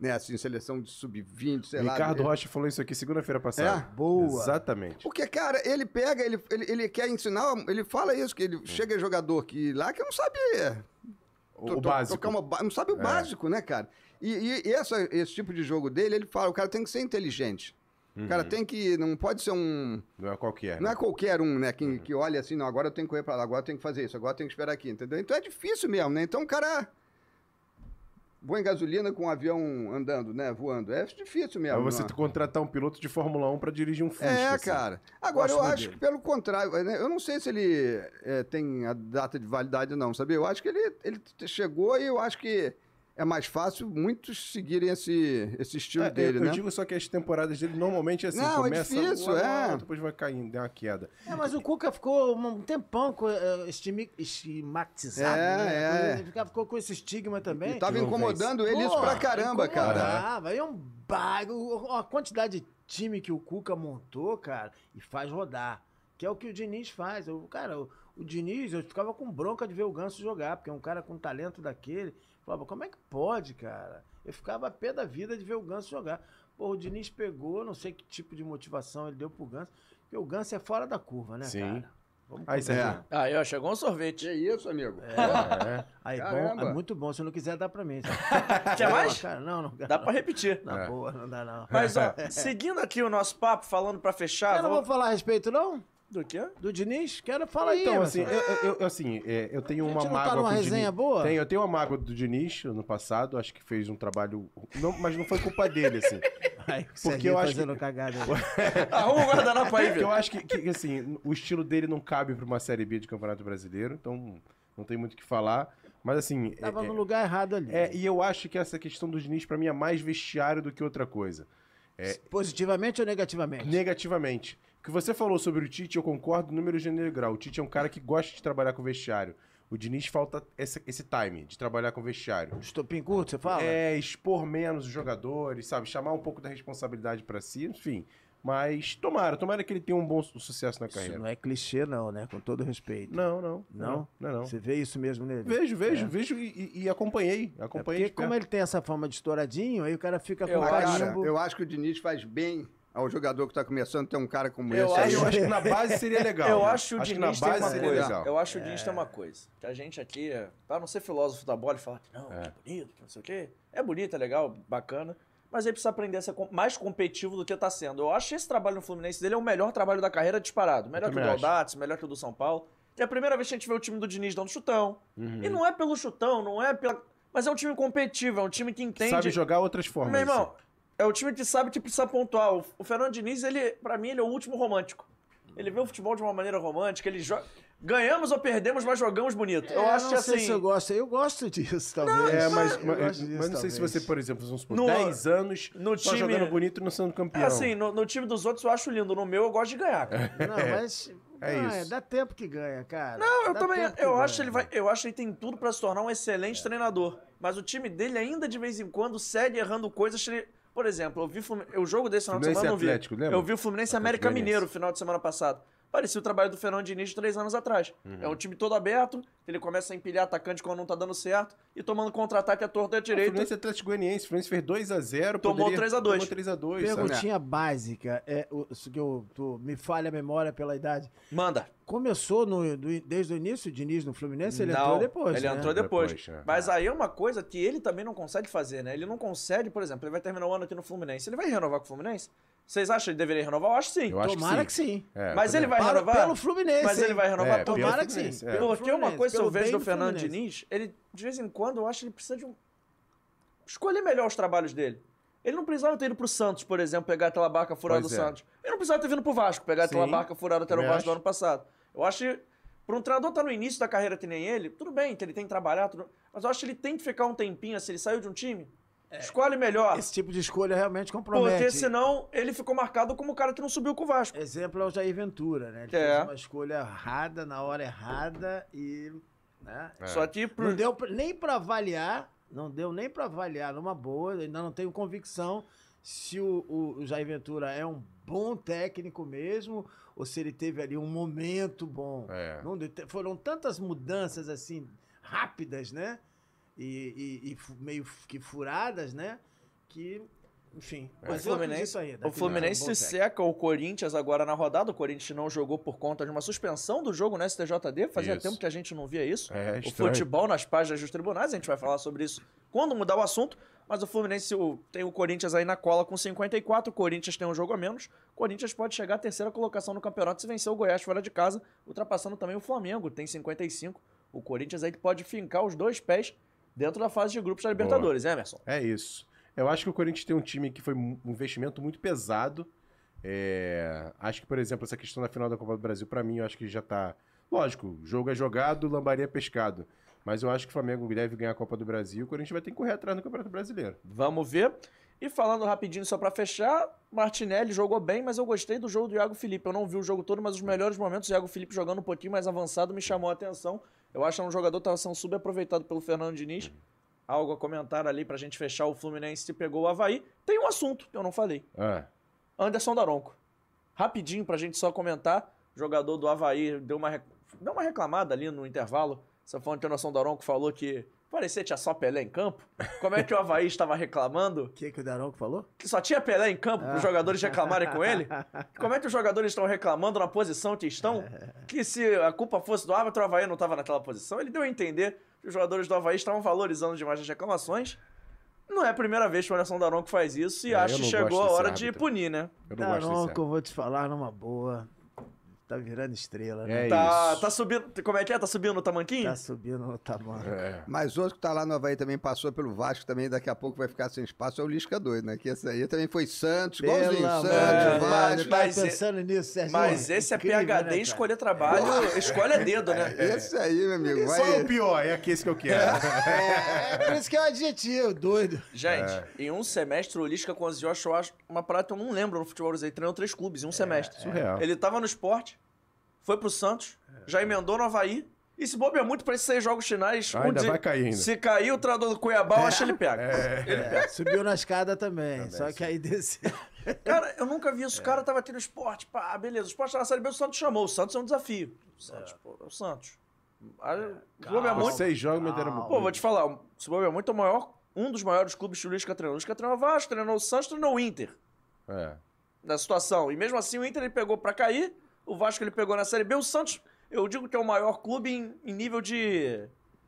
S11: né? Assim, seleção de sub-20, sei lá. é,
S3: Ricardo
S11: ele-
S3: Rocha falou isso aqui segunda-feira passada.
S11: É?
S3: Boa. Exatamente.
S11: porque, cara, ele pega, ele, ele, ele quer ensinar, ele fala isso, que ele chega jogador que lá que não sabe
S3: O,
S11: to-
S3: Hum. o
S11: to-
S3: básico. É.
S11: tocar uma ba- não sabe o básico, né, cara? E, e- e essa- esse tipo de jogo dele, ele fala, o cara tem que ser inteligente. O cara tem que. Não pode ser um.
S3: Uhum. Não é qualquer. Uhum.
S11: Não é qualquer um, né? Que, que olha assim, não, agora eu tenho que correr pra lá, agora eu tenho que fazer isso, agora eu tenho que esperar aqui, entendeu? Então é difícil mesmo, né? Então o cara. Põe gasolina com um avião andando, né? Voando. É difícil mesmo.
S3: Aí você
S11: não é?
S3: contratar um piloto de Fórmula 1 pra dirigir um Fusca.
S11: É,
S3: assim.
S11: cara. Agora,
S3: Gosto
S11: eu
S3: muito
S11: acho
S3: dele.
S11: que pelo contrário, né, eu não sei se ele é, tem a data de validade, não, sabia? Eu acho que ele, ele chegou e eu acho que é mais fácil muitos seguirem esse, esse estilo
S3: É, eu-
S11: dele,
S3: eu,
S11: né?
S3: digo só que as temporadas dele normalmente é assim,
S11: Não, é
S3: começa
S11: difícil,
S3: lá,
S11: é.
S3: depois vai caindo, deu uma queda.
S4: É, mas o Cuca ficou um tempão com, eh, estimi- estigmatizado.
S11: É,
S4: né?
S11: é.
S4: Ele fica- ficou com esse estigma também.
S11: E tava incomodando ele isso pra caramba, cara.
S4: incomodava. É um bairro. A quantidade de time que o Cuca montou, cara, e faz rodar. Que é o que o Diniz faz. Eu, cara, o, o Diniz, eu ficava com bronca de ver o Ganso jogar, porque é um cara com talento daquele. Falava, como é que pode, cara? Eu ficava a pé da vida de ver o Ganso jogar. Pô, o Diniz pegou, não sei que tipo de motivação ele deu pro Ganso, porque o Ganso é fora da curva, né,
S3: Sim.
S4: cara? Vamos
S3: Aí,
S4: combinar.
S3: Sérgio.
S2: Aí, ó, chegou um sorvete.
S11: É isso, amigo.
S3: É.
S4: Aí, bom,
S11: Caramba.
S4: é muito bom. Se não quiser, dá pra mim.
S2: [laughs] Quer mais?
S4: Cara, não, não.
S2: Dá pra repetir.
S3: É.
S4: Na boa, não dá
S2: [laughs]
S4: não.
S2: Mas,
S4: [laughs]
S2: ó, seguindo aqui o nosso papo, falando pra fechar...
S4: Eu não vou falar a respeito, não?
S2: Do quê?
S4: Do Diniz? Quero falar aí,
S3: Então, assim,
S4: Emerson.
S3: eu, eu- eu- assim, é, eu tenho uma
S4: não tá
S3: mágoa
S4: numa
S3: com o
S4: resenha
S3: Diniz.
S4: boa?
S3: Tenho, eu tenho uma mágoa do Diniz no passado, acho que fez um trabalho. não- mas não foi culpa dele, assim.
S11: [laughs]
S4: Ai,
S3: Porque
S11: tá
S3: eu acho
S4: fazendo
S3: que.
S4: cagada.
S3: [laughs]
S2: [laughs] Arruma o guardanapo aí,
S3: Porque
S2: viu?
S3: eu acho É que, que, assim, o estilo dele não cabe pra uma série B de Campeonato Brasileiro, então não tem muito o que falar. Mas assim. é-
S4: Tava
S3: é-
S4: no lugar errado ali.
S3: é, e eu acho que essa questão do Diniz, pra mim, é mais vestiário do que outra coisa.
S4: Positivamente ou negativamente?
S3: É, Negativamente. O que você falou sobre o Tite, eu concordo número gênero e grau. O Tite é um cara que gosta de trabalhar com vestiário. O Diniz falta esse, esse time de trabalhar com vestiário.
S4: Estopim curto, você fala?
S3: É, expor menos os jogadores, sabe? Chamar um pouco da responsabilidade pra si, enfim. Mas tomara, tomara que ele tenha um bom su- sucesso na
S4: Isso
S3: carreira.
S4: não é clichê, não, né? Com todo respeito.
S3: Não, não.
S4: Não?
S3: Não, é não.
S4: Você vê isso mesmo nele?
S3: Vejo, vejo,
S4: É.
S3: vejo e, e- e acompanhei. Acompanhei
S4: Porque
S3: de perto.
S4: como ele tem essa forma de estouradinho, aí o cara fica
S3: assim,
S4: com
S2: Eu
S4: o
S11: Mas, cara,
S4: carimbo.
S11: eu acho que o Diniz faz bem ao jogador que tá começando ter um cara como
S2: Eu
S11: esse.
S3: Aí
S2: [laughs]
S11: aí.
S3: eu acho que na base seria legal. né?
S2: Eu acho o
S3: que
S2: Diniz tem uma
S3: seria
S2: coisa.
S3: legal.
S2: Eu acho o
S4: É.
S2: Diniz tem uma coisa. Que a gente aqui, é, pra não ser filósofo da bola e falar que não, é. bonito, que não sei o quê. É bonito, é legal, bacana. Mas ele precisa aprender a ser com- mais competitivo do que tá sendo. Eu acho que esse trabalho no Fluminense dele é o melhor trabalho da carreira disparado. Melhor
S3: Eu
S2: que o do
S3: também acho.
S2: Aldates, melhor que o do São Paulo. E é a primeira vez que a gente vê o time do Diniz dando chutão.
S3: Uhum.
S2: E não é pelo chutão, não é pela. Mas é um time competitivo, é um time que entende.
S3: Sabe jogar outras formas.
S2: Meu irmão,
S3: assim.
S2: é o time que sabe que precisa pontuar. O o Fernando Diniz, ele, pra mim, ele é o último romântico. Ele vê o futebol de uma maneira romântica, ele joga. Ganhamos ou perdemos, mas jogamos bonito. Eu
S4: É,
S2: acho que
S4: não sei
S2: assim.
S4: se eu gosto. Eu gosto disso, talvez.
S3: É, mas, mas,
S4: Eu
S3: mas
S4: gosto disso,
S3: não sei se
S4: talvez.
S3: você, por exemplo, vamos supor,
S2: No-
S3: 10 anos
S2: no
S3: só
S2: time-
S3: jogando bonito e não sendo campeão. Ah,
S2: É assim, no, no time dos outros eu acho lindo, no meu eu gosto de ganhar. cara.
S4: [laughs] Não, mas.
S3: É
S4: ah,
S3: isso.
S4: dá tempo que ganha, cara.
S2: Não, eu
S4: Dá
S2: também.
S4: tempo que
S2: Eu
S4: ganha.
S2: acho, ele vai, eu acho que ele tem tudo pra se tornar um
S3: É.
S2: excelente treinador. Mas o time dele ainda de vez em quando segue errando coisas. que ele- Por exemplo, eu vi Flumin- eu jogo desse final de
S3: Fluminense
S2: semana eu não vi.
S3: Atlético, lembra?
S2: Eu vi o Fluminense e América
S3: Goianiense.
S2: Mineiro final de semana passado. Parecia o trabalho do Fernando Diniz de três anos atrás.
S3: Uhum.
S2: É um time todo aberto, ele começa a empilhar atacante quando não tá dando certo e tomando contra-ataque à torta e à
S3: O
S2: direita.
S3: Fluminense é Atlético Goianiense. O Fluminense fez 2x0.
S2: Tomou 3x2.
S3: Tomou 3x2. sabe?
S4: Perguntinha básica, é, o- isso que eu tô- me falha a memória pela idade.
S2: Manda.
S4: Começou no- do- desde o início o Diniz no Fluminense? Ele
S2: Não,
S4: entrou depois.
S2: Ele
S4: né?
S2: entrou depois.
S3: Depois, é.
S2: Mas aí é uma coisa que ele também não consegue fazer, né? Ele não consegue, por exemplo, ele vai terminar o ano aqui no Fluminense. Ele vai renovar com o Fluminense? Vocês acham que ele deveria renovar? Eu acho sim.
S3: Eu acho
S4: Tomara
S3: que
S4: que
S3: sim.
S4: sim.
S3: É,
S2: Mas
S3: eu
S2: ele vai
S4: Para-
S2: renovar?
S4: pelo Fluminense,
S2: Mas ele
S4: hein?
S2: vai
S3: É,
S2: renovar
S3: pelo
S2: também.
S4: Tomara que
S3: Fluminense,
S4: sim.
S3: é.
S4: Pelo
S2: Porque uma
S4: Fluminense,
S2: coisa que eu
S4: pelo
S2: vejo
S4: bem
S2: do Fernando
S4: Fluminense.
S2: Diniz, ele de vez em quando eu acho que ele precisa de um. Escolher melhor os trabalhos dele. Ele não precisava ter ido pro Santos, por exemplo, pegar aquela barca furada
S3: Pois
S2: do
S3: é.
S2: Santos. Ele não precisava ter vindo pro Vasco, pegar aquela
S3: Sim,
S2: barca furada até o
S3: também
S2: Vasco do
S3: acho.
S2: ano passado. Eu acho que pra um treinador estar no início da carreira que nem ele, tudo bem que ele tem que trabalhar, tudo... mas eu acho que ele tem que ficar um tempinho assim. Ele saiu de um time, escolhe melhor.
S4: Esse tipo de escolha realmente compromete.
S2: Porque senão ele ficou marcado como o cara que não subiu com o Vasco.
S4: Exemplo é o Jair Ventura, né? Ele
S2: É.
S4: fez uma escolha errada, na hora errada e. Né?
S2: É. Só que pro...
S4: Não deu pra- nem pra avaliar, não deu nem pra avaliar numa boa, ainda não tenho convicção se o, o- o Jair Ventura é um bom técnico mesmo ou se ele teve ali um momento bom.
S3: É.
S4: Não deu- te- foram tantas mudanças assim rápidas, né? E, e- e fu- meio que furadas, né? Que, enfim.
S2: É. O
S4: mas eu
S2: Fluminense,
S4: acredito ainda
S2: o
S4: que ele é um
S2: Fluminense
S4: bom técnico.
S2: seca o Corinthians agora na rodada. O Corinthians não jogou por conta de uma suspensão do jogo na STJD. Fazia
S3: Isso.
S2: tempo que a gente não via isso.
S3: É,
S2: o
S3: estranho.
S2: futebol nas páginas dos tribunais, a gente vai falar sobre isso quando mudar o assunto. Mas o Fluminense o- tem o Corinthians aí na cola com 54. O Corinthians tem um jogo a menos. O Corinthians pode chegar à terceira colocação no campeonato se vencer o Goiás fora de casa, ultrapassando também o Flamengo, tem 55. O Corinthians aí que pode fincar os dois pés dentro da fase de grupos da Libertadores,
S3: Boa.
S2: né, Emerson?
S3: É isso. Eu acho que o Corinthians tem um time que foi um investimento muito pesado. É, Acho que, por exemplo, essa questão da final da Copa do Brasil, pra mim, eu acho que já tá. Lógico, jogo é jogado, lambaria é pescado. Mas eu acho que o Flamengo deve ganhar a Copa do Brasil e o Corinthians vai ter que correr atrás no Campeonato Brasileiro.
S2: Vamos ver. E falando rapidinho só pra fechar, Martinelli jogou bem, mas eu gostei do jogo do Iago Felipe. Eu não vi o jogo todo, mas os melhores momentos do Iago Felipe jogando um pouquinho mais avançado me chamou a atenção. Eu acho que é um jogador que estava sendo subaproveitado pelo Fernando Diniz. Algo a comentar ali pra gente fechar o Fluminense se pegou o Havaí. Tem um assunto que eu não falei.
S3: Ah,
S2: Anderson Daronco. Rapidinho pra gente só comentar. Jogador do Havaí deu uma, re- deu uma reclamada ali no intervalo. Você tá falando que o Anderson Daronco falou que parecia que tinha só Pelé em campo. Como é que o Havaí estava reclamando? O
S4: que, que o Daronco falou? Ah.
S2: Que só tinha Pelé em campo para os jogadores reclamarem com [laughs] ele? Como é que os jogadores estão reclamando na posição que estão?
S4: É.
S2: Que se a culpa fosse do árbitro, o Havaí não estava naquela posição. Ele deu a entender que os jogadores do Havaí estavam valorizando demais as reclamações. Não é a primeira vez que o Anderson Daronco faz isso e
S4: É, eu
S2: acho que
S4: não
S2: chegou
S4: gosto
S2: a
S4: desse
S2: hora de
S4: árbitro.
S2: punir, né?
S4: Daronco, Tá eu vou te falar numa boa. Tá virando estrela, né?
S2: tá, tá subindo. Como é que é? Tá subindo o tamanquinho?
S4: Tá subindo o tamanho.
S11: Mas outro que tá lá no Havaí também passou pelo Vasco também, daqui a pouco vai ficar sem espaço, é o Lisca doido, né? Que esse aí também foi Santos,
S4: Pelo
S11: igualzinho,
S4: amor
S11: Santos,
S4: de Deus,
S11: Vasco.
S4: eu tava Mas pensando nisso, Serginho.
S2: Mas esse é
S4: Incrível,
S2: PHD
S4: né,
S2: em escolher trabalho,
S4: [laughs]
S11: Porra.
S2: escolhe a dedo, né?
S11: Esse aí, meu amigo.
S2: Qual é o
S3: pior? É aqui esse que eu quero.
S4: É por isso que é um adjetivo, doido.
S2: Gente,
S3: É.
S2: em um semestre o Lisca conseguiu achar uma parada que eu não lembro no futebol brasileiro. Ele treinou três clubes em um semestre.
S3: É, surreal. É.
S2: Ele tava no esporte, foi pro Santos, já emendou no Havaí. E se bobear muito pra esses seis jogos finais.
S3: Ah, ainda
S2: onde
S3: vai cair ainda.
S2: Se cair o treinador do Cuiabá, eu acho que ele pega. Ele pega.
S4: É, subiu na escada também, só que aí desceu.
S2: Cara, eu nunca vi isso. O cara tava aqui no esporte, pá, beleza. O esporte tava na Série B, o Santos chamou. O Santos é um desafio. O Santos, pô, é o Santos. Aí, se bobear muito-
S3: Vocês jogam, mas deram
S2: Pô, vou te falar, se bobear muito, é o maior, um dos maiores clubes que o Lisca treinou. O Lisca treinou o Vasco, treinou o Santos, treinou o Inter.
S3: É.
S2: da situação. E mesmo assim o Inter ele pegou pra cair, o Vasco ele pegou na Série B, o Santos, eu digo que é o maior clube em, em nível de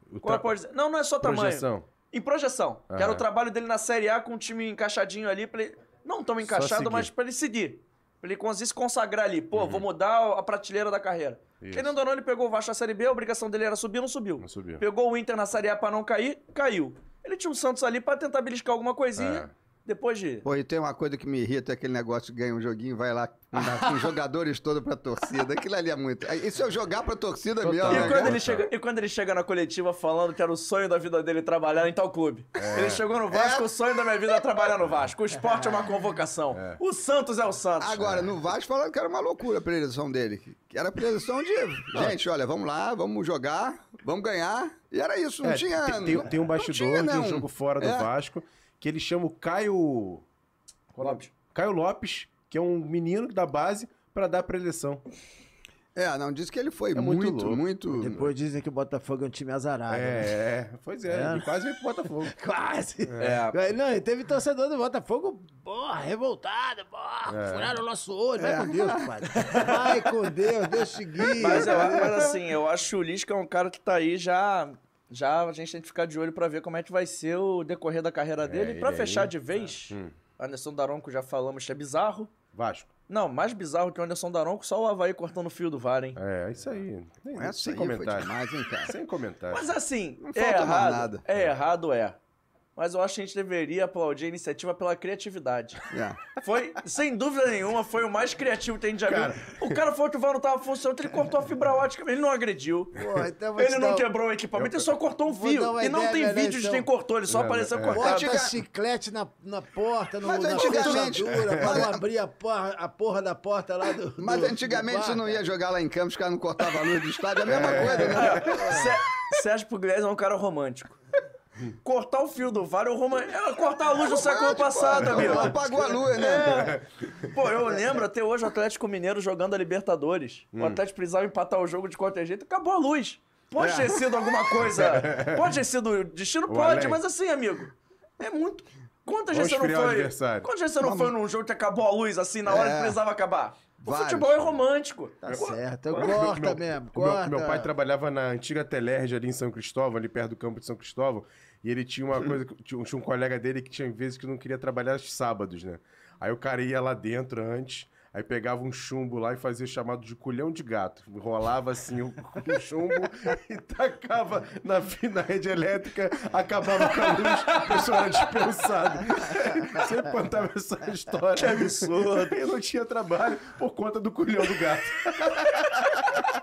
S2: como
S3: tra-
S2: eu posso dizer? Não, não é só tamanho.
S3: Projeção.
S2: Em projeção. Que era
S3: Aham.
S2: o trabalho dele na Série A com o time encaixadinho ali pra ele... não tão encaixado,
S3: seguir. Uhum.
S2: mas pra ele seguir. Pra ele conseguir se consagrar ali. Pô, vou mudar a prateleira da carreira.
S3: Isso.
S2: Querendo ou não, ele pegou o Vasco na Série B, a obrigação dele era subir, não subiu.
S3: Não subiu.
S2: Pegou o Inter na Série A pra não cair, caiu. Ele tinha o Santos ali pra tentar beliscar alguma coisinha.
S3: É.
S2: Depois de
S11: Pô, e tem uma coisa que me irrita, é aquele negócio de ganhar um joguinho, vai lá
S2: [laughs]
S11: dá com os jogadores todos pra torcida. Aquilo ali é muito. Isso é jogar pra torcida mesmo.
S2: E
S11: né,
S2: quando,
S11: cara?
S2: ele chega, e quando ele chega na coletiva falando que era o sonho da vida dele trabalhar em tal clube. Ele chegou no Vasco, o sonho da minha vida é trabalhar no Vasco. O esporte é uma convocação. O Santos é o Santos.
S11: Agora, no Vasco falaram que era uma loucura a previsão dele. Que era a previsão de. Gente, olha, vamos lá, vamos jogar, vamos ganhar. E era isso, não
S3: É,
S11: tinha.
S3: tem- Tem, tem um
S11: não
S3: bastidor
S11: tinha,
S3: de um
S11: não.
S3: jogo fora do
S11: É.
S3: Vasco que ele chama o Caio. Qual é o nome? Caio Lopes, que é um menino da base, pra dar preleção.
S11: É, não, disse que ele foi
S3: É muito
S11: muito,
S3: louco.
S11: muito.
S4: Depois dizem que o Botafogo é um time azarado.
S3: É, é, pois é, ele quase veio pro Botafogo.
S4: quase!
S3: É.
S4: Não, e teve torcedor do Botafogo, porra, revoltado, porra,
S2: É.
S4: furaram o nosso olho. Vai com Deus, compadre. Vai com Deus, Deus te guia.
S2: Mas, eu- mas assim, eu acho que o Lisca é um cara que tá aí já. Já a gente tem que ficar de olho pra ver como é que vai ser o decorrer da carreira dele.
S3: ele
S2: É, E pra
S3: aí-
S2: fechar de vez,
S4: Hum.
S2: Anderson Daronco já falamos que é bizarro.
S3: Vasco.
S2: Não, mais bizarro que o Anderson Daronco, só o Havaí cortando o fio do VAR, hein?
S3: É, isso aí. Nem-
S11: Essa
S3: sem
S11: aí foi
S3: comentário.
S11: demais, hein, cara?
S3: Sem comentário.
S2: Mas assim,
S11: Não
S2: é
S11: falta mais
S2: errado.
S11: nada.
S2: É errado, é. Mas eu acho que a gente deveria aplaudir a iniciativa pela criatividade.
S11: É.
S2: Foi, sem dúvida nenhuma, foi o mais criativo que a gente já viu. O cara falou que o VAR não tava funcionando, ele cortou a fibra ótica, ele não agrediu.
S4: então eu vou
S2: ele
S4: te
S2: não
S4: dar um-
S2: quebrou o equipamento, ele só cortou um
S4: Vou dar
S2: fio.
S4: uma
S2: E não
S4: ideia
S2: tem
S4: melhor,
S2: vídeo de
S4: então.
S2: quem cortou, ele só
S4: Não,
S2: apareceu
S4: é.
S2: cortado.
S4: Bota chiclete na, na porta, no,
S11: Mas
S4: na
S11: antigamente-
S4: fechadura, pra não
S11: Mas-
S4: abrir a porra, a porra da porta lá do.
S11: Mas
S4: do-
S11: antigamente
S4: do
S11: você
S4: bar.
S11: não ia jogar lá em campo, os caras não cortavam a luz do estádio, é a mesma coisa, né?
S3: [laughs]
S2: Sé- Sérgio Pugliese é um cara romântico. [laughs] Cortar o fio do VAR é o roman- é cortar a luz do século passado,
S11: pô.
S2: amigo.
S11: Apagou a luz, né?
S2: É. Pô, eu lembro até hoje o Atlético Mineiro jogando a Libertadores. O Atlético precisava empatar o jogo de qualquer jeito, acabou a luz. Pode
S3: É.
S2: ter sido alguma coisa. Pode ter sido destino,
S3: O
S2: pode,
S3: além.
S2: mas assim, amigo. É muito. Quantas vezes
S3: Vamos
S2: você não
S3: esfriar o
S2: foi.
S3: adversário.
S2: Quantas vezes você não
S3: Vamos.
S2: foi num jogo que acabou a luz, assim, na hora
S3: É.
S2: que precisava acabar? O
S3: Vários.
S2: futebol é romântico.
S4: Tá certo, eu
S3: Meu-
S4: corta
S3: meu-
S4: mesmo,
S3: o meu-
S4: corta.
S3: Meu, pai trabalhava na antiga Telerge ali em São Cristóvão, ali perto do campo de São Cristóvão, e ele tinha uma coisa, que- tinha um- tinha um colega dele que tinha vezes que não queria trabalhar aos sábados, né? Aí o cara ia lá dentro antes, Aí pegava um chumbo lá e fazia chamado de culhão de gato. Rolava assim o o chumbo [laughs] e tacava na, fi- na rede elétrica, acabava com a luz, a pessoa era dispensada. [laughs] Sempre contava essa história.
S2: Que absurdo.
S3: Eu não tinha trabalho por conta do culhão do gato.
S4: [laughs]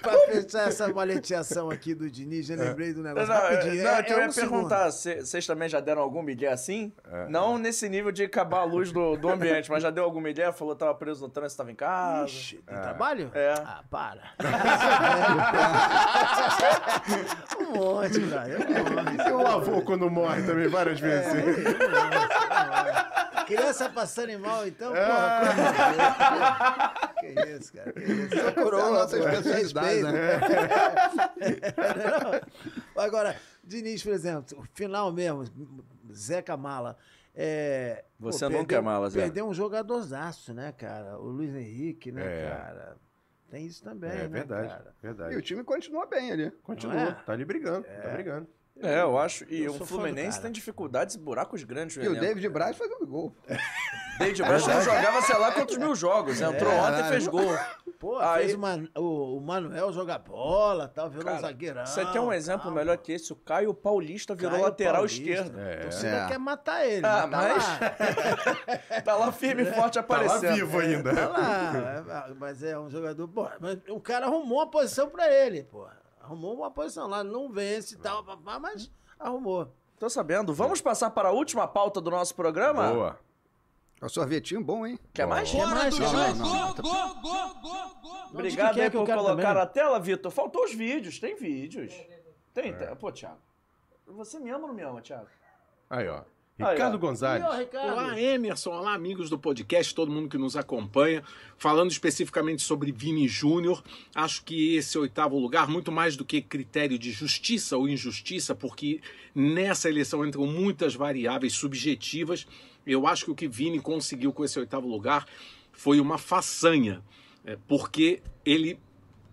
S4: Pra fechar essa maleteação aqui do Diniz, já lembrei do negócio.
S2: É. Não,
S4: Rapidinho,
S2: não,
S4: é-
S2: eu te
S4: é
S2: ia
S4: um segundo.
S2: perguntar, cê- vocês também já deram alguma ideia assim? não nesse nível de acabar a luz do, do ambiente, mas já deu alguma ideia? Falou que tava preso no trânsito, tava em casa. Ixi,
S4: tem trabalho?
S2: É.
S4: Ah, para.
S2: [laughs]
S4: Um monte, cara.
S11: [laughs] um
S3: Seu avô quando morre também, várias vezes.
S4: Criança passando mal, então,
S3: É.
S4: porra. Que isso, cara. Que isso. é Só
S11: coroa, pô. Respeito.
S3: né?
S4: [laughs] Não. Agora, Diniz, por exemplo, o final mesmo, Zeca Mala. é,
S2: Você nunca é mala, Zé.
S4: Perdeu um jogadorzaço, né, cara? O Luiz Henrique, né,
S3: É.
S4: cara? Tem isso também,
S3: É
S4: né,
S3: verdade,
S4: cara?
S3: verdade.
S11: E o time continua bem ali.
S3: Continua,
S4: Não é?
S3: tá ali brigando, tá brigando.
S2: É, eu acho. E
S4: Eu
S2: o
S4: sou fã do
S2: Fluminense
S4: cara.
S2: tem dificuldades e buracos grandes. no
S11: E o
S2: elenco.
S11: David Braz fazendo gol.
S4: [laughs]
S2: David Braz não jogava, sei lá, quantos mil
S4: É.
S2: jogos. é, Entrou ontem e fez gol.
S4: Pô,
S2: Aí-
S4: fez o, Man- o, o Manuel jogar bola, tal, virou um
S2: Cara,
S4: zagueirão.
S2: Você tem um exemplo melhor que esse? O Caio Paulista virou
S4: Caio
S2: lateral
S4: Paulista.
S2: esquerdo.
S4: Você
S11: É.
S4: quer matar ele,
S2: Ah,
S4: mas tá
S2: mas-
S4: lá. [laughs]
S2: Tá lá firme e forte
S3: Tá lá
S2: aparecendo.
S3: vivo ainda.
S4: Tá lá, mas é um jogador. Pô, mas o cara arrumou uma posição pra ele, pô. Arrumou uma posição lá, não vence e tal, papá, mas arrumou.
S2: Tô sabendo. Vamos passar para a última pauta do nosso programa?
S3: É. Boa.
S11: É um sorvetinho bom, hein?
S2: Quer mais?
S4: Quer mais?
S1: do
S4: Não,
S1: jogo!
S4: não, não. tá
S1: Go, go, go, go, go.
S4: Diz que
S2: Obrigado
S4: quer
S2: aí
S4: que eu
S2: por
S4: quero
S2: colocar
S4: também.
S2: na tela, Vitor. Faltou os vídeos, tem vídeos. Tem,
S3: É.
S2: tem. Pô, Thiago. Você me ama ou não me ama, Thiago?
S3: Aí, ó.
S2: Aí,
S3: Ricardo
S2: ó.
S3: Gonzalez.
S4: Ô, Ricardo.
S14: Olá, Emerson. Olá, amigos do podcast, todo mundo que nos acompanha. Falando especificamente sobre Vini Júnior, acho que esse é oitavo lugar, muito mais do que critério de justiça ou injustiça, porque nessa eleição entram muitas variáveis subjetivas, eu acho que o que Vini conseguiu com esse oitavo lugar foi uma façanha, é, porque ele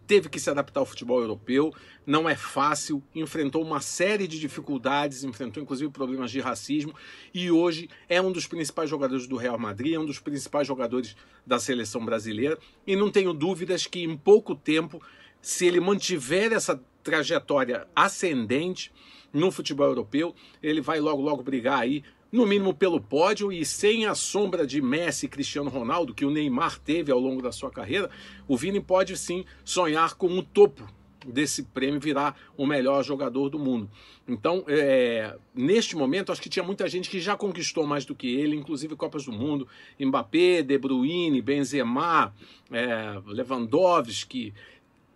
S14: teve que se adaptar ao futebol europeu, não é fácil, enfrentou uma série de dificuldades, enfrentou inclusive problemas de racismo e hoje é um dos principais jogadores do Real Madrid, é um dos principais jogadores da seleção brasileira e não tenho dúvidas que em pouco tempo, se ele mantiver essa trajetória ascendente no futebol europeu, ele vai logo logo brigar aí no mínimo pelo pódio e sem a sombra de Messi e Cristiano Ronaldo que o Neymar teve ao longo da sua carreira, o Vini pode sim sonhar com o topo desse prêmio virar o melhor jogador do mundo. Então, é, neste momento, acho que tinha muita gente que já conquistou mais do que ele, inclusive Copas do Mundo, Mbappé, De Bruyne, Benzema, é, Lewandowski,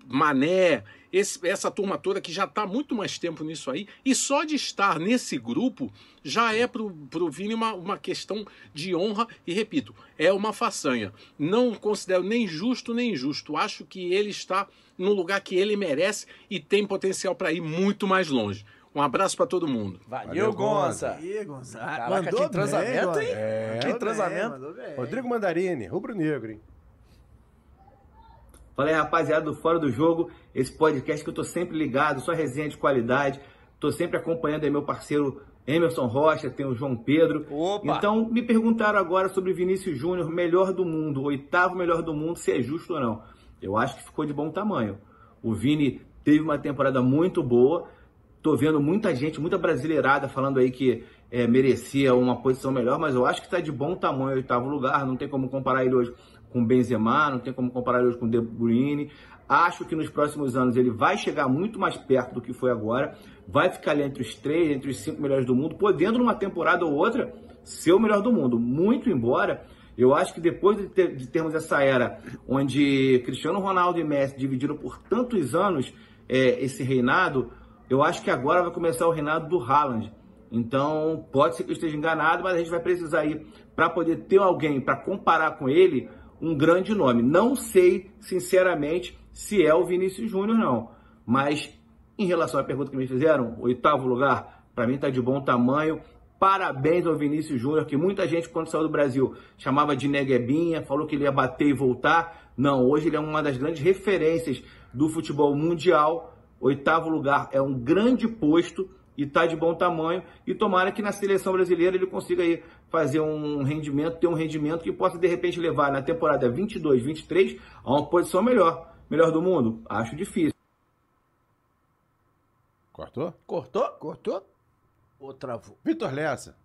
S14: Mané, esse- essa turma toda que já está muito mais tempo nisso aí, e só de estar nesse grupo já é pro, pro Vini uma, uma questão de honra, e repito, é uma façanha. Não considero nem justo nem injusto. Acho que ele está no lugar que ele merece e tem potencial para ir muito mais longe. Um abraço para todo mundo.
S2: Valeu,
S3: Valeu,
S2: Gonza.
S4: Ih, Gonzalo.
S2: Caraca, que transamento, hein?
S4: É.
S2: Que transamento.
S3: Rodrigo Mandarini, rubro-negro, hein?
S16: Fala aí, rapaziada do Fora do Jogo, esse podcast que eu tô sempre ligado, só resenha de qualidade, tô sempre acompanhando aí meu parceiro Emerson Rocha, tem o João Pedro.
S2: Opa!
S16: Então, me perguntaram agora sobre Vinícius Júnior, melhor do mundo, oitavo melhor do mundo, se é justo ou não. Eu acho que ficou de bom tamanho. O Vini teve uma temporada muito boa, tô vendo muita gente, muita brasileirada falando aí que é, merecia uma posição melhor, mas eu acho que está de bom tamanho o oitavo lugar, não tem como comparar ele hoje com Benzema, não tem como comparar ele hoje com De Bruyne. Acho que nos próximos anos ele vai chegar muito mais perto do que foi agora, vai ficar ali entre os três, entre os cinco melhores do mundo, podendo numa temporada ou outra ser o melhor do mundo. Muito embora, eu acho que depois de, ter- de termos essa era onde Cristiano Ronaldo e Messi dividiram por tantos anos é, esse reinado, eu acho que agora vai começar o reinado do Haaland. Então, pode ser que eu esteja enganado, mas a gente vai precisar aí para poder ter alguém para comparar com ele, um grande nome. Não sei, sinceramente, se é o Vinícius Júnior não, mas em relação à pergunta que me fizeram, oitavo lugar, para mim tá de bom tamanho. Parabéns ao Vinícius Júnior, que muita gente, quando saiu do Brasil, chamava de neguebinha, falou que ele ia bater e voltar. Não, hoje ele é uma das grandes referências do futebol mundial. Oitavo lugar é um grande posto e está de bom tamanho. E tomara que na seleção brasileira ele consiga aí fazer um rendimento, ter um rendimento que possa de repente levar na temporada 22, 23 a uma posição melhor. Melhor do mundo? Acho difícil.
S3: Cortou?
S2: Cortou?
S4: Cortou? Ou travou?
S3: Vitor Lessa.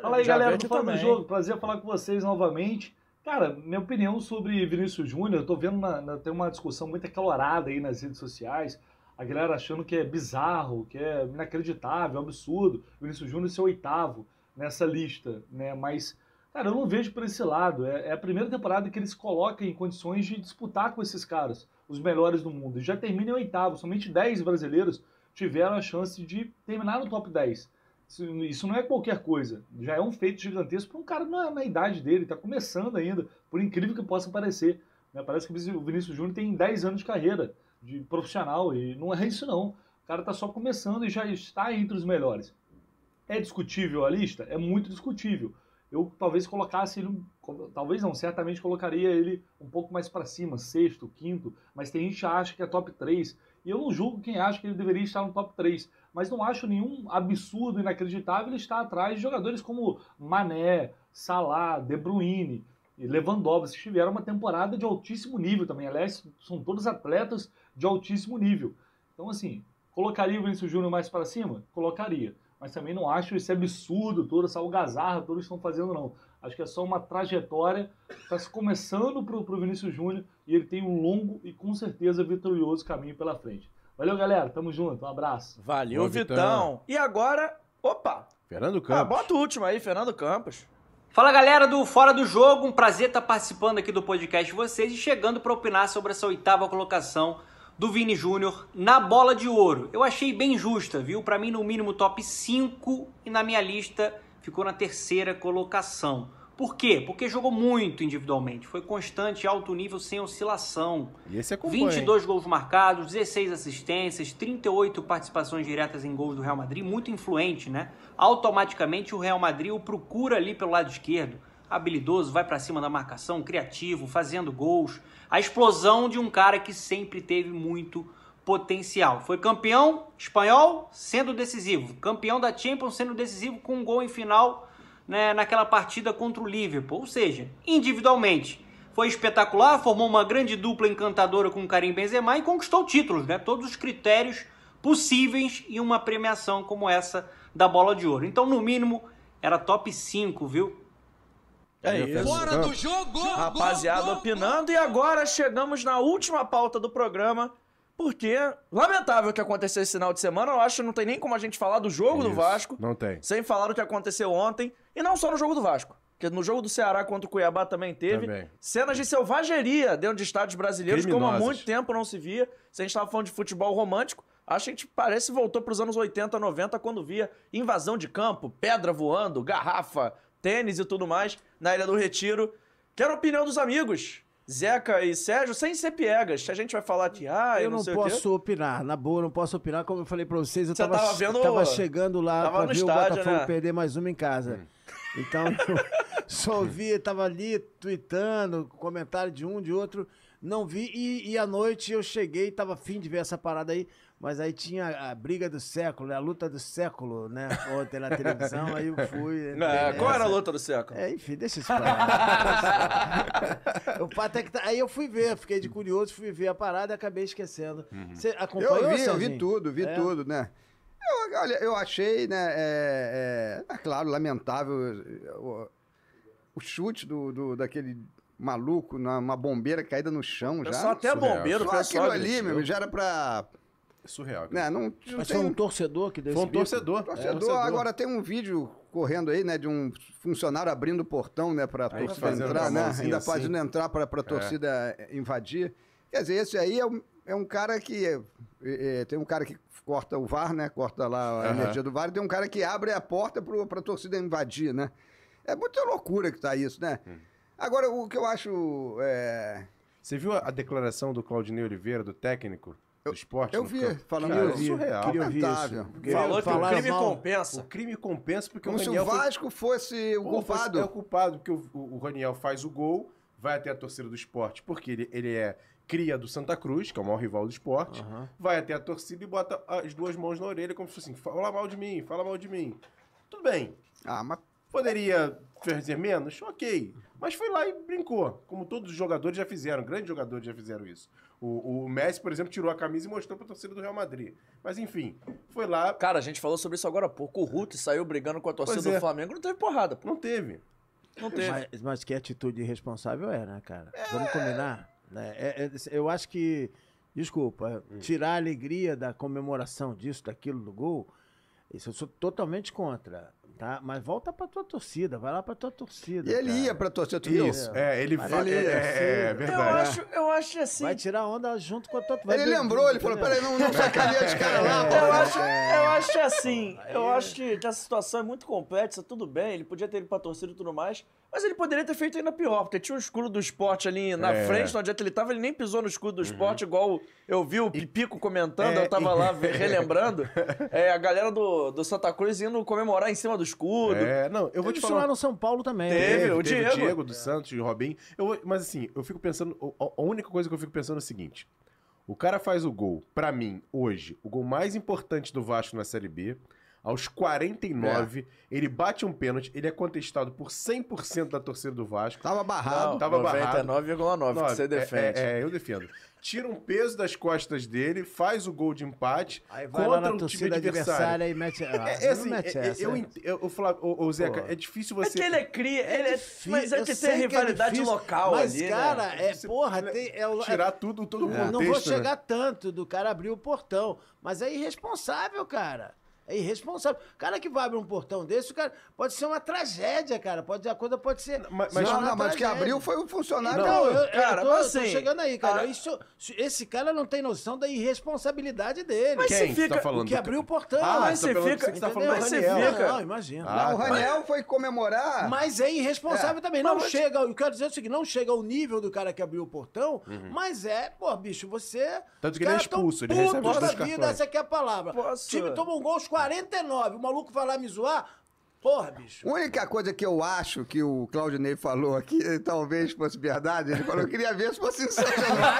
S17: Fala aí, galera
S2: Javete
S17: do Fora do
S2: também.
S17: Jogo. Prazer falar com vocês novamente. Cara, minha opinião sobre Vinícius Júnior, eu tô vendo na, na- tem uma discussão muito acalorada aí nas redes sociais. A galera achando que é bizarro, que é inacreditável, absurdo. Vinícius Júnior ser oitavo nessa lista, né? Mas, cara, eu não vejo por esse lado. É, é a primeira temporada que eles colocam em condições de disputar com esses caras, os melhores do mundo. E já termina em oitavo. Somente 10 brasileiros tiveram a chance de terminar no top 10. Isso- Isso não é qualquer coisa. Já é um feito gigantesco para um cara na, na idade dele, está começando ainda, por incrível que possa parecer. né? Parece que o Vinícius Júnior tem 10 anos de carreira de profissional e não é isso não. O cara está só começando e já está entre os melhores. É discutível a lista? É muito discutível. Eu talvez colocasse ele, um- talvez não, certamente colocaria ele um pouco mais pra cima, sexto, quinto, mas tem gente que acha que é top 3. E eu não julgo quem acha que ele deveria estar no top 3, mas não acho nenhum absurdo, inacreditável ele estar atrás de jogadores como Mané, Salah, De Bruyne e Lewandowski, que tiveram uma temporada de altíssimo nível também. Aliás, são todos atletas de altíssimo nível. Então, assim, colocaria o Vinícius Júnior mais para cima? Colocaria. Mas também não acho esse absurdo todo, essa algazarra, todos estão fazendo, não. Acho que é só uma trajetória. Está se começando para o Vinícius Júnior e ele tem um longo e com certeza vitorioso caminho pela frente. Valeu, galera. Tamo junto. Um abraço.
S2: Valeu, Vitão. E agora, opa.
S3: Fernando
S2: Campos. Ah, bota o último aí, Fernando Campos.
S18: Fala galera do Fora do Jogo, um prazer estar participando aqui do podcast de vocês e chegando para opinar sobre essa oitava colocação do Vini Júnior na bola de ouro. Eu achei bem justa, viu? Para mim, no mínimo top 5 e na minha lista ficou na terceira colocação. Por quê? Porque jogou muito individualmente, foi constante, alto nível, sem oscilação.
S3: E esse é
S18: 22 gols marcados, 16 assistências, 38 participações diretas em gols do Real Madrid, muito influente, né? Automaticamente o Real Madrid o procura ali pelo lado esquerdo, habilidoso, vai pra cima da marcação, criativo, fazendo gols. A explosão de um cara que sempre teve muito potencial. Foi campeão espanhol sendo decisivo, campeão da Champions sendo decisivo com um gol em final né, naquela partida contra o Liverpool. Ou seja, individualmente foi espetacular, formou uma grande dupla encantadora com o Karim Benzema e conquistou títulos, né? Todos os critérios possíveis e uma premiação como essa da Bola de Ouro. Então, no mínimo, era top 5, viu?
S2: É isso. jogo! Rapaziada opinando. E agora chegamos na última pauta do programa. Porque, lamentável que aconteceu esse final de semana. Eu acho que não tem nem como a gente falar do jogo do
S3: Isso,
S2: Vasco.
S3: Não tem.
S2: Sem falar o que aconteceu ontem. E não só no jogo do Vasco. Porque no jogo do Ceará contra o Cuiabá também teve.
S3: Também.
S2: Cenas de selvageria dentro de estádios brasileiros, como há
S3: Criminosas.
S2: muito tempo não se via. Se a gente estava falando de futebol romântico, acho que a gente parece que voltou para os anos 80, 90, quando via invasão de campo, pedra voando, garrafa, tênis e tudo mais na Ilha do Retiro. Quero a opinião dos amigos, Zeca e Sérgio, sem ser piegas. A gente vai falar que, ah,
S4: Eu não,
S2: sei o quê.
S4: posso opinar, na boa, eu não posso opinar. Como eu falei pra vocês, eu
S2: Você
S4: tava,
S2: tava vendo-
S4: tava chegando lá
S2: tava
S4: pra
S2: no
S4: ver o
S2: estádio,
S4: Botafogo
S2: né? Hum.
S4: perder mais uma em casa. Então, [laughs] eu só vi, tava ali tweetando, comentário de um, de outro. Não vi, e, e à noite eu cheguei, tava afim de ver essa parada aí, mas aí tinha a, a briga do século, né, a luta do século, né? Ontem na televisão, aí eu
S2: [laughs]
S4: fui. né, entrei
S2: É, qual era a
S4: nessa.
S2: luta do século?
S4: É,
S2: [laughs]
S4: enfim, deixa isso pra lá. O fato é que tá- Aí eu fui ver, fiquei de curioso, fui ver a parada e acabei esquecendo.
S2: Uhum.
S4: Você acompanhou,
S11: Uhum. Eu vi, eu vi
S4: Serginho?
S11: tudo, vi
S4: É.
S11: tudo, né? Eu, olha, eu achei, né? É, é, é claro, lamentável é, o, o chute do, do- daquele maluco, na, uma bombeira caída no chão já.
S2: Pessoal, até
S11: Surreal.
S2: bombeiro,
S11: Só
S2: pessoal
S11: aquilo ali,
S2: agressivo.
S11: meu, já era pra.
S3: Surreal.
S11: Né, não, não
S4: Mas
S11: tem
S4: foi um torcedor que deu
S11: Foi um
S4: esse bico? É,
S11: torcedor.
S3: É
S11: torcedor, Agora tem um vídeo correndo aí, né, de um funcionário abrindo o portão, né, pra
S3: Aí
S11: torcida
S3: fazendo com
S11: entrar,
S3: a
S11: né?
S3: mãozinha
S11: Ainda
S3: assim.
S11: fazendo entrar pra, pra
S3: É.
S11: torcida eh, invadir. Quer dizer, esse aí é um, é um cara que... é- é- tem um cara que corta o VAR, né? Corta lá a
S3: Aham.
S11: energia do VAR. E tem um cara que abre a porta pro, pra torcida invadir, né? É muita loucura que tá isso, né?
S3: Hum.
S11: Agora, o que eu acho... é,
S3: Você viu a a declaração do Claudinei Oliveira, do técnico do esporte?
S11: eu
S3: no
S11: vi
S3: campo?
S11: falando
S3: Cara,
S11: isso.
S3: surreal.
S11: Queria ouvir isso. Lamentável. Porque
S2: Falou que o
S11: falaram
S2: crime
S11: mal.
S2: compensa.
S3: O crime compensa porque
S11: Como
S3: o
S11: se
S3: Raniel
S11: o
S3: foi-
S11: Vasco fosse é o
S3: Pô,
S11: culpado.
S3: É o culpado, porque o, o o Raniel faz o gol, vai até a torcida do esporte, porque ele, ele é cria do Santa Cruz, que é o maior rival do esporte, vai até a torcida e bota as duas mãos na orelha, como se fosse assim: fala mal de mim, fala mal de mim. Tudo bem.
S11: Ah, mas.
S3: Poderia fazer menos? Ok. Mas foi lá e brincou, como todos os jogadores já fizeram, grandes jogadores já fizeram isso. O, o Messi, por exemplo, tirou a camisa e mostrou pra torcida do Real Madrid. Mas enfim, foi lá.
S2: Cara, a gente falou sobre isso agora há pouco. O Ruth saiu brigando com a torcida
S3: Pois
S2: do
S3: é.
S2: Flamengo. Não teve porrada, pô.
S3: Não teve.
S2: Não teve.
S4: Mas, mas que atitude irresponsável é, né, cara? Vamos combinar? né? É- é- eu acho que, desculpa,
S11: Hum.
S4: tirar a alegria da comemoração disso, daquilo, do gol, isso eu sou totalmente contra, tá? Mas volta pra tua torcida, vai lá pra tua torcida.
S11: E ele
S4: cara.
S11: ia pra torcida, tu viu?
S4: Isso,
S3: é, ele
S4: Vai
S11: fa-
S4: pra
S11: é,
S4: tua
S11: é,
S4: torcida.
S11: é verdade. Eu acho-
S2: Então, eu acho assim...
S4: Vai tirar onda junto com a tua... vai
S11: Ele
S4: beber,
S11: lembrou, ele falou,
S4: entendeu?
S11: peraí, não, não sacaneia os caras lá, pô.
S2: Eu acho, eu acho assim, eu acho que que essa situação é muito complexa, tudo bem, ele podia ter ido pra torcida e tudo mais, mas ele poderia ter feito ainda pior, porque tinha um escudo do esporte ali na
S3: É. Uhum.
S2: frente, onde ele tava, ele nem pisou no escudo do esporte, igual eu vi o Pipico comentando,
S3: É,
S2: eu tava
S3: e-
S2: lá ve-
S3: [laughs]
S2: relembrando, é, a galera do, do Santa Cruz indo comemorar em cima do escudo.
S3: É, não, eu vou te
S4: Isso
S3: falar.
S4: lá no São Paulo também.
S3: Teve,
S4: né?
S3: o Diego. do Santos, o Robinho. Eu, vou- mas assim, eu fico pensando. o- A única coisa que eu fico pensando é o seguinte: o cara faz o gol, pra mim, hoje, o gol mais importante do Vasco na Série B. Aos 49, ele bate um pênalti, ele é contestado por 100% da torcida do Vasco.
S11: Tava barrado.
S3: tava barrado.
S2: 99,9 que você
S3: É,
S2: defende.
S3: É, é, eu defendo. Tira um peso das costas dele, faz o gol de empate
S4: Aí vai lá
S3: contra
S4: na
S3: o time
S4: torcida adversária
S3: adversário.
S4: e mete...
S3: É,
S4: Ah,
S3: é
S4: não
S3: assim,
S4: mete
S3: é- é-
S4: essa,
S3: eu,
S4: né?
S3: ent- eu, eu falo, ô, ô, Zeca,
S4: Pô.
S3: é difícil
S4: Tipo
S2: Mas
S3: você.
S2: que ele é cria, ele é,
S4: difícil,
S2: mas é
S4: assim, eu
S2: que
S4: sei
S2: tem rivalidade
S4: difícil,
S2: local
S4: mas,
S2: ali,
S4: cara,
S2: né?
S4: é porra, tem, é, o-
S3: tirar
S4: é-
S3: tudo, todo o
S4: Não vou
S3: contexto, né?
S4: chegar tanto do cara abrir o portão, mas é irresponsável, cara. É irresponsável. O cara que vai abrir um portão desse, o cara pode ser uma tragédia, cara. Pode, a coisa pode ser.
S11: mas-
S4: ser
S11: Não,
S4: uma
S11: não, mas
S4: tragédia.
S11: que abriu foi o funcionário.
S4: Não, eu, eu
S11: Cara,
S4: tô,
S11: mas
S4: eu tô
S11: assim,
S4: chegando aí, cara.
S11: a-
S4: Isso- esse cara não tem noção da irresponsabilidade dele.
S11: Mas Quem você que você tá fica- falando?
S4: O que abriu o portão.
S11: Ah, mas você
S4: Entendeu?
S11: fica- você tá falando do Ah, tá.
S4: Mas você
S11: Raniel.
S4: fica- Não, imagina.
S11: Não, o Raniel foi comemorar.
S4: Mas é irresponsável
S11: É.
S4: também. Não chega. Eu quero dizer o seguinte: não chega ao nível do cara que abriu o portão,
S3: Uhum.
S4: mas é, pô, bicho, você.
S3: Tanto
S4: os
S3: que ele é
S4: caras tão
S3: expulso, ele
S4: putos
S3: recebe os
S4: da
S3: dois
S4: vida,
S3: cartões.
S4: essa aqui é a palavra.
S11: Posso-
S4: O time toma um gol aos 49. O maluco vai lá me zoar. Porra, bicho.
S11: A única coisa que eu acho que o Claudio Ney falou aqui, talvez fosse verdade, ele falou, eu queria ver se fosse sensacional.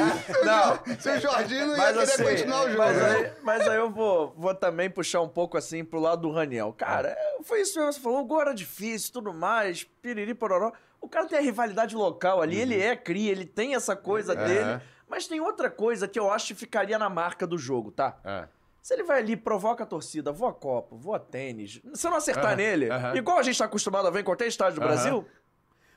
S11: não. Se o Jorginho não ia querer continuar o jogo.
S2: assim, Mas
S11: né?
S2: aí, mas aí eu vou, vou também puxar um pouco assim pro lado do Raniel. Cara, é, foi isso mesmo. Você falou, o gol era difícil, tudo mais, piriri, pororó. O cara tem a rivalidade local ali, ele é cria, ele tem essa coisa
S3: Uhum. É.
S2: dele. Mas tem outra coisa que eu acho que ficaria na marca do jogo, tá?
S3: É.
S2: Se ele vai ali, provoca a torcida, voa copo, voa tênis. Se eu não acertar
S3: Aham,
S2: nele,
S3: aham.
S2: igual a gente tá acostumado a ver em qualquer estádio do
S3: Aham.
S2: Brasil,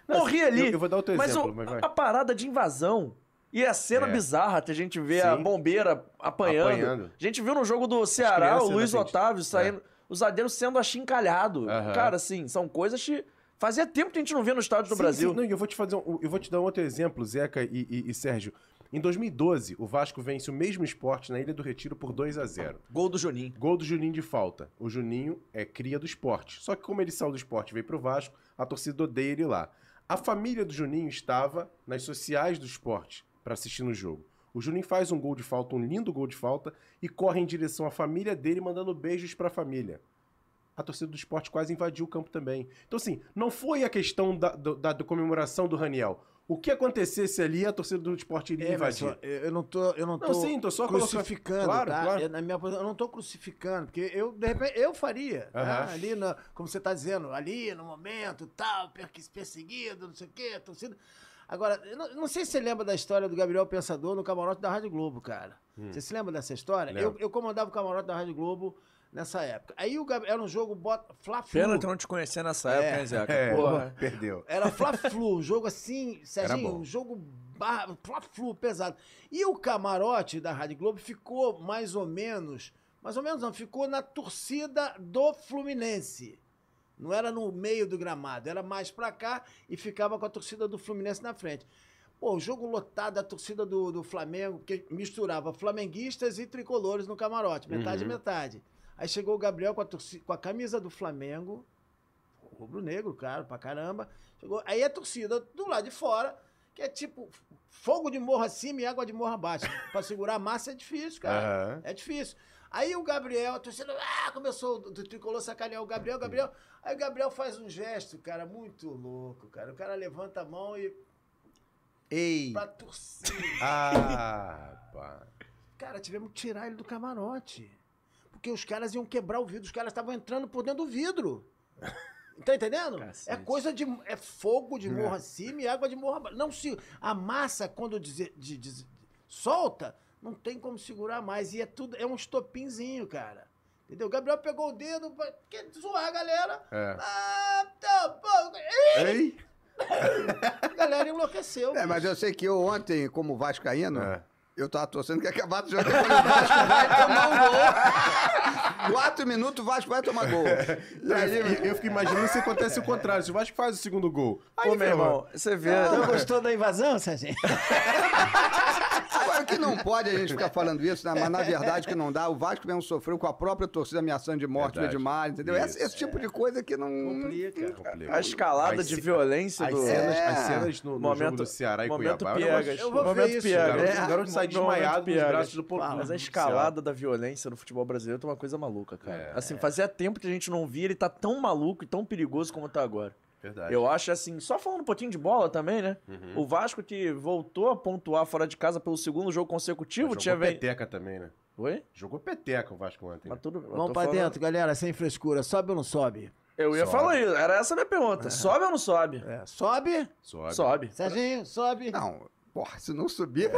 S3: Não,
S2: morri
S3: eu-
S2: ali.
S3: eu vou dar outro
S2: mas
S3: exemplo,
S2: o-
S3: mas vai.
S2: a parada de invasão e a cena
S3: É.
S2: bizarra que a gente vê a
S3: Sim.
S2: bombeira apanhando.
S3: Apanhando.
S2: A gente viu no jogo do Ceará
S3: crianças assim,
S2: o Luiz
S3: na frente.
S2: Otávio saindo, o zagueiro sendo achincalhado. Cara, assim, são coisas que fazia tempo que a gente não via no estádio do
S3: Sim,
S2: Brasil.
S3: sim. Não, e eu vou te fazer um- eu vou te dar um outro exemplo, Zeca e, e- e Sérgio. Em 2012, o Vasco vence o mesmo esporte na Ilha do Retiro por 2 a 0
S2: Gol do Juninho.
S3: Gol do Juninho de falta. O Juninho é cria do esporte. Só que como ele saiu do esporte e veio pro Vasco, a torcida odeia ele lá. A família do Juninho estava nas sociais do esporte para assistir no jogo. O Juninho faz um gol de falta, um lindo gol de falta, e corre em direção à família dele, mandando beijos para a família a torcida do esporte quase invadiu o campo também. Então, assim, não foi a questão da, do- da- da comemoração do Raniel. O que acontecesse ali, a torcida do esporte iria
S4: É, mas
S3: invadir.
S4: só, eu eu não tô, eu não
S3: Não,
S4: tô,
S3: sim, tô só colocando-
S4: crucificando,
S3: Claro,
S4: tá?
S3: claro.
S4: Eu, na minha, posi- eu não tô crucificando, porque eu, de repente, eu faria, tá?
S3: Aham.
S4: Ali, na- como você tá dizendo, ali no momento, tal, per- perseguido, não sei o quê, torcida. Agora, eu não, eu não sei se você lembra da história do Gabriel Pensador no camarote da Rádio Globo, cara.
S19: Hum.
S4: Você se lembra dessa história?
S19: Lembro.
S4: Eu, eu comandava o camarote da Rádio Globo nessa época. Aí o Gabriel, era um jogo bota, fla-flu.
S2: Pena que eu não te conhecia nessa época, hein, Zeca?
S3: É,
S2: Porra.
S3: perdeu.
S4: Era Fla-Flu, um jogo assim,
S3: Era
S4: Serginho,
S3: bom.
S4: um jogo barra- Fla-Flu pesado. E o camarote da Rádio Globo ficou mais ou menos, mais ou menos não, ficou na torcida do Fluminense. Não era no meio do gramado, era mais pra cá e ficava com a torcida do Fluminense na frente. Pô, o jogo lotado, a torcida do, do Flamengo, que misturava flamenguistas e tricolores no camarote, metade
S19: Uhum.
S4: metade. Aí chegou o Gabriel com a, torci- com a camisa do Flamengo, rubro-negro, claro, pra caramba. Chegou, aí a torcida do lado de fora, que é tipo fogo de morro acima e água de morro abaixo. [laughs] pra segurar a massa é difícil, cara.
S3: Aham.
S4: É difícil. Aí o Gabriel, a torcida, ah, começou o do tricolor sacanear o Gabriel, Gabriel. Aí o Gabriel faz um gesto, cara, muito louco, cara. O cara levanta a mão e
S11: Ei.
S4: pra torcer.
S3: Ah, pá.
S4: Cara, tivemos que tirar ele do camarote. Porque os caras iam quebrar o vidro, os caras estavam entrando por dentro do vidro. Tá entendendo? É coisa de. É fogo de morro
S11: É.
S4: acima e água de morro abaixo. Não se. A massa, quando dize- de- de- solta, não tem como segurar mais. E é tudo. É um estopinzinho, cara. Entendeu? O Gabriel pegou o dedo, pra- quer zoar a galera.
S11: É.
S4: Ah, tá bom. Ih!
S11: Ei.
S4: A galera enlouqueceu.
S11: É, mas
S4: bicho.
S11: eu sei que eu ontem, como vascaíno, eu tava torcendo que acabasse de jogar. Quatro minutos, o Vasco vai tomar
S3: [laughs]
S11: gol.
S3: Não, eu, É, eu- eu fico imaginando se acontece o contrário. Se o Vasco faz o segundo gol.
S11: Aí, meu irmão,
S2: você
S11: vê-
S3: Ah,
S4: Não gostou da invasão, Serginho?
S11: Agora, o que não pode a gente ficar falando isso, né? mas na verdade o que não dá, o Vasco mesmo sofreu com a própria torcida ameaçando de morte
S2: Verdade.
S11: o Edmar, entendeu? é Esse,
S2: Isso.
S11: esse tipo de coisa que não... Complica.
S2: A escalada
S11: As
S2: de
S11: ce-
S2: violência
S11: as
S2: do.
S11: cenas- as
S3: cenas no- no jogo do Ceará e
S2: momento
S3: Cuiabá, eu
S2: Piegas.
S3: acho- eu vou ver
S2: momento
S3: isso.
S2: Piegas.
S3: Garoto- garoto sai
S2: Momento
S3: desmaiado nos
S2: Piegas.
S3: braços do Portugal.
S2: Mas a
S3: Do
S2: escalada da violência no futebol brasileiro é uma coisa maluca, cara. Assim, fazia tempo que a gente não via ele tá tão maluco e tão perigoso como tá agora.
S3: Verdade.
S2: Eu acho assim, só falando um pouquinho de bola também, né?
S3: Uhum.
S2: O Vasco que voltou a pontuar fora de casa pelo segundo jogo consecutivo, tinha
S3: [laughs] Jogou
S2: vem.
S3: peteca também, né?
S2: Oi?
S3: Jogou peteca o Vasco ontem. Mas
S2: tudo
S4: Vamos pra dentro, galera, sem frescura. Sobe ou não sobe?
S2: Eu ia
S4: Sobe.
S2: falar isso, era essa a minha
S11: É.
S2: pergunta. Sobe ou não sobe?
S4: Sobe?
S3: Sobe.
S2: Sobe.
S4: Serginho, sobe.
S11: Não, porra, se não subir...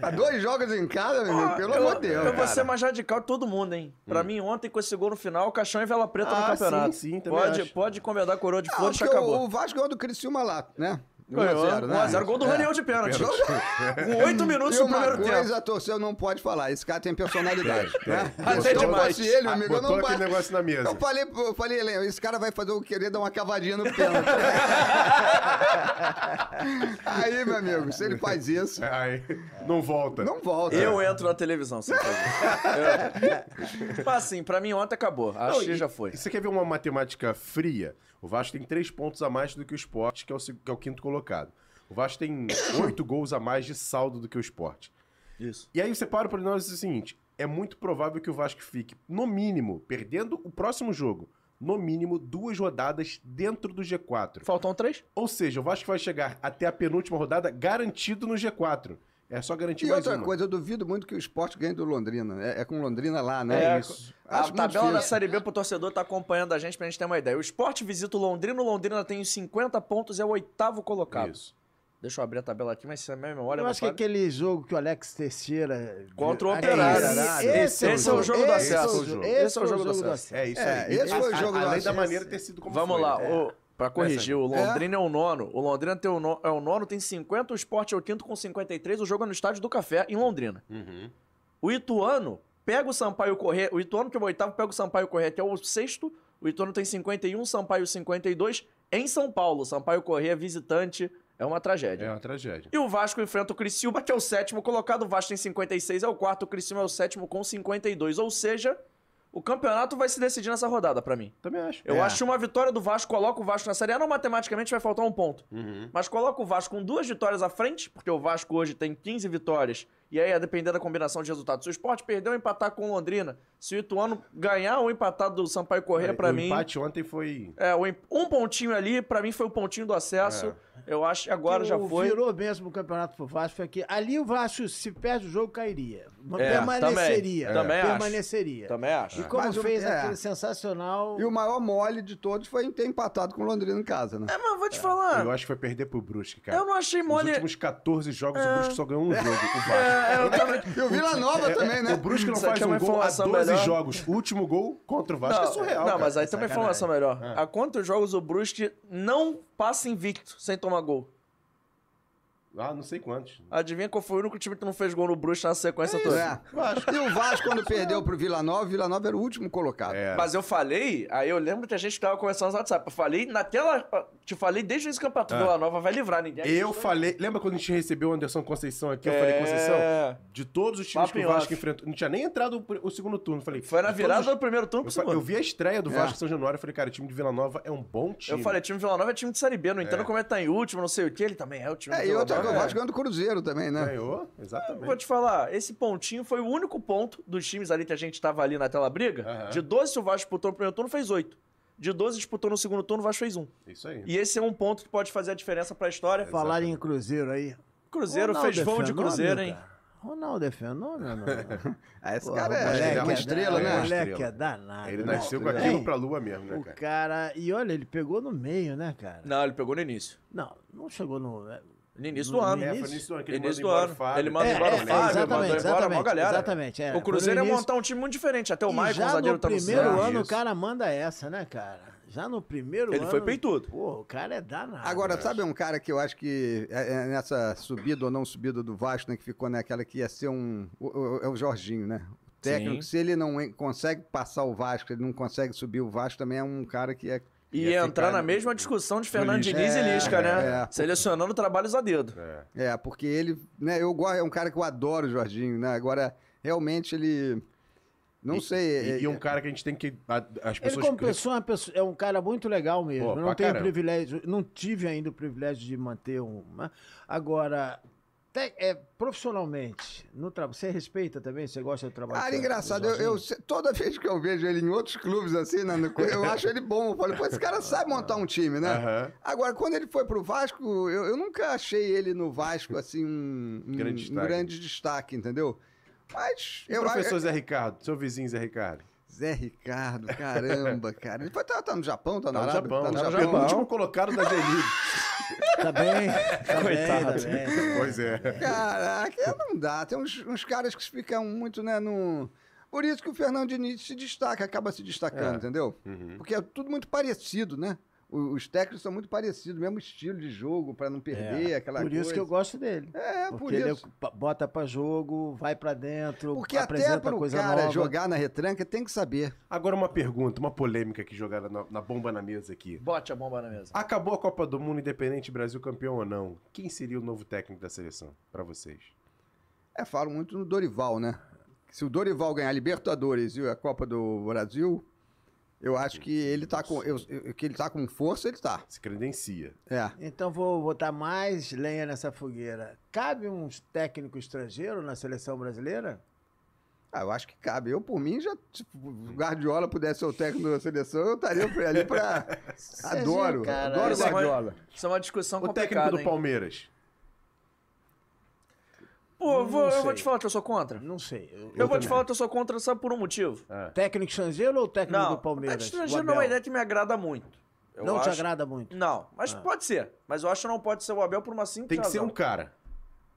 S11: Tá dois jogos em casa, meu amigo, [laughs] pelo
S2: eu,
S11: amor de Deus.
S2: Eu vou ser
S11: cara. Hum.
S2: mais radical que todo mundo, hein? Pra mim, ontem, com esse gol no final, caixão e vela preta no
S11: Ah,
S2: campeonato.
S11: sim, sim, também
S2: pode,
S11: acho.
S2: pode encomendar coroa de
S11: Ah,
S2: flores que
S11: porque
S2: acabou.
S11: O Vasco ganhou do Criciúma lá, né?
S2: Ganhou,
S11: 1x0,
S2: 1x0, gol do Raniel de pênalti. Com oito minutos
S11: [laughs] e
S2: no primeiro
S11: uma coisa
S2: tempo.
S11: a torcida não pode falar. Esse cara tem personalidade.
S3: Tem,
S11: né?
S3: tem.
S11: Se
S3: Até
S2: é
S11: eu
S3: demais.
S11: fosse ele, meu amigo, eu
S3: Botou
S11: não
S3: aquele
S11: bate-
S3: negócio na mesa.
S11: Eu falei, eu falei, Helena, esse cara vai fazer o querer dar uma cavadinha no pênalti.
S2: [laughs]
S11: Aí, meu amigo, se ele faz isso.
S3: não volta.
S11: Não volta.
S2: Eu entro na televisão, sem
S11: [laughs]
S2: fazer. [laughs] Eu- Mas assim, pra mim ontem acabou. Acho
S3: Não,
S2: que
S3: e-
S2: já foi.
S3: e Você quer ver uma matemática fria? O Vasco tem três pontos a mais do que o Sport, que é o, se- que é o quinto colocado. O Vasco
S2: [coughs]
S3: tem oito gols a mais de saldo do que o Sport.
S2: Isso.
S3: E aí você para para nós o seguinte: é muito provável que o Vasco fique, no mínimo, perdendo o próximo jogo, no mínimo duas rodadas dentro do G4.
S2: Faltam três?
S3: Ou seja, o Vasco vai chegar até a penúltima rodada garantido no G4. É só garantir
S11: E
S3: mais
S11: outra
S3: uma.
S11: coisa, eu duvido muito que o esporte ganhe do Londrina. É, é com Londrina lá, né?
S2: É, A
S11: Acho muito
S2: tabela da
S11: difícil.
S2: Série B pro torcedor tá acompanhando a gente pra gente ter uma ideia. O Sport visita o Londrina, o Londrina tem os 50 pontos, é o oitavo colocado. Isso. Deixa eu abrir a tabela aqui, mas se a minha memória
S4: Eu
S2: não
S4: acho que
S2: falha-
S4: aquele jogo que o Alex Teixeira.
S2: Contra o
S4: Ah,
S2: Operário.
S4: Esse,
S2: Esse, esse é o jogo do acesso.
S4: Esse é o jogo do acesso.
S3: É isso aí.
S2: esse foi o jogo do
S3: Além da
S2: acesso.
S3: maneira ter sido como
S2: Vamos
S3: foi,
S2: lá,
S3: né?
S2: o, pra corrigir, o
S3: Essa aí.
S2: Londrina é. o nono. O Londrina tem o no- é o nono, tem 50, o Sport é o quinto com 53, o jogo é no Estádio do Café, em Londrina. O Ituano pega o Sampaio Corrêa, o Ituano que é o oitavo, pega o Sampaio Corrêa, que é o sexto, o Ituano tem 51, Sampaio 52, em São Paulo. Sampaio Corrêa visitante, é uma tragédia.
S3: É uma tragédia.
S2: E o Vasco enfrenta o Criciúma, que é o sétimo colocado. O Vasco tem 56, é o quarto. O Criciúma é o sétimo com 52. Ou seja, o campeonato vai se decidir nessa rodada, pra mim.
S3: Também acho.
S2: Eu
S3: É.
S2: acho que uma vitória do Vasco coloca o Vasco na Série A. Não, matematicamente vai faltar um ponto. Mas coloca o Vasco com duas vitórias à frente, porque o Vasco hoje tem 15 vitórias. E aí, a depender da combinação de resultados. Se o Sport perder ou empatar com o Londrina, se o Ituano ganhar ou empatar do Sampaio Corrêa, pra
S3: É, o
S2: mim...
S3: empate ontem foi.
S2: É, o em- um pontinho ali, pra mim, foi o pontinho do acesso.
S3: É.
S2: Eu acho que agora
S4: que
S2: já
S4: o
S2: foi.
S4: Então, virou mesmo o campeonato pro Vasco foi que ali o Vasco se perde o jogo cairia.
S2: É,
S4: permaneceria.
S2: também, também acho.
S4: permaneceria.
S2: Também acho.
S4: E como
S11: Mas o-
S4: fez
S11: é.
S4: aquele sensacional
S11: E o maior mole de todos foi ter empatado com o Londrina em casa, né?
S2: É, mas vou te falar.
S3: Eu acho que foi perder pro Brusque, cara.
S2: Eu não achei
S3: Nos
S2: mole-
S3: últimos 14 jogos,
S2: É.
S3: o Brusque só ganhou um jogo. O Vasco.
S2: É, [laughs] eu também-
S3: [laughs]
S11: E o Vila Nova também, né?
S3: É, O Brusque não
S2: Isso
S3: faz
S2: aqui é
S3: um
S2: uma
S3: gol há 12
S2: informação melhor.
S3: jogos. O último gol contra o Vasco é surreal.
S2: Não,
S3: cara.
S2: mas aí tem uma informação melhor.
S11: Ah.
S2: Há quantos jogos o Brusque não passa invicto sem tomar gol?
S3: Ah, não sei quantos.
S2: Adivinha qual foi o único time que não fez gol no Brusque na sequência
S11: É isso.
S2: toda?
S11: E o Vasco, quando perdeu pro Vila Nova, o Vila Nova era o último colocado.
S2: Mas eu falei, aí eu lembro que a gente tava conversando no WhatsApp. Eu falei naquela. Te falei desde o início do campeonato.
S11: Ah.
S3: É.
S2: Vila Nova vai livrar ninguém.
S3: Eu falei. Lembra quando a gente recebeu o Anderson Conceição aqui? Eu falei,
S2: É.
S3: Conceição, de todos os times
S2: Papo
S3: que
S2: em
S3: o Vasco
S2: off.
S3: enfrentou. Não tinha nem entrado o pr- o segundo turno. eu Falei,
S2: Foi na
S3: de todos
S2: virada
S3: os-
S2: do primeiro turno pro
S3: Eu fa-
S2: segundo.
S3: Eu vi a estreia do
S2: É.
S3: Vasco em São Januário. Eu falei, cara, o time de Vila Nova é um bom time.
S2: Eu falei, time Vila Nova é time de Série B, não entendo
S3: É.
S2: como é que tá em último, não sei o que, ele também é o time
S11: É,
S2: de
S11: e
S2: Vila
S11: outra
S2: Nova.
S11: coisa, o Vasco ganhou do Cruzeiro também, né?
S3: Ganhou, exatamente.
S2: Vou te falar, esse pontinho foi o único ponto dos times ali que a gente tava ali naquela briga. De 12 que o Vasco disputou no primeiro turno, fez 8. De 12 disputou no segundo turno, o Vasco fez um.
S3: Isso aí.
S2: E esse é um ponto que pode fazer a diferença pra história.
S4: Falar em Cruzeiro aí.
S2: Cruzeiro fez
S4: Ronaldo é
S2: vão de
S4: fenômeno,
S2: Cruzeiro, hein?
S4: cara. Ronaldo é fenômeno. mano.
S11: [laughs] Ah, esse
S4: Pô,
S11: cara é,
S4: moleque
S11: ele é uma
S4: é
S11: estrela,
S4: da-
S11: né?
S4: moleque é danado.
S11: Ele
S4: né?
S11: nasceu com
S4: Ei,
S11: aquilo
S3: pra lua mesmo, né,
S4: O cara, e olha, ele pegou no meio, né, cara?
S2: Não, ele pegou no início.
S4: Não, não chegou no. é,
S2: É, No início
S4: no-
S2: do
S11: É,
S2: ano.
S4: no
S2: Início do ano. Ele manda
S4: É,
S2: embora
S4: é,
S2: o Fábio,
S4: exatamente,
S2: mandou embora a maior
S4: exatamente,
S2: galera.
S4: Exatamente. é.
S2: o Cruzeiro
S4: Foi no
S2: ia
S4: início.
S2: montar um time muito diferente. Até o
S4: E
S2: Michael,
S4: já
S2: o zagueiro,
S4: no
S2: tá no
S4: primeiro
S2: Santos.
S4: ano o cara manda essa, né, cara? Já no primeiro
S11: Ele
S4: ano.
S11: foi peitudo.
S4: Pô, o cara é danado.
S11: Agora, sabe um cara que eu acho que é- é nessa subida ou não subida do Vasco, né, que ficou naquela que ia ser um. o- o- É o Jorginho, né? O técnico,
S2: Sim.
S11: se ele não en- consegue passar o Vasco, ele não consegue subir o Vasco, também é um cara que é.
S2: E ia entrar
S11: ficar-
S2: na mesma discussão de Fernando
S11: Lisca.
S2: Diniz e
S11: É,
S2: Lisca, né?
S11: é.
S2: Selecionando trabalhos a dedo.
S11: É, porque ele, né, eu gosto, é um cara que eu adoro o Jorginho, né? Agora, realmente ele não
S3: E-
S11: sei,
S2: é,
S11: é,
S3: E, e um cara que a gente tem que. a- as
S4: Ele
S3: pessoas.
S4: como pessoa, é uma pessoa- é um cara muito legal mesmo.
S3: Pô,
S4: eu
S3: pra
S4: não tenho
S3: caramba.
S4: privilégio, não tive ainda o privilégio de manter um. né? Agora, te- é, profissionalmente, no tra- você respeita também? Você gosta do trabalho?
S11: Cara,
S4: do-
S11: Ah, engraçado,
S4: do
S11: eu, eu
S4: Jorginho?
S11: se- toda vez que eu vejo ele em outros clubes assim, né, no-
S3: [laughs]
S11: eu acho ele bom. Eu falo, pô, esse cara sabe montar um time, né?
S3: Aham.
S11: Agora, quando ele foi pro Vasco, eu, eu nunca achei ele no Vasco assim um, um- um grande,
S3: Grande
S11: destaque.
S3: destaque.
S11: entendeu? Mas
S3: E o professor Zé Ricardo, seu vizinho Zé Ricardo.
S11: Zé Ricardo, caramba, [laughs] cara. Ele foi, tá, tá no Japão, tá na
S3: Tá no
S11: Arábia?
S3: Japão, tá no Japão. Último colocado da
S4: Tá bem, tá
S3: [laughs] Coitado.
S4: bem, tá bem.
S3: Pois é.
S11: Caraca, é, não dá. Tem uns, uns caras que ficam muito, né, no... Por isso que o Fernando Diniz se destaca, acaba se destacando,
S3: É.
S11: entendeu?
S4: Hum?
S3: Uhum.
S11: Porque é tudo muito parecido, né? O- Os técnicos são muito parecidos, mesmo estilo de jogo, pra não perder
S4: É,
S11: aquela
S4: por
S11: coisa.
S4: isso que eu gosto dele.
S11: É,
S4: Porque
S11: por
S4: ele
S11: isso.
S4: é- bota pra jogo, vai pra dentro,
S11: Porque até
S4: apresenta
S11: pro
S4: coisa
S11: cara
S4: nova.
S11: jogar na retranca, tem que saber.
S3: Agora uma pergunta, uma polêmica que jogaram na, na bomba na mesa aqui.
S2: Bote a bomba na mesa.
S3: Acabou a Copa do Mundo, independente Brasil campeão ou não. Quem seria o novo técnico da seleção pra vocês?
S11: É, falo muito no Dorival, né? Se o Dorival ganhar a Libertadores e a Copa do Brasil, eu acho que ele tá com, eu- eu- que ele tá com força, ele tá.
S3: Se credencia.
S11: É.
S4: Então vou botar mais lenha nessa fogueira. Cabe um técnico estrangeiro na seleção brasileira?
S11: Ah, eu acho que cabe. Eu, por mim, já. Tipo, o Guardiola pudesse ser o técnico da seleção, eu estaria ali pra.
S4: [laughs]
S2: [laughs]
S11: Adoro. Adoro o
S2: isso, é uma,
S11: Guardiola.
S2: isso é uma discussão
S3: O
S2: complicada.
S3: técnico do
S2: hein?
S3: Palmeiras.
S2: Pô, eu vou,
S4: Não
S2: eu vou
S4: sei.
S2: te falar que eu sou contra.
S4: Não sei. Eu,
S2: vou te falar que eu sou contra, sabe por um motivo?
S4: Técnico estrangeiro ou técnico
S2: Não,
S4: do Palmeiras?
S2: o estrangeiro não é uma ideia que me agrada muito. Eu
S4: Não te
S2: acho-
S4: agrada muito? Ah.
S2: Não, mas pode ser. Mas eu acho que não pode ser o Abel por uma simples
S3: Ah. Tem que ser
S2: razão.
S3: um cara.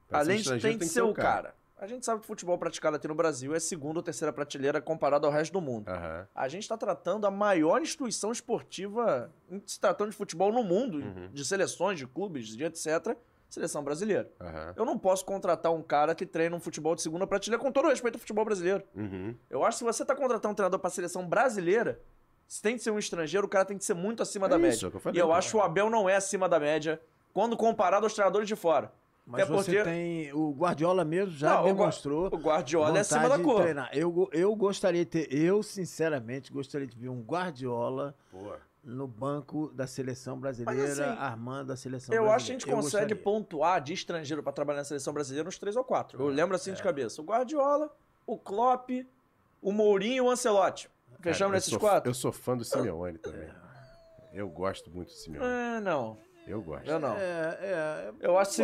S3: Pra
S2: Além de
S3: estrangeiro,
S2: tem que ser o cara. A gente sabe que o futebol praticado aqui no Brasil é a segunda ou terceira prateleira comparado ao resto do mundo. A gente está tratando a maior instituição esportiva em se tratando de futebol no mundo,
S3: Uhum.
S2: de seleções, de clubes, de etc. Seleção brasileira. Eu não posso contratar um cara que treina um futebol de segunda prateleira, com todo o respeito ao futebol brasileiro.
S3: Uhum.
S2: Eu acho que se você está contratando um treinador para a seleção brasileira, se tem que ser um estrangeiro, o cara tem que ser muito acima
S3: É
S2: da
S3: isso, é
S2: média.
S3: o que eu falei,
S2: e eu
S3: cara.
S2: acho que o Abel não é acima da média quando comparado aos treinadores de fora.
S4: Mas
S2: Até
S4: você
S2: porque
S4: tem. O Guardiola mesmo já
S2: Não, o Gua-
S4: demonstrou.
S2: o Guardiola é acima
S4: vontade
S2: da
S4: de
S2: cor.
S4: treinar. Eu, go- eu gostaria de ter. Eu, sinceramente, gostaria de ver um Guardiola no banco da seleção brasileira,
S2: Mas, assim,
S4: armando a seleção
S2: eu
S4: brasileira.
S2: acho que a gente consegue
S4: gostaria.
S2: pontuar de estrangeiro para trabalhar na seleção brasileira uns três ou quatro.
S4: É,
S2: Eu lembro assim de cabeça. O Guardiola, o Klopp, o Mourinho e o Ancelotti. Fechamos
S3: Cara, eu
S2: nesses
S3: sou-
S2: quatro?
S3: Eu sou fã
S2: [laughs]
S3: do Simeone também. Eu gosto muito do Simeone.
S2: É, não.
S3: Eu gosto.
S2: Eu não.
S4: É, é,
S2: Eu acho que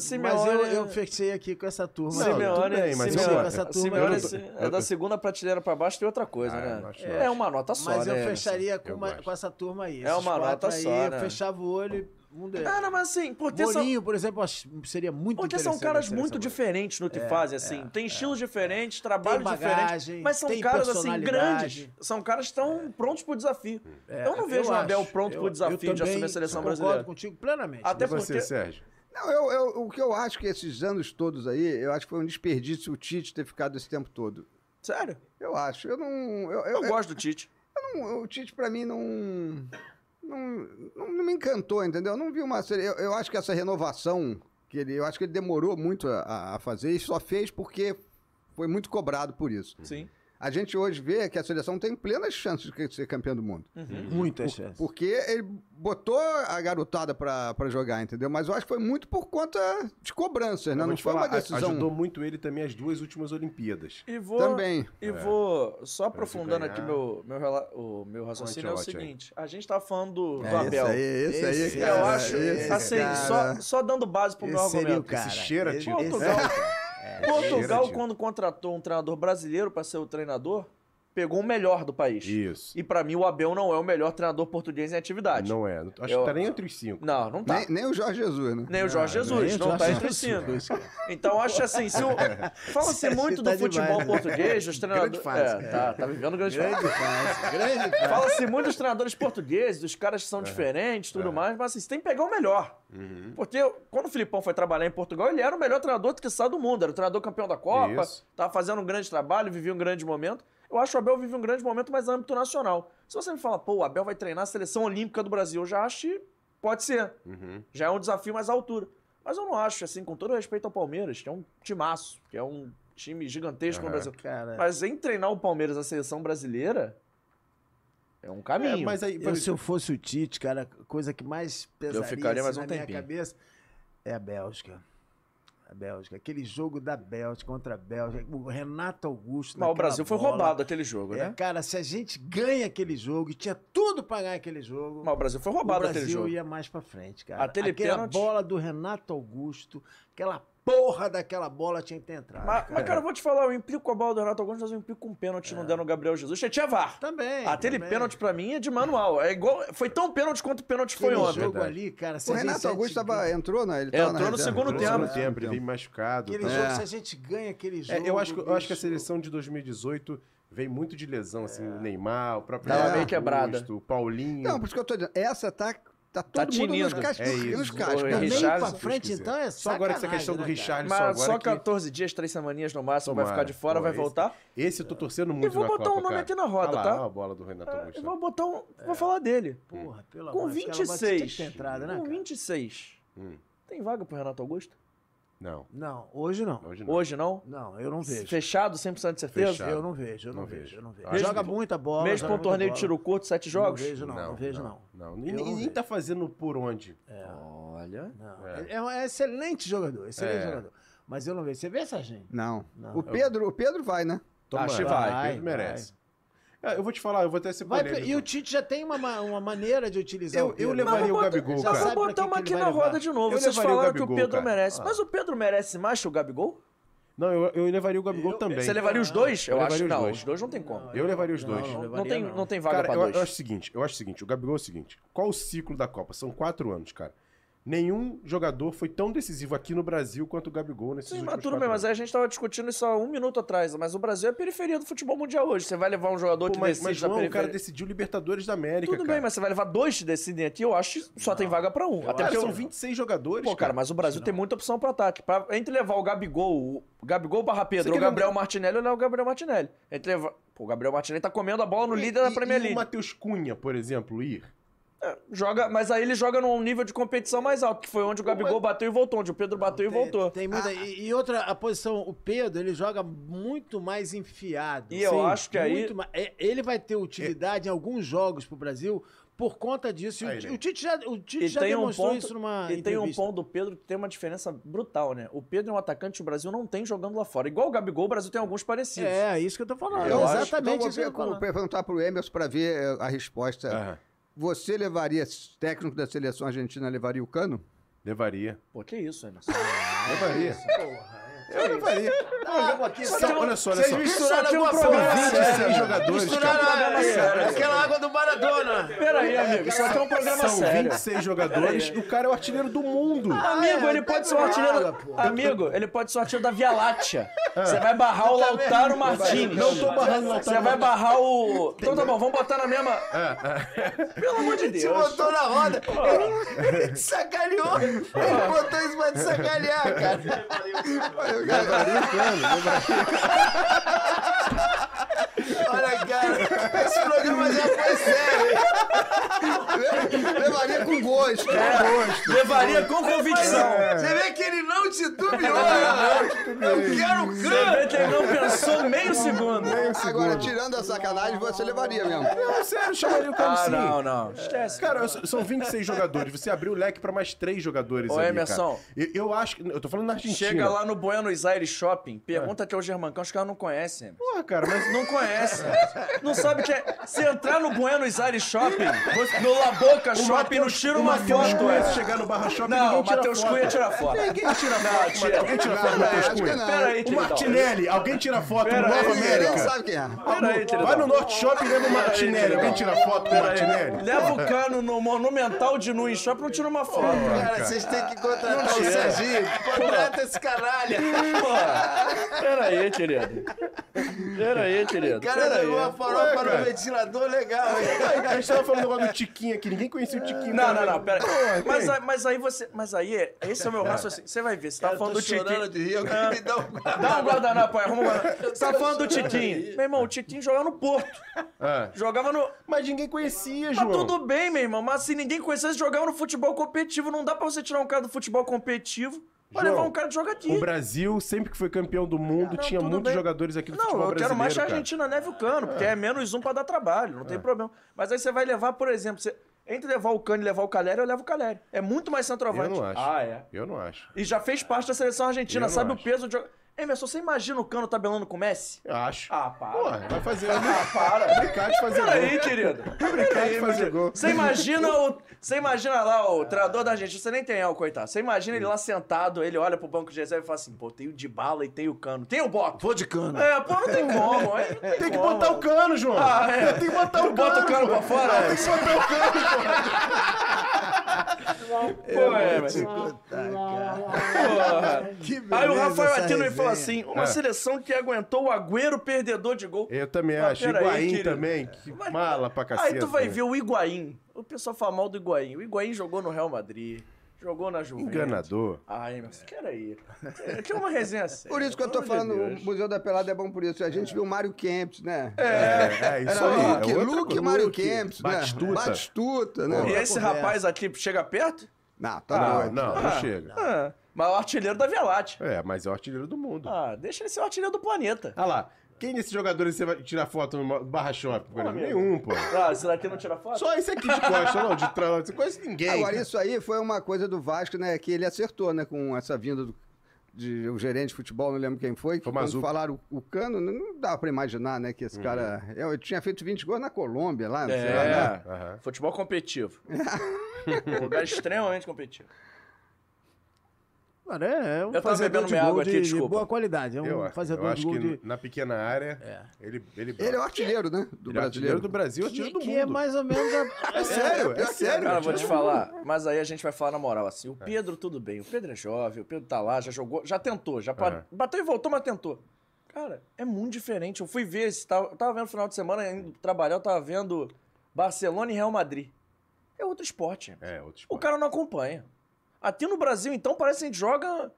S2: Simeone... Simeone...
S4: Mas eu, eu fechei aqui com essa turma.
S2: Não, Simeone,
S4: Tudo bem, mas
S2: Simeone,
S4: eu- essa turma
S2: Simeone
S4: eu não tô-
S2: é da segunda prateleira para baixo tem outra coisa, né?
S4: acho
S2: É,
S4: não.
S2: uma nota só,
S4: Mas eu
S2: né,
S4: fecharia
S2: Emerson?
S4: com, uma- com essa turma aí.
S2: É
S4: Esses
S2: uma
S4: quatro
S2: nota
S4: aí,
S2: só,
S4: eu
S2: né?
S4: Fechava o olho e um deles.
S2: Cara, mas assim, porque são-
S4: Mourinho, por exemplo, eu acho- seria muito
S2: Porque são
S4: interessante
S2: caras
S4: na
S2: muito
S4: seleção
S2: diferentes no que
S4: É,
S2: fazem, assim. tem estilos diferentes, trabalhos
S4: Tem bagagem,
S2: diferentes. Mas são
S4: tem
S2: caras, assim,
S4: personalidade.
S2: grandes. São caras que estão prontos pro desafio.
S4: É,
S2: eu não vejo o
S4: acho.
S2: Abel pronto
S4: Eu-
S2: pro desafio
S4: eu
S2: de assumir a
S4: também
S2: seleção
S4: concordo
S2: brasileira.
S4: contigo plenamente.
S2: Até
S3: E você,
S2: porque-
S3: Sérgio?
S11: Não, eu, eu- o que eu acho que esses anos todos aí, eu acho que foi um desperdício o Tite ter ficado esse tempo todo.
S2: Sério?
S11: Eu acho. Eu não. Eu,
S2: Eu gosto do Tite.
S11: eu não- o Tite, pra mim, não. Não, não, não me encantou, entendeu? Eu não vi uma. série- Eu, eu acho que essa renovação que ele. Eu acho que ele demorou muito a- a, a fazer e só fez porque foi muito cobrado por isso.
S2: Sim.
S11: A gente hoje vê que a seleção tem plenas chances de ser campeã do mundo.
S4: Uhum. Muitas chances.
S11: Porque ele botou a garotada pra, pra jogar, entendeu? Mas eu acho que foi muito por conta de cobranças, né?
S2: vou
S11: Não
S2: te
S11: foi
S2: falar,
S11: uma decisão.
S3: Ajudou muito ele também as duas últimas Olimpíadas.
S2: E vou,
S11: Também.
S2: E
S11: É.
S2: vou, só aprofundando
S11: ganhar-
S2: aqui meu, meu, rela- o meu raciocínio, é o
S11: Ótimo, ótimo.
S2: seguinte: a gente tá falando do, do
S11: É, esse
S2: Abel.
S11: aí, esse aí,
S2: eu
S11: cara,
S2: acho,
S11: esse
S2: assim,
S11: cara.
S2: só, só dando base pro meu
S11: Esse seria o
S2: argumento.
S11: cara. Esse cheira, Esse- tio.
S2: Portugal, [laughs]
S11: esse- É, cheira,
S2: Portugal
S11: tio.
S2: quando contratou um treinador brasileiro pra ser o treinador, pegou o melhor do país.
S3: Isso.
S2: E pra mim, o Abel não é o melhor treinador português em atividade.
S3: Não é. Acho que tá nem entre os cinco.
S2: Não, não tá.
S11: Nem, nem o Jorge Jesus, né?
S2: Nem o Jorge
S11: Ah,
S2: Jesus,
S11: nem o
S2: não
S11: Jorge
S2: tá entre os
S11: Jesus.
S2: cinco. Então acho assim, se
S11: [laughs]
S2: o... fala-se
S11: Você
S2: muito
S11: É. tá
S2: do futebol
S11: demais, né?
S2: português, dos treinadores.
S11: Grande fase,
S2: é,
S11: é.
S2: tá, tá vivendo grande,
S11: Grande fase,
S2: [laughs]
S11: grande fase. É.
S2: Fala-se muito dos treinadores portugueses, dos caras que são diferentes, tudo mais, mas assim, você tem que pegar o melhor. Porque quando o Filipão foi trabalhar em Portugal, ele era o melhor treinador que saiu do mundo, era o treinador campeão da Copa,
S3: Isso.
S2: tava fazendo um grande trabalho, vivia um grande momento. Eu acho que o Abel vive um grande momento, mas no âmbito nacional. Se você me fala, pô, o Abel vai treinar a seleção olímpica do Brasil, eu já acho que pode ser. Já é um desafio mais à altura. Mas eu não acho, assim, com todo respeito ao Palmeiras, que é um timaço, que é um time gigantesco no
S3: Aham.
S2: Brasil.
S3: Cara.
S2: Mas em treinar o Palmeiras a seleção brasileira é um caminho.
S4: eu, se eu fosse o Tite, cara, a coisa que mais pesaria
S2: ficaria mais
S4: assim,
S2: um
S4: na
S2: tempinho.
S4: minha cabeça é a Bélgica. A Bélgica. Aquele jogo da Bélgica contra a Bélgica. O Renato Augusto.
S2: Mas o
S4: naquela
S2: Brasil foi
S4: bola.
S2: roubado aquele jogo,
S4: É,
S2: né?
S4: cara, se a gente ganha aquele jogo, e tinha tudo pra ganhar aquele jogo.
S2: Mas o Brasil foi roubado
S4: o Brasil
S2: aquele jogo.
S4: ia mais pra frente, cara.
S2: Aquele
S4: aquela
S2: pênalti-
S4: bola do Renato Augusto, aquela porra daquela bola tinha que ter entrado.
S2: Mas, mas, cara, eu vou te falar, eu implico com a bola do Renato Augusto, mas eu implico com um pênalti que não deram no Gabriel Jesus. Já tinha VAR.
S4: É. Também.
S2: Aquele pênalti pra mim é de manual. É igual, foi tão pênalti quanto o pênalti foi
S11: Aquele
S2: ontem.
S11: jogo ali,
S4: cara,
S11: Então, O Renato Augusto tava, entrou, né? Ele
S2: É,
S11: tava na
S2: entrou no
S11: reserva.
S2: segundo
S3: Entrou no
S2: tempo.
S3: tempo, ele veio machucado.
S2: É.
S4: Aquele
S3: tá?
S4: jogo, se a gente ganha aquele
S3: É,
S4: jogo.
S3: eu, acho que, eu acho que a
S4: bicho, É.
S3: seleção de 2018 vem muito de lesão, assim, o Neymar, o próprio
S2: Tava
S3: Renato
S2: meio quebrada.
S3: Augusto, o Paulinho.
S11: Não, por isso que eu tô dizendo. Essa tá. Tá todo mundo nos
S3: tinindo.
S11: cascos.
S3: É isso.
S11: nos cascos.
S3: Oi,
S11: Também
S3: Richarlison,
S11: pra frente,
S3: esqueci.
S11: então, é
S3: Só agora essa questão do
S11: sacanagem, né, cara?
S3: Richarlison
S2: Mas
S3: agora
S2: só
S3: que-
S2: 14 dias, 3 semaninhas no máximo, vai
S3: Tomara.
S2: ficar de fora,
S3: Pô,
S2: vai
S3: esse-
S2: voltar.
S3: Esse eu tô torcendo muito
S2: vou
S3: na
S2: botar
S3: Copa,
S2: um nome
S3: cara.
S2: aqui na roda,
S3: Olha lá,
S2: tá?
S3: olha a bola do Renato Augusto.
S2: Eu vou botar um. Vou falar dele.
S4: É. Porra, pelo
S2: Com
S4: amor de Deus, aquela bola tinha que
S2: 26.
S4: ter entrado, né,
S2: com
S4: cara?
S2: 26.
S3: Hum,
S2: Tem vaga pro Renato Augusto?
S3: não.
S4: Não, hoje não.
S3: Hoje não.
S2: Hoje não?
S4: Não, eu não vejo.
S2: Fechado, 100% de certeza?
S3: Fechado.
S4: Eu não vejo, eu não, vejo, eu não vejo.
S3: Mesmo-
S4: joga muita bola.
S2: Mesmo
S4: joga
S2: pra um torneio
S4: muita
S2: de tiro
S4: bola.
S2: curto, sete jogos?
S4: Não vejo, não, não, vejo, não.
S3: Não, e
S4: Eu
S3: nem,
S4: não
S3: nem
S4: vejo.
S3: tá fazendo por onde.
S2: Olha.
S4: É. Não, É. é um excelente jogador,
S3: É.
S4: excelente jogador. Mas eu não vejo. Você vê essa gente?
S11: Não.
S4: Não.
S11: O Pedro, o Pedro vai, né?
S3: Tomara.
S4: Acho que vai,
S3: O Pedro
S4: vai.
S3: merece. É, eu vou te falar, eu vou até ser
S4: Vai,
S3: polêmico.
S4: e o Tite já tem uma, ma- uma maneira de utilizar
S3: Eu-
S4: o
S3: eu
S4: Pedro.
S3: levaria Mas vou o botar- Gabigol, já cara.
S2: Vou botar uma aqui na roda de novo.
S3: Eu
S2: Vocês
S3: levaria o
S2: falaram que o
S3: Gabigol,
S2: Pedro
S3: cara.
S2: merece.
S3: Ah.
S2: Mas o Pedro merece mais que o Gabigol?
S3: Não, eu, eu levaria o Gabigol também.
S2: Você levaria os dois? Eu,
S3: levaria
S2: acho que
S3: os
S2: não.
S3: dois.
S2: Os dois não tem como.
S3: Eu levaria os dois.
S2: Não, não tem, não tem vaga
S3: cara,
S2: pra
S3: eu,
S2: dois.
S3: eu acho o seguinte, eu acho o seguinte, o Gabigol é o seguinte, qual o ciclo da Copa? São quatro anos, cara. Nenhum jogador foi tão decisivo aqui no Brasil quanto o Gabigol nesses
S2: Sim,
S3: últimos
S2: mas tudo
S3: quatro
S2: bem,
S3: anos.
S2: mas aí a gente tava discutindo isso há um minuto atrás. Mas o Brasil é a periferia do futebol mundial hoje. Você vai levar um jogador
S3: Pô,
S2: que
S3: mas,
S2: decide
S3: mas
S2: da
S3: João, o cara
S2: periferia.
S3: decidiu Libertadores da América,
S2: Tudo
S3: cara.
S2: bem, mas você vai levar dois que decidem aqui, eu acho que só tem vaga pra um. Até
S3: Cara,
S2: porque
S3: são
S2: eu-
S3: 26 jogadores,
S2: Pô, cara, mas o Brasil tem muita opção pro ataque. Pra- entre levar o Gabigol, o Gabigol barra Pedro,
S3: Você
S2: ou o
S3: quer
S2: Gabriel Martinelli ou o Gabriel Martinelli. Entre levar... Pô, o Gabriel Martinelli tá comendo a bola no líder da Premier
S3: e
S2: League.
S3: o Matheus Cunha, por exemplo, ir?
S2: Joga, mas aí ele joga num nível de competição mais alto, que foi onde o Gabigol bateu e voltou, onde o Pedro bateu e voltou.
S4: Tem muita, e, e outra, a posição, o Pedro, ele joga muito mais enfiado.
S2: E eu acho que aí-
S4: muito ma- é, ele vai ter utilidade em alguns jogos pro Brasil por conta disso. E o,
S2: Aí,
S4: Ti-
S2: né?
S4: o Tite já, o Tite
S2: E
S4: já
S2: tem um
S4: demonstrou
S2: ponto-
S4: isso numa
S2: E tem um
S4: entrevista.
S2: ponto do Pedro que tem uma diferença brutal, né? O Pedro é um atacante que o Brasil não tem jogando lá fora. Igual o Gabigol, o Brasil tem alguns parecidos.
S4: É, é isso que eu tô falando.
S2: Eu acho.
S4: Exatamente
S11: Então,
S4: isso que eu
S11: eu
S4: tô falando.
S11: vou per- perguntar pro Emerson para ver eh, a resposta. Você levaria, esse técnico da seleção argentina, levaria o Cano?
S3: Levaria.
S2: Pô, que isso, Emerson?
S3: levaria.
S11: Eu
S5: um
S11: levaria.
S4: Não, tá, aqui,
S3: Só
S11: um-
S3: que- olha só, olha só.
S4: alguma
S3: São
S4: coisa.
S3: 26
S4: séria.
S3: jogadores,
S4: Misturaram
S3: cara.
S4: a-
S3: Sério.
S4: aquela água do Maradona.
S2: Peraí, amigo, isso aqui é um programa
S3: São
S2: sério.
S3: 26 jogadores e o cara é Ah, tá o artilheiro do mundo.
S2: Amigo, ele pode ser um artilheiro. Amigo, ele pode ser um artilheiro da Via Láctea. Você vai barrar o Lautaro Martinez.
S3: Ah. Não tô barrando o Lautaro É,
S2: Você vai
S3: Martinez.
S2: barrar o. Então tá bom, vamos botar na mesma. Pelo amor de Deus.
S4: Te botou na roda. Ele te sacaneou. Ele botou isso pra te sacanear, cara.
S11: Levaria o Cano. levaria.
S4: Olha, cara. Esse programa já foi sério. hein?
S11: Levaria com gosto, com
S2: É,
S11: gosto.
S2: levaria com convicção.
S3: É.
S11: Você vê que ele não né? titubeou.
S2: Não
S11: Eu quero
S2: Você vê que ele não pensou meio segundo.
S11: Agora, tirando a sacanagem, você levaria mesmo.
S3: Não, sério, chamaria o cara assim.
S11: Ah,
S3: sim.
S11: não, não.
S3: Esquece. Cara, s- são 26 jogadores. Você abriu o leque pra mais 3 jogadores
S2: Ô,
S3: ali,
S2: Emerson.
S3: cara. Eu, eu acho que... Eu tô falando na Argentina.
S2: Chega lá no Buenos Aires Shopping, pergunta que é o Germancão, os caras não conhecem.
S3: Porra, cara, mas...
S2: Não
S3: [laughs]
S2: conhece. Não sabe o que é. Se entrar no Buenos Aires Shopping, no La Boca
S3: O
S2: Shopping,
S3: Mateus-
S2: não tira
S3: o
S2: uma
S3: Mateus
S2: foto.
S3: Cunha,
S2: é.
S3: se chegar no Barra Shopping,
S2: não,
S3: ninguém tira
S2: Mateus
S3: foto.
S2: Cunha tira foto.
S3: Ninguém tira
S2: Não,
S3: foto,
S2: tira.
S3: Alguém tira foto do Matheus Cunha?
S2: Pera aí,
S3: O
S2: querido.
S3: Martinelli. Alguém tira foto do
S2: Pera aí,
S3: Nova
S2: queridão.
S3: América?
S2: Sabe
S11: quem é.
S2: Peraí, queridão.
S3: Vai no Norte Shopping e leva o
S2: Peraí,
S3: Martinelli.
S2: queridão.
S3: Alguém tira foto do
S2: Peraí.
S3: Martinelli?
S2: Leva o cano no Monumental de Nui Shopping, não tira uma foto.
S11: Cara, vocês têm que contratar
S2: Não
S11: o
S2: tira.
S11: Serginho. Contrata esse canalha.
S2: Porra. Peraí, querido. Peraí, querido.
S11: O cara
S2: Peraí.
S11: levou a farofa
S3: Ué,
S11: para
S3: cara.
S11: no ventilador legal, hein?
S3: A gente tava falando do negócio do Tiquinho aqui. Ninguém conhecia o Tiquinho.
S2: É. Não,
S3: cara.
S2: não, não, pera.
S3: Porra,
S2: Mas,
S3: quem?
S2: aí- mas aí você. Mas aí, esse é o meu raciocínio. Você vai ver, você tá
S11: É, Eu
S2: falando
S11: tô
S2: do Tiquinho.
S11: chorando de rir, alguém me dá um
S2: guardanapo. Dá um guardanapo, aí, arruma um guardanapo. Você tá falando do Tiquinho. Meu irmão, o Tiquinho jogava no Porto.
S3: É.
S2: Jogava no.
S3: Mas ninguém conhecia,
S2: mas
S3: João.
S2: tudo bem, meu irmão. Mas se ninguém conhecesse, jogava no futebol competitivo. Não dá pra você tirar um cara do futebol competitivo pra
S3: João,
S2: levar um cara de jogadinho.
S3: O Brasil, sempre que foi campeão do mundo,
S2: Não,
S3: tinha
S2: tudo
S3: muitos
S2: bem.
S3: jogadores aqui do
S2: Não, eu
S3: futebol
S2: quero
S3: brasileiro,
S2: mais que a
S3: cara. É.
S2: Argentina leve o cano, porque é menos um pra dar trabalho, não tem problema. Mas aí você vai levar, por exemplo, você- entre levar o cano e levar o Caleri, eu levo o Caleri. É muito mais centroavante.
S3: Eu não acho.
S2: Ah, é.
S3: Eu não acho.
S2: E já fez parte da seleção
S3: Eu
S2: argentina,
S3: não
S2: sabe
S3: acho.
S2: o peso de. Emerson, você imagina o cano tabelando com o Messi?
S3: Eu acho.
S2: Ah, para.
S3: Porra, vai fazer.
S2: [laughs] Ah, para.
S3: Brincar de fazer
S2: Peraí,
S3: gol.
S2: querido.
S3: Brincar de fazer gol.
S2: Você imagina o. Você imagina lá o treinador da Argentina, você nem tem é o coitado. Você imagina ele lá sentado, ele olha pro banco de reserva e fala assim: pô, tem o de bala e tem o cano. Tem o bota. Vou de cano. É, pô, não
S3: [laughs]
S2: tem como. aí não
S3: Tem que
S2: como.
S3: botar o cano, João.
S2: Ah, é.
S3: Tem que botar o cano.
S2: Bota o cano
S3: pô.
S2: pra fora? é.
S3: Tem que botar o cano,
S2: Pô, é, mas... Porra. Aí o Rafael Atino me falou assim: uma
S3: É.
S2: seleção que aguentou o Agüero perdedor de gol.
S3: pô. Eu também
S2: Mas
S3: acho.
S2: peraí,
S3: Higuaín
S2: querido.
S3: também. Que mala pra cacete.
S2: Aí tu vai ver o Higuaín. O pessoal fala mal do Higuaín. O Higuaín jogou no Real Madrid, jogou na Juventus.
S3: Enganador.
S2: Ai, Emerson, peraí. Aqui é uma resenha séria.
S11: Por isso que eu tô
S2: pelo amor
S11: falando,
S2: de
S11: o Museu da Pelada é bom por isso. A gente viu o Mário Kempis, né?
S3: É, é isso
S11: Era
S3: aí, é
S11: Luke,
S3: outra
S11: Luke
S3: coisa.
S11: e Mário
S3: Luke,
S11: Kempis, né?
S3: Batistuta.
S11: Batistuta, né? Ah,
S2: Deus. E esse rapaz aqui chega perto?
S11: Não,
S3: tá Não, doido. não, não chega.
S2: ah, mas é o artilheiro da Via Láctea.
S3: É, mas é o artilheiro do mundo.
S2: Ah, deixa ele ser o artilheiro do planeta.
S3: Olha lá. Quem desses jogadores você vai tirar foto no Barra Shopping? por exemplo?
S2: amigo.
S3: Nenhum, pô.
S2: Ah, será que não tira foto?
S3: Só esse aqui de costa, não, de trás. Você conhece é ninguém.
S11: Agora, isso aí foi uma coisa do Vasco, né? Que ele acertou, né? Com essa vinda do de, o gerente de futebol, não lembro quem foi. Que quando
S3: Mazuco.
S11: falaram o, o Cano, não, não dá pra imaginar, né? Que esse cara... Eu, eu tinha feito 20 gols na Colômbia, lá. não sei lá, né?
S2: [laughs] É, futebol
S11: [laughs]
S2: competitivo. um lugar extremamente competitivo.
S4: Mano, é, é um
S2: Eu tava
S4: fazedor
S2: bebendo
S4: de
S2: minha
S4: gol
S2: água
S4: de,
S2: aqui,
S4: de
S2: desculpa.
S4: boa qualidade. É um
S3: Eu, acho- eu
S4: fazedor de
S3: acho
S4: gol
S3: que
S4: de...
S3: na pequena área, ele, ele...
S11: Ele é o artilheiro, né? Do
S3: Ele é artilheiro
S11: brasileiro.
S3: do Brasil, artilheiro do
S4: que é
S3: mundo.
S4: mais ou menos a...
S11: É sério, é sério.
S2: Cara, eu vou te falar. Mas aí a gente vai falar na moral, assim. O Pedro, tudo bem. O Pedro é jovem, o Pedro tá lá, já jogou, já tentou, já par-
S3: É.
S2: bateu e voltou, mas tentou. Cara, é muito diferente. Eu fui ver esse. Tava, eu tava vendo no final de semana, indo trabalhar, eu tava vendo Barcelona e Real Madrid. É outro esporte.
S3: É, outro
S2: O cara não acompanha. Aqui no Brasil, então, parece que a gente joga.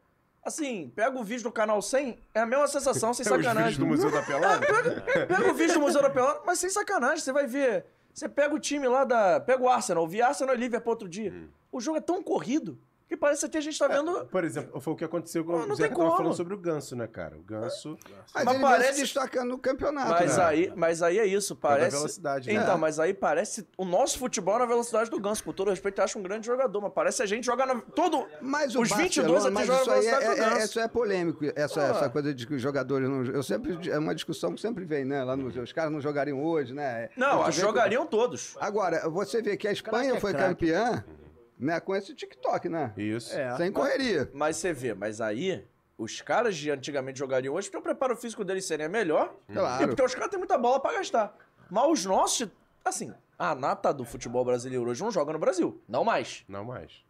S2: Assim, pega o vídeo do canal 100, é a mesma sensação,
S3: [laughs]
S2: sem
S3: Os
S2: sacanagem.
S3: vídeos do Museu da Pelada?
S2: [laughs] É, pega, pega o vídeo do Museu da Pelada, mas sem sacanagem, você vai ver. Você pega o time lá da. Pega o Arsenal, eu vi Arsenal e Liverpool outro dia. O jogo é tão corrido que parece que a
S11: É,
S2: gente tá vendo.
S3: Por exemplo, foi o que aconteceu com
S2: Ah,
S3: o
S2: não
S3: Zé
S2: tem
S3: que tava
S2: como. Ah,
S3: falando sobre o Ganso, né, cara? O Ganso...
S11: Mas,
S2: Mas
S11: ele
S2: parece-
S11: vem se destacando no campeonato,
S2: Mas
S11: né?
S2: aí, mas aí é isso, parece.
S3: velocidade, né?
S2: Então,
S3: É.
S2: mas aí parece. O nosso futebol é na velocidade do Ganso, com todo respeito, eu acho um grande jogador, mas parece a gente joga na. Todo,
S11: Mas o
S2: os
S11: Barcelona,
S2: 22 aqui
S11: mas
S2: jogam
S11: isso
S2: na
S11: aí
S2: velocidade
S11: é,
S2: do
S11: é-
S2: Ganso.
S11: isso é polêmico, essa,
S2: Ah.
S11: essa coisa de que os jogadores não. Eu sempre, é uma discussão que sempre vem, né? Lá no, os caras não jogariam hoje, né?
S2: Não, ah,
S11: Tu vê que-
S2: jogariam todos.
S11: Agora, você vê que a Espanha
S2: Craque é
S11: foi
S2: craque.
S11: campeã né, com esse TikTok, né?
S3: Isso.
S4: É.
S11: Sem correria.
S2: É. Mas, mas você vê, mas aí os caras de antigamente jogariam hoje porque o preparo físico deles seria melhor.
S11: Uhum. Claro.
S2: E porque os caras têm muita bola pra gastar. Mas os nossos, assim, a nata do futebol brasileiro hoje não joga no Brasil. Não mais.
S3: Não mais.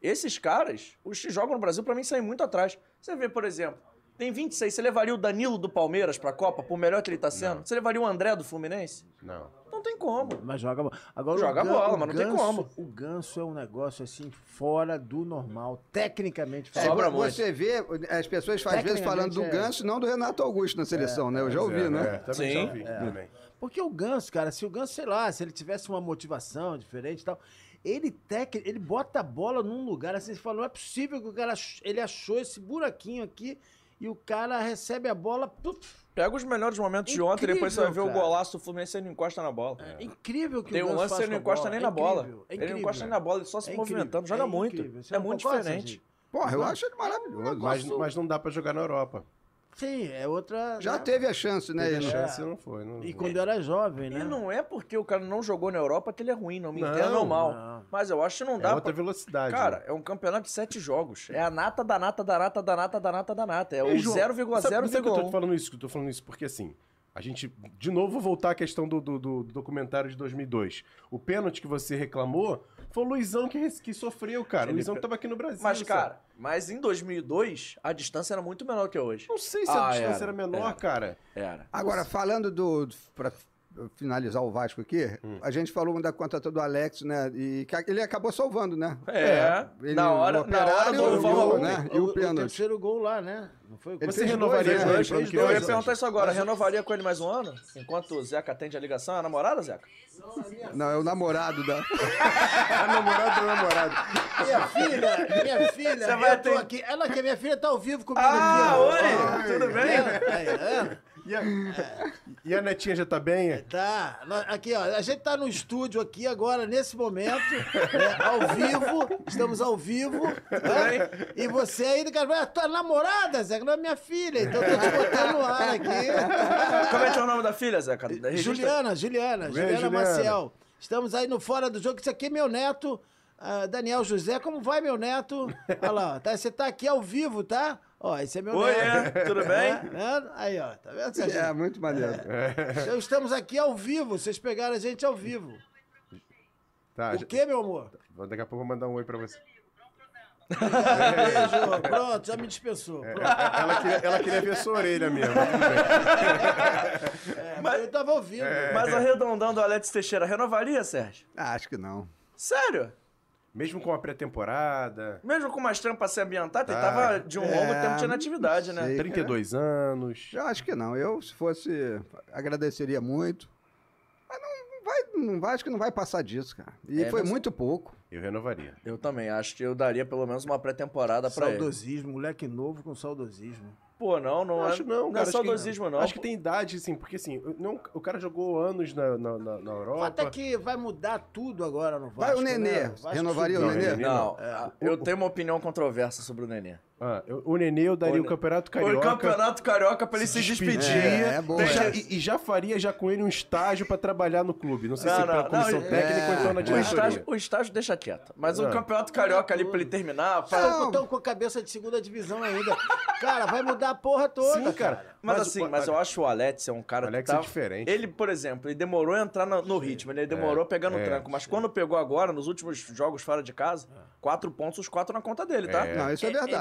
S2: Esses caras, os que jogam no Brasil, pra mim, saem muito atrás. Você vê, por exemplo, tem 26, você levaria o Danilo do Palmeiras pra Copa, por melhor que ele tá sendo? Você levaria o André do Fluminense?
S3: Não.
S2: Não tem como.
S4: Mas joga bola. Agora,
S2: Joga
S4: o Gan-
S2: bola,
S4: o
S2: mas não tem como.
S4: O ganso é um negócio assim, fora do normal, tecnicamente
S11: É,
S4: falando.
S11: vo- você vê, as pessoas às vezes falando do
S4: Tecnicamente, é.
S11: Ganso, não do Renato Augusto na seleção, né? Eu já
S4: Pois
S11: ouvi,
S4: é,
S11: né?
S4: é, também já Sim. ouvi,
S11: É.
S4: também. Porque o Ganso, cara, se o Ganso, sei lá, se ele tivesse uma motivação diferente e tal, ele tec, ele bota a bola num lugar assim, você fala, não é possível que o cara ach- ele achou esse buraquinho aqui e o cara recebe a bola, puf,
S19: Pega os melhores momentos de ontem,
S4: Incrível,
S19: depois você vai ver o
S4: cara. É,
S19: golaço do Fluminense, ele não encosta na bola.
S4: incrível que
S19: Tem
S4: o
S19: um
S4: Ganso
S19: lance,
S4: faz
S19: ele não
S4: com a
S19: encosta nem na
S4: É
S19: bola.
S4: incrível, é
S19: Ele não
S4: incrível.
S19: encosta nem
S3: né?
S19: na bola, ele só se
S4: É incrível,
S19: movimentando, joga
S4: é
S19: muito.
S4: incrível. Você
S19: É
S4: não
S19: muito
S4: concorda, assim?
S19: diferente.
S4: Serginho? Porra, eu acho
S11: ele maravilhoso.
S3: Mas,
S11: Gosto-
S3: mas não dá pra jogar na Europa.
S4: Sim, é outra.
S11: Já
S4: né?
S11: teve a chance, né?
S3: Teve a
S11: ele?
S3: chance e não foi. Não... é.
S4: E quando era jovem,
S2: E
S4: né?
S2: não é porque o cara não jogou na Europa que ele é ruim, não me
S3: Não,
S2: entenda não mal.
S3: não.
S2: Mas eu acho que não
S3: É
S2: dá.
S3: outra velocidade,
S2: Cara,
S3: né?
S2: é um campeonato de sete jogos. É a nata da nata da nata da nata da nata da nata. É o
S3: Ei, João, sabe- não sei que eu tô
S2: 0,0,1.
S3: falando isso, que eu tô falando isso porque assim, a gente, de novo, vou voltar à questão do, do- do documentário de 2002. O pênalti que você reclamou foi o Luizão que, res- que sofreu, cara. O
S2: Ele-
S3: Luizão tava aqui no Brasil.
S2: Mas,
S3: sabe?
S2: cara, mas em 2002, a distância era muito menor que é hoje. Ah, É.
S3: Não sei se a distância era menor, cara.
S2: Era.
S11: Agora, falando do. Pra finalizar o Vasco aqui,
S2: Hum.
S11: a gente falou da contrata do Alex, né? E que ele acabou salvando, né?
S2: É,
S11: ele-
S2: na hora-
S11: o
S2: na hora do
S11: operário e o-
S2: Valverde,
S11: né? E
S4: O,
S11: o
S4: o
S11: pênalti.
S4: terceiro gol lá, né? Não foi?
S11: Ele Você fez renovaria dois, né? com ele pro ano que
S2: Eu
S11: vem,
S2: ia
S11: Zé?
S2: perguntar isso agora. Renovaria com ele mais um ano? Enquanto o Zeca atende a ligação, é a namorada,
S3: [laughs]
S2: Zeca?
S11: Não, é o namorado da.
S3: É
S11: a namorada do namorado.
S4: Minha filha, minha filha,
S11: Você
S4: eu
S11: vai
S4: tô
S11: ter-
S4: aqui. Ela que é minha filha, tá ao vivo comigo
S11: Ah,
S4: aqui. ó.
S11: oi, tudo
S4: Tá
S11: bem?
S4: vendo? Aí, tá vendo?
S3: E a, e a netinha já tá
S19: [laughs]
S3: bem?
S4: Tá, nó- aqui ó, a gente tá no estúdio aqui agora, nesse momento, né, ao vivo, estamos ao vivo, né? e você aí, cara, "Ah, tua namorada, Zeca, não é minha filha, então eu tô te botando no ar aqui.
S2: Como é que é o nome da filha, Zeca? Registra-
S4: Juliana, Juliana,
S2: Bem,
S4: Juliana,
S2: tá- Juliana.
S4: Maciel, estamos aí no Fora do Jogo, isso aqui é meu neto, ah, Daniel José, como vai meu neto? Olha lá, ó, tá, você tá aqui ao vivo, tá? Ó, esse é meu
S11: Oi,
S4: neto.
S11: é, tudo bem?
S4: Tá vendo? Aí ó, tá vendo, Serginho?
S11: É, muito maneiro.
S4: Então, estamos aqui ao vivo, vocês pegaram a gente ao vivo.
S3: Tá,
S4: O que, meu amor?
S3: já- daqui a pouco eu vou mandar um oi pra você.
S4: Beijo, pronto, já me dispensou. Pronto. É,
S3: Ela queria, ela queria ver sua orelha mesmo.
S4: mas eu tava ouvindo.
S3: É.
S4: é
S2: Mas arredondando o Alex Teixeira, renovaria, Sérgio?
S3: Ah,
S11: acho que não.
S2: Sério?
S3: Mesmo com a pré-temporada.
S2: Mesmo com mais tempo pra se ambientar, ele
S3: Ah,
S2: tava de um longo
S11: é,
S2: tempo de
S11: não
S2: inatividade, né?
S11: sei,
S3: 32 anos.
S11: Eu acho que não. Eu, se fosse, agradeceria muito. Mas não vai, não vai, acho que não vai passar disso, cara. E
S2: É,
S11: foi
S2: mas-
S11: muito pouco.
S3: Eu renovaria.
S2: Eu também, acho que eu daria pelo menos uma pré-temporada pra ele.
S4: Saudosismo, moleque novo com saudosismo.
S2: Pô, não, não,
S3: acho
S2: é,
S3: não, cara,
S2: é
S3: acho que-
S2: saudosismo, não.
S3: Acho que tem idade, assim, porque assim, não, o cara jogou anos na, na, na- na
S4: O
S3: Europa.
S4: fato é que vai mudar tudo agora no
S3: Vai
S4: Vasco.
S3: o Nenê.
S4: né? Vasco
S3: Renovaria
S4: subiu.
S3: o Nenê?
S2: Não,
S3: É.
S2: eu tenho uma opinião controversa sobre o Nenê.
S3: Ah, eu- o Nenê eu daria o,
S2: O Ne-
S3: Campeonato Carioca. É,
S2: O Campeonato Carioca pra ele se despedir.
S3: Pedia, e, já,
S2: Deixa-
S3: e- e já faria já com ele um estágio pra trabalhar no clube. Não sei se
S2: Não,
S3: pra
S2: não,
S3: comissão
S2: não, é,
S3: técnica ou então na
S2: o
S3: diretoria.
S2: estágio- o estágio deixa quieto. Mas o
S3: É.
S2: Campeonato Carioca ali pra ele terminar... pra-
S4: Estão com a cabeça de segunda divisão ainda. Cara, vai mudar a porra toda.
S2: Sim, cara. Mas, assim, mas eu acho o Alex é um cara
S3: Alex
S2: que tá...
S3: é diferente.
S2: Ele, por exemplo, ele demorou a entrar na- no ritmo, ele demorou
S3: É,
S2: pegando
S3: é, Ah.
S2: o tranco, mas quando pegou agora, nos últimos jogos fora de casa, quatro pontos, os quatro na conta dele, tá?
S4: É,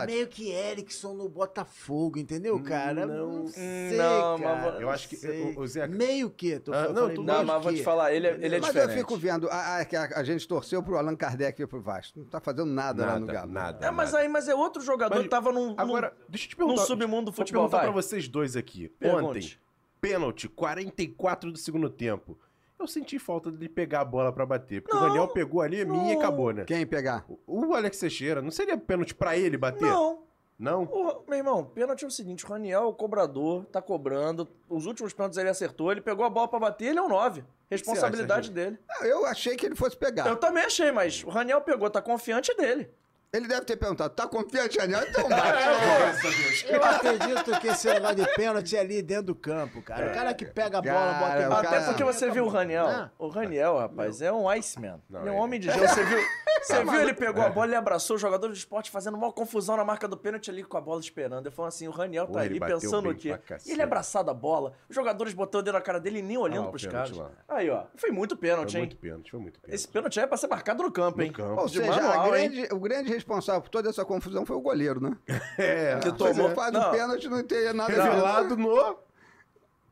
S4: meio que Erickson no Botafogo, entendeu, cara? Não, sei,
S2: não, mas
S4: cara.
S2: eu
S4: não
S2: acho que-
S4: sei.
S2: o- o Zeca- Ah,
S4: Meio que, tô falando.
S2: não, tu- não, mas vou te falar, ele é- ele é
S11: Mas eu
S2: diferente.
S11: fico vendo, a, a, que a- a gente torceu pro Allan Kardec e pro Vasco. Não tá fazendo nada, lá no
S3: Nada,
S11: Galo.
S3: nada,
S2: É, mas aí, mas é outro jogador
S3: Mas
S2: que tava num, agora,
S3: deixa eu te
S2: num
S3: perguntar-
S2: submundo do
S3: Vou
S2: futebol,
S3: perguntar
S2: vai.
S3: pra vocês dois aqui.
S2: Pergunte.
S3: Ontem, pênalti, 44 do segundo tempo. Eu senti falta dele pegar a bola pra bater. Porque o Daniel pegou ali, é minha e acabou, né?
S11: Quem pegar?
S3: O Alex Teixeira. Não seria pênalti pra ele bater?
S2: Não.
S3: Não?
S2: O- meu irmão, pênalti é o seguinte, o Raniel é o cobrador, tá cobrando, os últimos pênaltis ele acertou, ele pegou a bola pra bater, ele é um 9. Responsabilidade
S11: Será,
S2: dele.
S11: Não, Ah, eu achei que ele fosse pegar.
S2: Eu também achei, mas o Raniel pegou, tá confiante dele.
S11: Ele deve ter perguntado, tá confiante, Daniel?
S2: [laughs]
S11: Então [laughs]
S4: [laughs] Eu acredito que esse negócio de pênalti é ali dentro do campo, cara. O
S2: É,
S4: cara que pega a bola, bota
S2: Até
S4: em baixo.
S2: porque você viu o Raniel.
S4: Ah.
S2: O Raniel, rapaz, é um Iceman. ele Tá é um
S4: é.
S2: homem de gelo. Você [laughs]
S3: [laughs]
S2: viu,
S3: Tá
S2: você viu ele
S3: É.
S2: pegou a bola, ele abraçou o jogador do esporte fazendo uma confusão na marca do pênalti ali com a bola esperando. Eu falo assim, o Raniel
S3: Pô,
S2: tá
S3: ele
S2: ali
S3: bateu
S2: pensando
S3: bem
S2: o quê?
S3: pra cacete.
S2: Ele abraçado a bola, os jogadores botando o dedo na cara dele e nem olhando
S3: lá o
S2: pros
S3: pênalti
S2: caras.
S3: lá.
S2: Aí, ó. Foi muito pênalti,
S3: Foi
S2: hein?
S3: É muito pênalti, foi muito pênalti.
S2: Esse pênalti aí é pra ser marcado no campo,
S3: No
S2: hein?
S3: campo.
S11: Ou
S2: De
S11: seja, a
S2: manual, hein?
S11: é grande- o grande responsável por toda essa confusão foi o goleiro, né?
S3: [laughs] É,
S11: que
S2: tomou-
S11: faz
S2: não.
S11: o pênalti não tem nada
S3: Revelado no...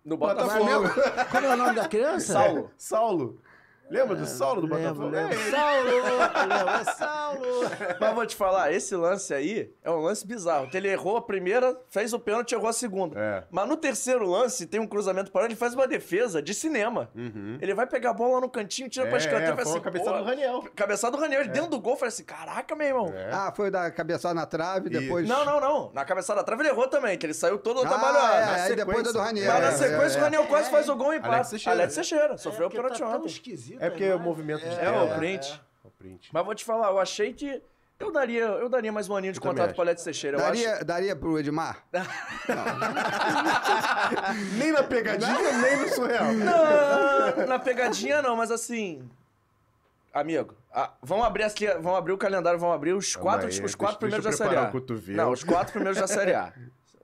S2: No
S11: Botafogo.
S4: Como é o nome da criança?
S2: Saulo.
S3: Saulo. Lembra do Saulo do Botafogo? É ele.
S4: Saulo! Lembra? É Saulo!
S2: [laughs] Mas vou te falar, esse lance aí é um lance bizarro. Que ele errou a primeira, fez o pênalti, errou a segunda.
S11: É.
S2: Mas no terceiro lance, tem um cruzamento para ele, ele faz uma defesa de cinema. Ele vai pegar a bola lá no cantinho, tira
S11: Uhum. É,
S2: pra escanteio
S11: é,
S2: e faz
S11: foi
S2: assim.
S11: uma cabeçada
S2: pô,
S11: do Raniel.
S2: Cabeçada do Raniel. Ele
S11: É.
S2: dentro do gol, fala assim: caraca, meu irmão.
S11: Ah, foi da cabeçada na trave, depois.
S2: Não, não, não. Na cabeçada da trave ele errou também, que ele saiu todo
S11: Ah,
S2: trabalhado.
S11: é, aí depois é do Raniel.
S2: Mas
S11: É,
S2: na sequência
S11: é, é.
S2: o Raniel quase
S11: É,
S2: faz o gol e
S11: Alex
S2: empata. Alex
S11: Teixeira.
S2: Teixeira, tá sofreu o pênalti ontem.
S3: É porque o movimento de
S2: É, o print. Mas vou te falar, eu achei que. Eu daria, eu daria mais um aninho de
S11: também
S2: contrato
S11: acho.
S2: pro Alex Teixeira. Eu
S11: Daria,
S2: acho.
S11: daria pro Edmar?
S3: nem
S2: [laughs]
S3: na pegadinha, nem no surreal.
S2: Não, na pegadinha não, mas assim. Amigo, ah, vamos abrir aqui, vamos abrir o calendário, vamos abrir os
S3: Calma
S2: quatro,
S3: aí,
S2: os
S3: deixa-
S2: quatro primeiros
S3: deixa eu
S2: da Série
S3: preparar
S2: A.
S3: o cotovelo.
S2: Não, os quatro primeiros da Série
S3: [laughs]
S2: A.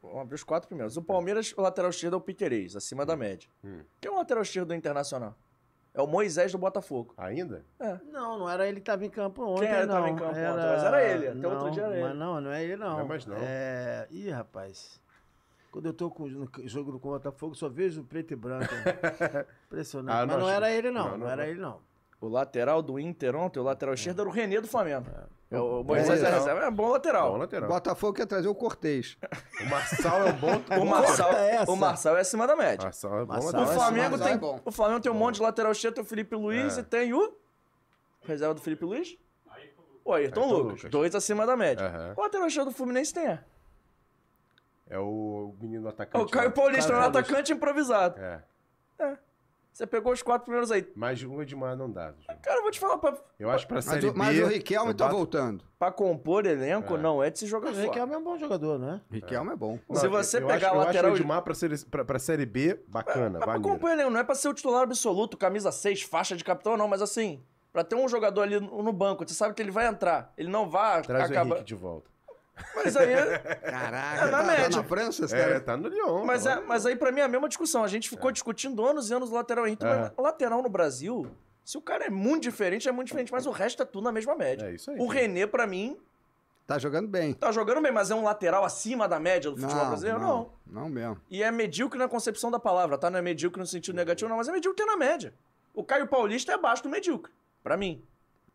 S2: Vamos abrir os quatro primeiros. O Palmeiras, o lateral esquerdo é o Piquerez, acima da média. Quem é o lateral esquerdo do Internacional? É o Moisés do Botafogo.
S3: Ainda?
S4: Não, não era ele que tava em campo ontem.
S2: É. Quem era que
S4: não.
S2: tava em campo ontem? Mas era ele, até
S4: não,
S2: outro dia era ele.
S4: Mas não, não é ele, não.
S2: Não é mais não.
S4: É... Ih, rapaz. Quando eu tô com no jogo do Botafogo, só vejo preto e branco. né?
S2: [laughs]
S4: Impressionante.
S2: Ah,
S4: mas não
S2: nós-
S4: era ele, não.
S2: não,
S4: Não,
S2: não,
S4: era
S2: não.
S4: ele, não. É.
S2: O lateral do Inter ontem, o lateral esquerdo era o Renê do Flamengo. É. O Moisés
S11: Bom
S2: é
S11: lateral.
S2: reserva, é bom lateral. Bom
S3: lateral.
S11: Botafogo quer trazer o Cortez.
S3: O Marçal é um bom.
S2: O Marçal,
S11: Corta essa.
S2: o Marçal é acima da média.
S3: Marçal é bom
S11: Marçal
S2: o
S11: é
S2: Flamengo
S11: acima da
S2: tem,
S11: média.
S2: o Flamengo tem um monte de lateral esquerdo, tem o Felipe Luiz
S11: É.
S2: e tem o reserva do Felipe Luiz? O Ayrton,
S3: Ayrton
S2: Lucas,
S3: Lucas.
S2: dois acima da média.
S3: tá Aham.
S2: Qual lateral esquerdo do Fluminense tem? É
S3: É o menino atacante.
S2: o Caio
S3: lá.
S2: Paulista, é um
S3: Caio Paulista.
S2: atacante improvisado.
S3: É.
S2: Você pegou os quatro primeiros aí.
S3: Mas o Edmar não dá. Ju.
S2: Cara, eu vou te falar pra...
S3: Eu acho pra
S2: Mas
S3: Série
S2: o-
S3: B...
S2: mas o Riquelme
S3: eu
S2: tá
S3: bato-
S11: voltando.
S2: Pra compor elenco,
S3: É.
S2: não é de se jogar
S4: O
S2: fora.
S4: Riquelme é um bom jogador, né?
S11: Riquelme é bom.
S2: Se
S3: Não,
S2: você
S3: eu
S2: pegar
S3: acho,
S2: o lateral-
S3: Eu acho o Edmar pra série, pra, pra série B, bacana,
S2: Mas pra
S3: maneiro.
S2: compor elenco, não é pra ser o titular absoluto, camisa 6, faixa de capitão, não, mas assim, pra ter um jogador ali no no banco, você sabe que ele vai entrar, ele não vai
S3: Traz o
S2: acabar...
S3: Henrique de volta.
S2: Mas aí.
S11: Caraca,
S2: é
S11: tá-
S2: na
S11: tá
S2: média.
S11: na França, esse
S3: É,
S11: cara?
S3: tá no Lyon.
S2: Mas,
S3: tá
S2: é-
S3: lá.
S2: mas aí, pra mim, é a mesma discussão. A gente ficou discutindo anos e anos lateral Henrique,
S3: É.
S2: mas lateral no Brasil, se o cara é muito diferente, é muito diferente, mas o resto é tudo na mesma média.
S3: É isso aí.
S2: O René, pra mim,
S11: Tá jogando bem.
S2: tá jogando bem, mas é um lateral acima da média do futebol brasileiro? Não.
S11: não. mesmo.
S2: E é medíocre na concepção da palavra, tá? Não é medíocre no sentido negativo, não, mas é medíocre na média. O Caio Paulista é abaixo do medíocre, pra mim.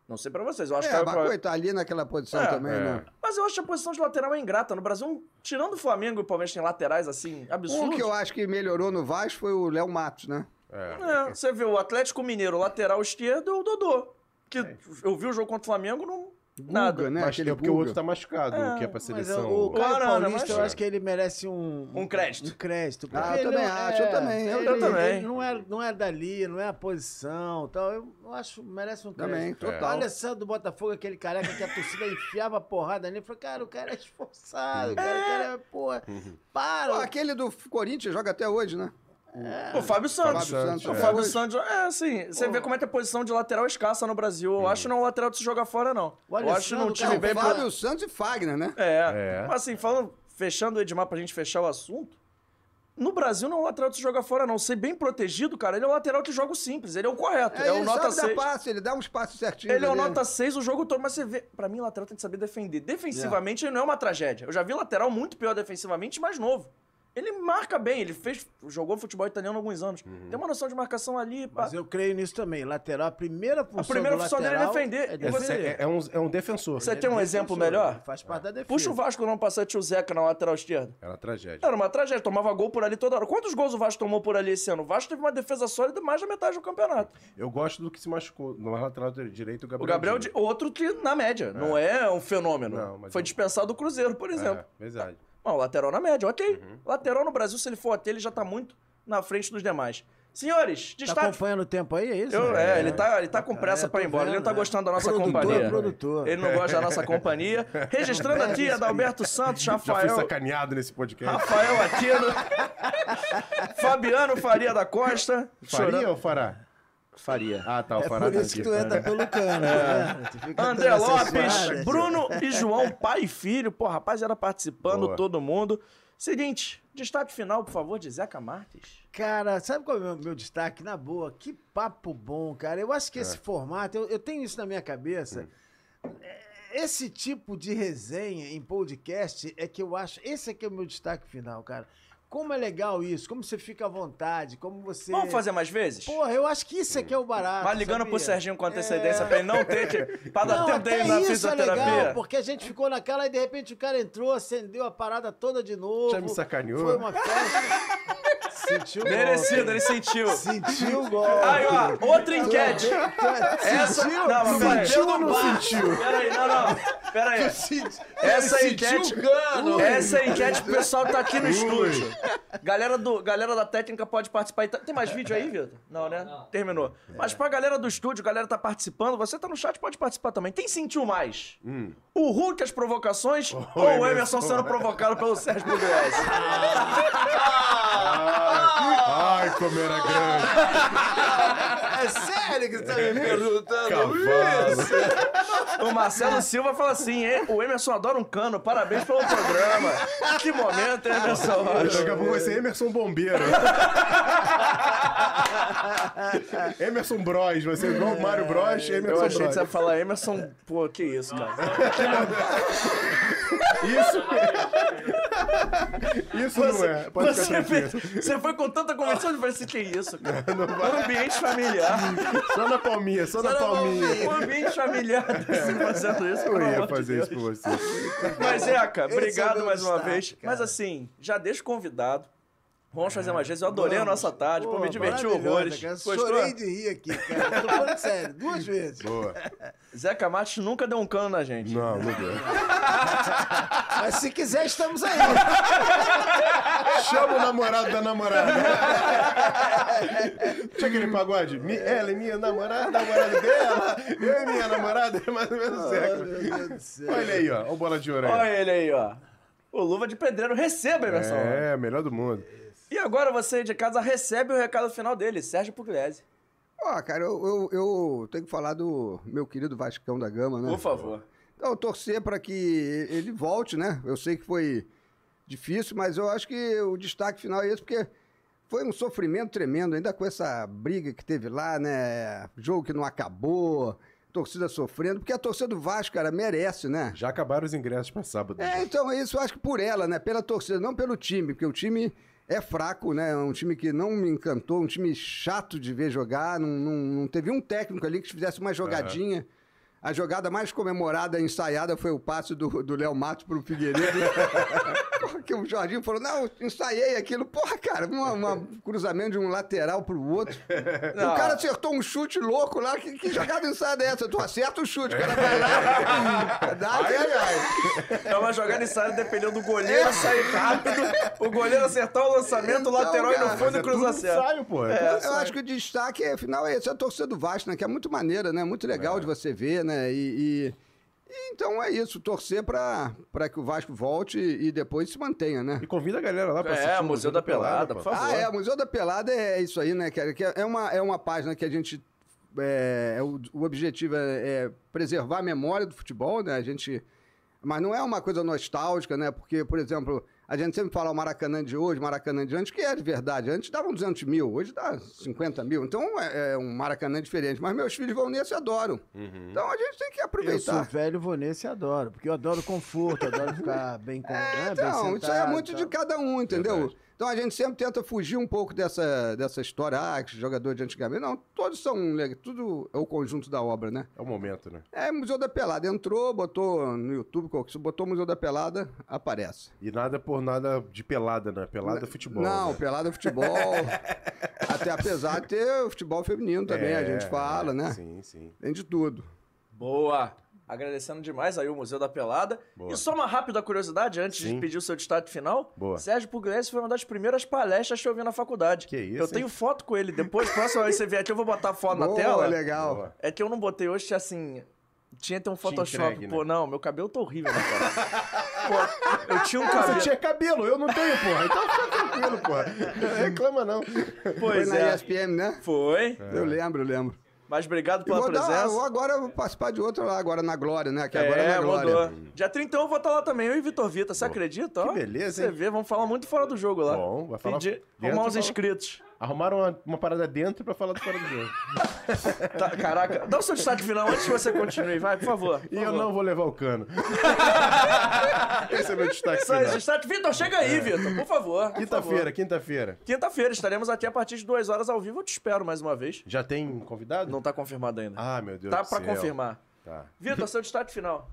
S2: Não sei pra vocês, eu acho
S11: é,
S2: que Caio
S11: mas
S2: Paulista-
S11: coitado, ali naquela posição
S2: É.
S11: também, né?
S2: Mas eu acho que a posição de lateral é ingrata. No Brasil, tirando o Flamengo e o Palmeiras tem laterais assim,
S11: Um
S2: absurdos.
S11: que eu acho que melhorou no Vasco foi o Léo Matos, né?
S2: É, você vê o Atlético Mineiro, lateral esquerdo, é o Dodô. Que eu vi o jogo contra o Flamengo, não. nada.
S11: né?
S3: Mas
S11: Aquele
S3: é porque o
S11: Guga.
S3: outro tá machucado,
S2: É,
S3: o que é pra
S2: mas
S3: seleção.
S4: Ah, O Caio
S2: Guarana,
S4: Paulista,
S2: mas-
S4: eu acho que ele merece um...
S2: Um crédito.
S4: Um crédito.
S11: Ah,
S4: porque
S11: eu
S4: ele
S11: também
S4: não- é,
S11: acho, eu também, eu
S4: ele-
S11: também.
S4: ele não, é, não é dali, não é a posição e tal. Eu eu acho merece um crédito.
S11: Também, total.
S4: O Alessandro do Botafogo, aquele careca que a torcida enfiava a porrada nele. Falei, cara, o cara é esforçado, o cara, o cara é, porra... Para!
S11: Pô, aquele do Corinthians joga até hoje, né?
S2: É. O Fábio Santos.
S11: Fábio Santos,
S2: o
S11: é.
S2: Fábio Santos. É, assim, você vê como é que a posição de lateral é escassa no Brasil. Eu acho não é um lateral de se jogar fora, não. eu acho num time bem.
S11: tá Fábio Santos e Fagner, né?
S2: É. Mas assim, falando, fechando o Edmar pra gente fechar o assunto. No Brasil não é um lateral que se joga fora, não. Ser bem protegido, cara, ele é um lateral que joga o simples. Ele é o correto.
S11: É,
S2: É, o
S11: ele
S2: nota
S11: sabe dar
S2: 6.
S11: passe, ele dá uns passos certinhos.
S2: Ele é o
S11: ali.
S2: nota 6 o jogo todo, mas você vê. Pra mim, lateral tem que saber defender. Defensivamente, ele não é uma tragédia. Eu já vi lateral muito pior defensivamente, mais novo. Ele marca bem, ele fez. jogou futebol italiano há alguns anos. Tem [laughs] uma noção de marcação ali. pá.
S4: Mas eu creio nisso também. Lateral, a primeira função
S2: primeira
S4: do
S2: função dele é
S4: lateral
S2: defender.
S4: É
S2: E você-
S4: defender.
S3: É, é um, é um defensor. né?
S2: Você tem um exemplo melhor?
S4: Faz parte da defesa.
S2: Puxa o Vasco não passante o Zeca na lateral esquerda.
S3: É uma tragédia.
S2: Era uma tragédia, tomava gol por ali toda hora. Quantos gols o Vasco tomou por ali esse ano? O Vasco teve uma defesa sólida mais da metade do campeonato.
S3: Eu gosto do que se machucou. No lateral direito, o
S2: O
S3: Gabriel.
S2: Gabriel, é
S3: Dias.
S2: de- outro que na média, não é um fenômeno.
S3: Não, mas
S2: Foi
S3: eu-
S2: dispensado do Cruzeiro, por exemplo.
S3: É, verdade. Uhum.
S2: Bom, lateral na média, ok. Lateral no Brasil, se ele for até, ele já tá muito na frente dos demais. Senhores,
S4: Tá
S2: destaque.
S4: acompanhando o tempo aí, é isso?
S2: é Eu- é, ele tá, ele tá com pressa pra ir embora. ele não tá gostando da nossa
S4: Produtor,
S2: companhia.
S4: produtor.
S2: Ele não gosta da nossa
S3: [laughs]
S2: companhia. Registrando aqui, Adalberto Santos,
S3: Já fui
S2: Rafael,
S3: sacaneado nesse podcast.
S2: Rafael Aquino, Fabiano Faria da Costa.
S3: Faria
S2: chorando-
S3: ou Fará?
S2: Faria.
S3: Ah, tá, o
S2: É
S3: Fará
S2: por
S3: tá
S2: isso que
S3: aqui.
S2: tu entra pelo cano, né?
S4: Tu fica
S2: André
S4: toda
S2: Lopes,
S4: acessória.
S2: Bruno e João, pai e filho. Pô, rapaz, era participando,
S4: Boa.
S2: todo mundo. Seguinte, destaque final, por favor, de Zeca Marques.
S4: Cara, sabe qual é o meu, meu destaque? Na boa, que papo bom, cara. Eu acho que esse
S2: É.
S4: formato, eu, eu tenho isso na minha cabeça. É, Esse tipo de resenha em podcast é que eu acho. Esse aqui é o meu destaque final, cara. Como é legal isso, como você fica à vontade, como você.
S2: Vamos fazer mais vezes?
S4: Porra, eu acho que isso aqui é o barato.
S2: Mas ligando
S4: sabia? É.
S2: pro Serginho com antecedência pra ele não ter que. pra dar
S4: Não,
S2: tempo dele
S4: até
S2: na
S4: isso é
S2: fisioterapia.
S4: legal, porque a gente ficou naquela e de repente o cara entrou, acendeu a parada toda de novo.
S3: Já me sacaneou.
S4: Foi uma festa. Sentiu o golpe.
S2: Merecido, ele sentiu.
S4: Sentiu o golpe.
S2: Aí, ó, outra enquete.
S4: Essa...
S2: Sentiu? Não, mas
S4: Sentiu
S2: pera, deu
S4: ou não
S2: no bar.
S4: sentiu?
S2: Peraí, não, não. Peraí. Essa
S4: Sentiu
S2: enquete.
S4: o cano.
S2: Essa enquete pro pessoal que tá aqui no
S4: Ui.
S2: estúdio. Galera, do, galera da técnica pode participar. E tá- Tem mais vídeo aí, Vitor? Não, né? Terminou.
S4: É.
S2: Mas pra galera do estúdio, galera tá participando, você tá no chat, pode participar também. Quem sentiu mais?
S3: Hum.
S2: O Hulk as provocações ou o Emerson
S3: Emerson.
S2: sendo provocado pelo Sérgio Bugues?
S4: [laughs]
S3: Ai, como era grande.
S2: É sério que você tá me perguntando
S3: Cavalo.
S2: isso? O Marcelo Silva fala assim, hein? O Emerson adora um cano, parabéns pelo programa. Que momento, hein, Emerson?
S3: Ah, Daqui a pouco vai ser
S2: [laughs]
S3: Emerson Bombeiro. Emerson Bros, vai ser igual o Mário Bros, Emerson
S2: É, Eu achei que
S3: Bros.
S2: você ia falar Emerson... Pô, que isso, cara.
S3: Isso, isso não é. Pode
S2: você,
S3: ficar tranquilo.
S2: fez- você foi com tanta convenção, eu falei assim, que isso, cara?
S3: Não vai.
S2: Um ambiente familiar.
S3: Só na palminha, só, na palminha. É,
S2: Um ambiente familiar, você fazendo isso,
S3: Eu
S2: pelo
S3: ia
S2: amor de
S3: fazer
S2: Deus.
S3: isso com você.
S2: Mas, Eca,
S3: Esse é
S2: obrigado
S3: o
S2: mais uma
S3: destaque,
S2: vez.
S3: cara.
S2: Mas assim, já deixa o convidado. Vamos fazer mais vezes. Eu adorei a
S4: Vamos.
S2: nossa tarde, pô,
S4: Porra,
S2: me diverti
S4: maravilhosa,
S2: horrores.
S4: cara.
S2: Gostou?
S4: Chorei de rir aqui, cara. Tô falando sério, duas vezes.
S3: Boa.
S2: Zeca Matos nunca deu um cano na gente.
S3: Não, não deu.
S4: Mas se [laughs] quiser,
S2: [laughs]
S4: estamos aí.
S3: Chama o namorado da namorada. Tinha aquele pagode? Mi- Ela é minha namorada, a namorada dela. Eu e minha namorada, é mais ou menos século. Olha aí, ó. Olha o bola de ouro aí.
S2: Olha ele aí, ó. O Luva de Pedreiro receba, Emerson.
S3: É, melhor do mundo.
S2: E agora você de casa recebe o recado final dele, Sérgio Pugliese.
S11: Ó, cara, eu, eu, eu tenho que falar do meu querido Vascão da Gama, né?
S2: Por
S3: [laughs]
S2: favor.
S11: Então, torcer para que ele volte, né? Eu sei que foi difícil, mas eu acho que o destaque final é esse, porque foi um sofrimento tremendo, ainda com essa briga que teve lá, né? Jogo que não acabou, torcida sofrendo, porque a torcida do Vasco, cara, merece, né?
S3: Já acabaram os ingressos para sábado.
S11: É, então, isso eu acho que por ela, né? Pela torcida, não pelo time, porque o time é fraco, né? É um time que não me encantou, um time chato de ver jogar. Não, não, não teve um técnico ali que fizesse uma jogadinha. A jogada mais comemorada, ensaiada, foi o passe do do Léo Matos pro
S2: [laughs]
S11: Figueiredo. Porra, que o Jorginho falou, não, ensaiei aquilo. Porra, cara, um cruzamento de um lateral pro outro.
S2: Não.
S11: O cara acertou um chute louco lá. Que, que jogada ensaiada é essa? Tu acerta o chute, o cara
S2: [laughs]
S11: vai lá. Dá,
S2: Ai, ai, ai. É uma jogada ensaiada dependendo do goleiro sair rápido, o goleiro acertar o lançamento, o lateral e no fundo e cruza certo.
S11: Então,
S3: é
S2: É,
S11: eu acho que o destaque, é, afinal, é esse, é a torcida do Vasco, né? Que é muito maneira, né? Muito legal de você ver, né? E, e- e então é isso, torcer pra, pra que o Vasco volte e, e depois se mantenha, né? E
S3: convida a galera lá
S2: pra É, assistir o Museu Museu da da Pelada, Pelada, por pô. favor.
S11: Ah, é, o Museu da Pelada é isso aí, né, cara? Que é- é uma, é uma página que a gente... é, é o, o objetivo é, é preservar a memória do futebol, né? A gente... Mas não é uma coisa nostálgica, né? Porque, por exemplo, a gente sempre fala o Maracanã de hoje, Maracanã de antes, que é de verdade. Antes davam 200 mil, hoje dá 50 mil. Então é, é um Maracanã diferente. Mas meus filhos vão nesse e adoram. [laughs]
S2: Hum.
S11: Então a gente tem que
S4: Eu sou
S11: aproveitar.
S4: velho, vou nesse e adoro, porque eu adoro conforto, adoro ficar bem com. né, bem
S11: Então, isso aí é
S4: sentado,
S11: muito de cada um, entendeu? Então a gente sempre tenta fugir um pouco dessa, dessa história, ah, que jogador de antigamente. Não, todos são, le- tudo é o conjunto da obra, né?
S3: É o momento, né?
S11: É, Museu da Pelada. Entrou, botou no YouTube, se botou Museu da Pelada, aparece.
S3: E nada por nada de pelada, né? Pelada é futebol.
S11: Não,
S3: né? [laughs]
S11: pelada é futebol. Até apesar de ter o futebol feminino também,
S3: É,
S11: a gente fala, né?
S3: Sim, sim.
S11: Tem
S3: [laughs]
S11: de tudo.
S2: Boa! Agradecendo demais aí o Museu da Pelada.
S3: Boa.
S2: E só uma rápida curiosidade, antes
S3: Sim.
S2: de pedir o seu destaque final.
S3: Boa.
S2: Sérgio Pugliese foi uma das primeiras palestras que eu vi na faculdade. Que isso, Eu tenho foto com ele. Depois, próxima vez que você vier aqui, eu vou botar a foto na
S11: Boa,
S2: tela.
S11: legal. Boa.
S2: É que eu não botei hoje, tinha assim... Tinha que ter um Photoshop.
S3: entregue, né?
S2: Pô, não, meu cabelo tá horrível, né,
S3: [laughs]
S2: cara? Pô, eu tinha um
S3: Ah,
S2: cabelo...
S3: Você tinha cabelo, eu não tenho, porra. Então fica tranquilo, porra. Não reclama, não.
S11: Foi
S2: é.
S3: é.
S11: na ESPN, né?
S2: Foi.
S11: Eu lembro, eu lembro.
S2: Mas obrigado
S11: E
S2: pela
S11: vou dar-
S2: presença.
S11: eu agora vou participar de outra lá, agora na Glória, né? Que agora é
S2: É,
S11: na Glória.
S2: mandou. Dia 31 eu vou estar lá também, eu e Vitor Vita, você acredita? Que
S3: beleza,
S2: Você
S3: hein?
S2: vê, vamos falar muito fora do jogo lá.
S3: Bom, vai falar.
S2: Pedir,
S3: dentro,
S2: arrumar uns
S3: fala-
S2: inscritos. [laughs]
S3: Arrumaram uma, uma parada dentro pra falar do fora do jogo.
S2: Tá, caraca, dá o seu destaque final antes que você continue, vai, por favor.
S3: E eu não vou levar
S2: [laughs]
S3: o cano. Esse é meu destaque
S2: Sai,
S3: final.
S2: destaque. Vitor, chega aí, Vitor, por favor. tá? por
S3: Quinta-feira,
S2: favor.
S3: quinta-feira.
S2: Quinta-feira estaremos aqui a partir de 2 horas ao vivo. Eu te espero mais uma vez.
S3: Já tem convidado?
S2: Não tá confirmado ainda.
S3: Ah, meu Deus
S2: Tá
S3: do
S2: pra
S3: céu.
S2: confirmar.
S3: Tá.
S2: Vitor, seu destaque final.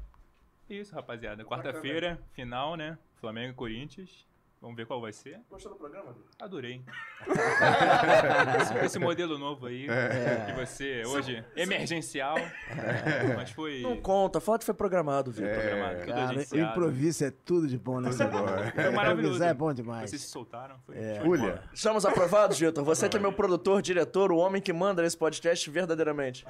S8: Isso, rapaziada. Quarta-feira, final, né? Flamengo e Corinthians. Vamos ver qual vai ser.
S2: Gostou do programa? Vitor?
S8: Adorei. esse, esse modelo novo aí,
S2: É.
S8: que você
S2: Isso-
S8: hoje
S2: isso-
S8: emergencial,
S2: É.
S8: mas foi
S2: Não conta, foto foi programado,
S4: É,
S3: É.
S2: Vitor.
S8: Programado, tudo
S4: Cara, o
S8: agenciado.
S4: improviso é tudo de bom nesse negócio.
S2: Foi maravilhoso.
S4: Improvisar é bom demais.
S8: Vocês se soltaram. Foi
S4: É.
S2: Olha. Estamos aprovados, Vitor. Você que é meu produtor, diretor, o homem que manda esse podcast verdadeiramente.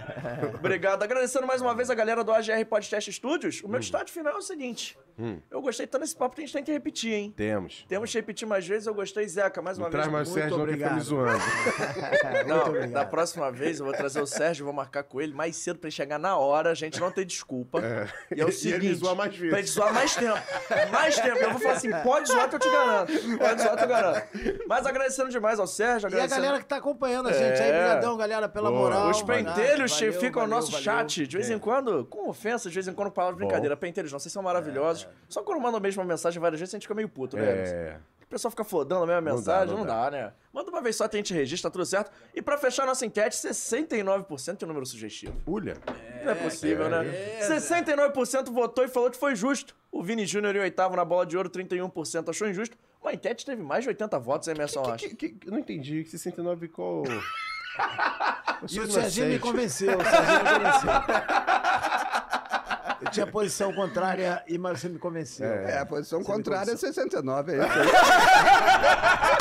S2: Obrigado. Agradecendo mais uma vez a galera do AGR Podcast Studios. O meu destaque final é o seguinte.
S3: Hum,
S2: Eu gostei tanto desse papo que a gente tem que repetir, hein?
S3: temos.
S2: Temos que repetir mais vezes. Eu gostei, Zeca, mais uma
S3: Não
S2: vez.
S3: traz mais o
S2: muito
S3: Sérgio não que ele fica me
S2: obrigado.
S3: zoando. [laughs]
S2: Não, da próxima vez eu vou trazer o Sérgio, vou marcar com ele mais cedo pra ele chegar na hora, a gente não tem desculpa. E é o
S3: [laughs] E
S2: seguinte,
S3: ele zoar mais vezes.
S2: pra ele zoar mais tempo. Mais tempo. Eu vou falar assim, pode zoar que eu te garanto. Pode zoar que eu garanto. Mas agradecendo demais ao Sérgio,
S4: E a
S2: agradecendo...
S4: galera que tá acompanhando a gente aí,
S2: É.
S4: brigadão, galera, pela
S2: Boa.
S4: moral.
S2: Os pentelhos che-
S4: Valeu,
S2: ficam no
S4: valeu,
S2: nosso
S4: valeu.
S2: chat, de vez em quando, com ofensa, de vez em quando, palavra de
S3: É. Bom.
S2: brincadeira. Pentelhos não, vocês são maravilhosos. Só quando mandam a mesma mensagem várias vezes, a gente fica meio puto, né?
S3: É.
S2: O pessoal fica fodando a mesma
S3: Não dá,
S2: mensagem,
S3: não
S2: não, dá, né? Manda uma vez só, a gente registra, tá tudo certo. E pra fechar nossa enquete, 69% é um número sugestivo.
S3: Olha. É.
S2: Não é possível, né? 69% votou e falou que foi justo. O Vini Júnior em oitavo na bola de ouro, 31% achou injusto. Uma enquete teve mais de 80 votos, hein, Emerson Rocha?
S3: Eu não entendi. Que 69
S4: [laughs]
S3: qual. Eu
S4: E
S3: sou
S4: o Serginho me
S3: inocente.
S4: convenceu, o Serginho me
S11: [laughs]
S4: convenceu. Eu tinha posição contrária, e- mas você me convenceu.
S11: É, a posição
S4: Você me
S11: [laughs] contrária é
S4: convenceu.
S11: 69, é isso aí.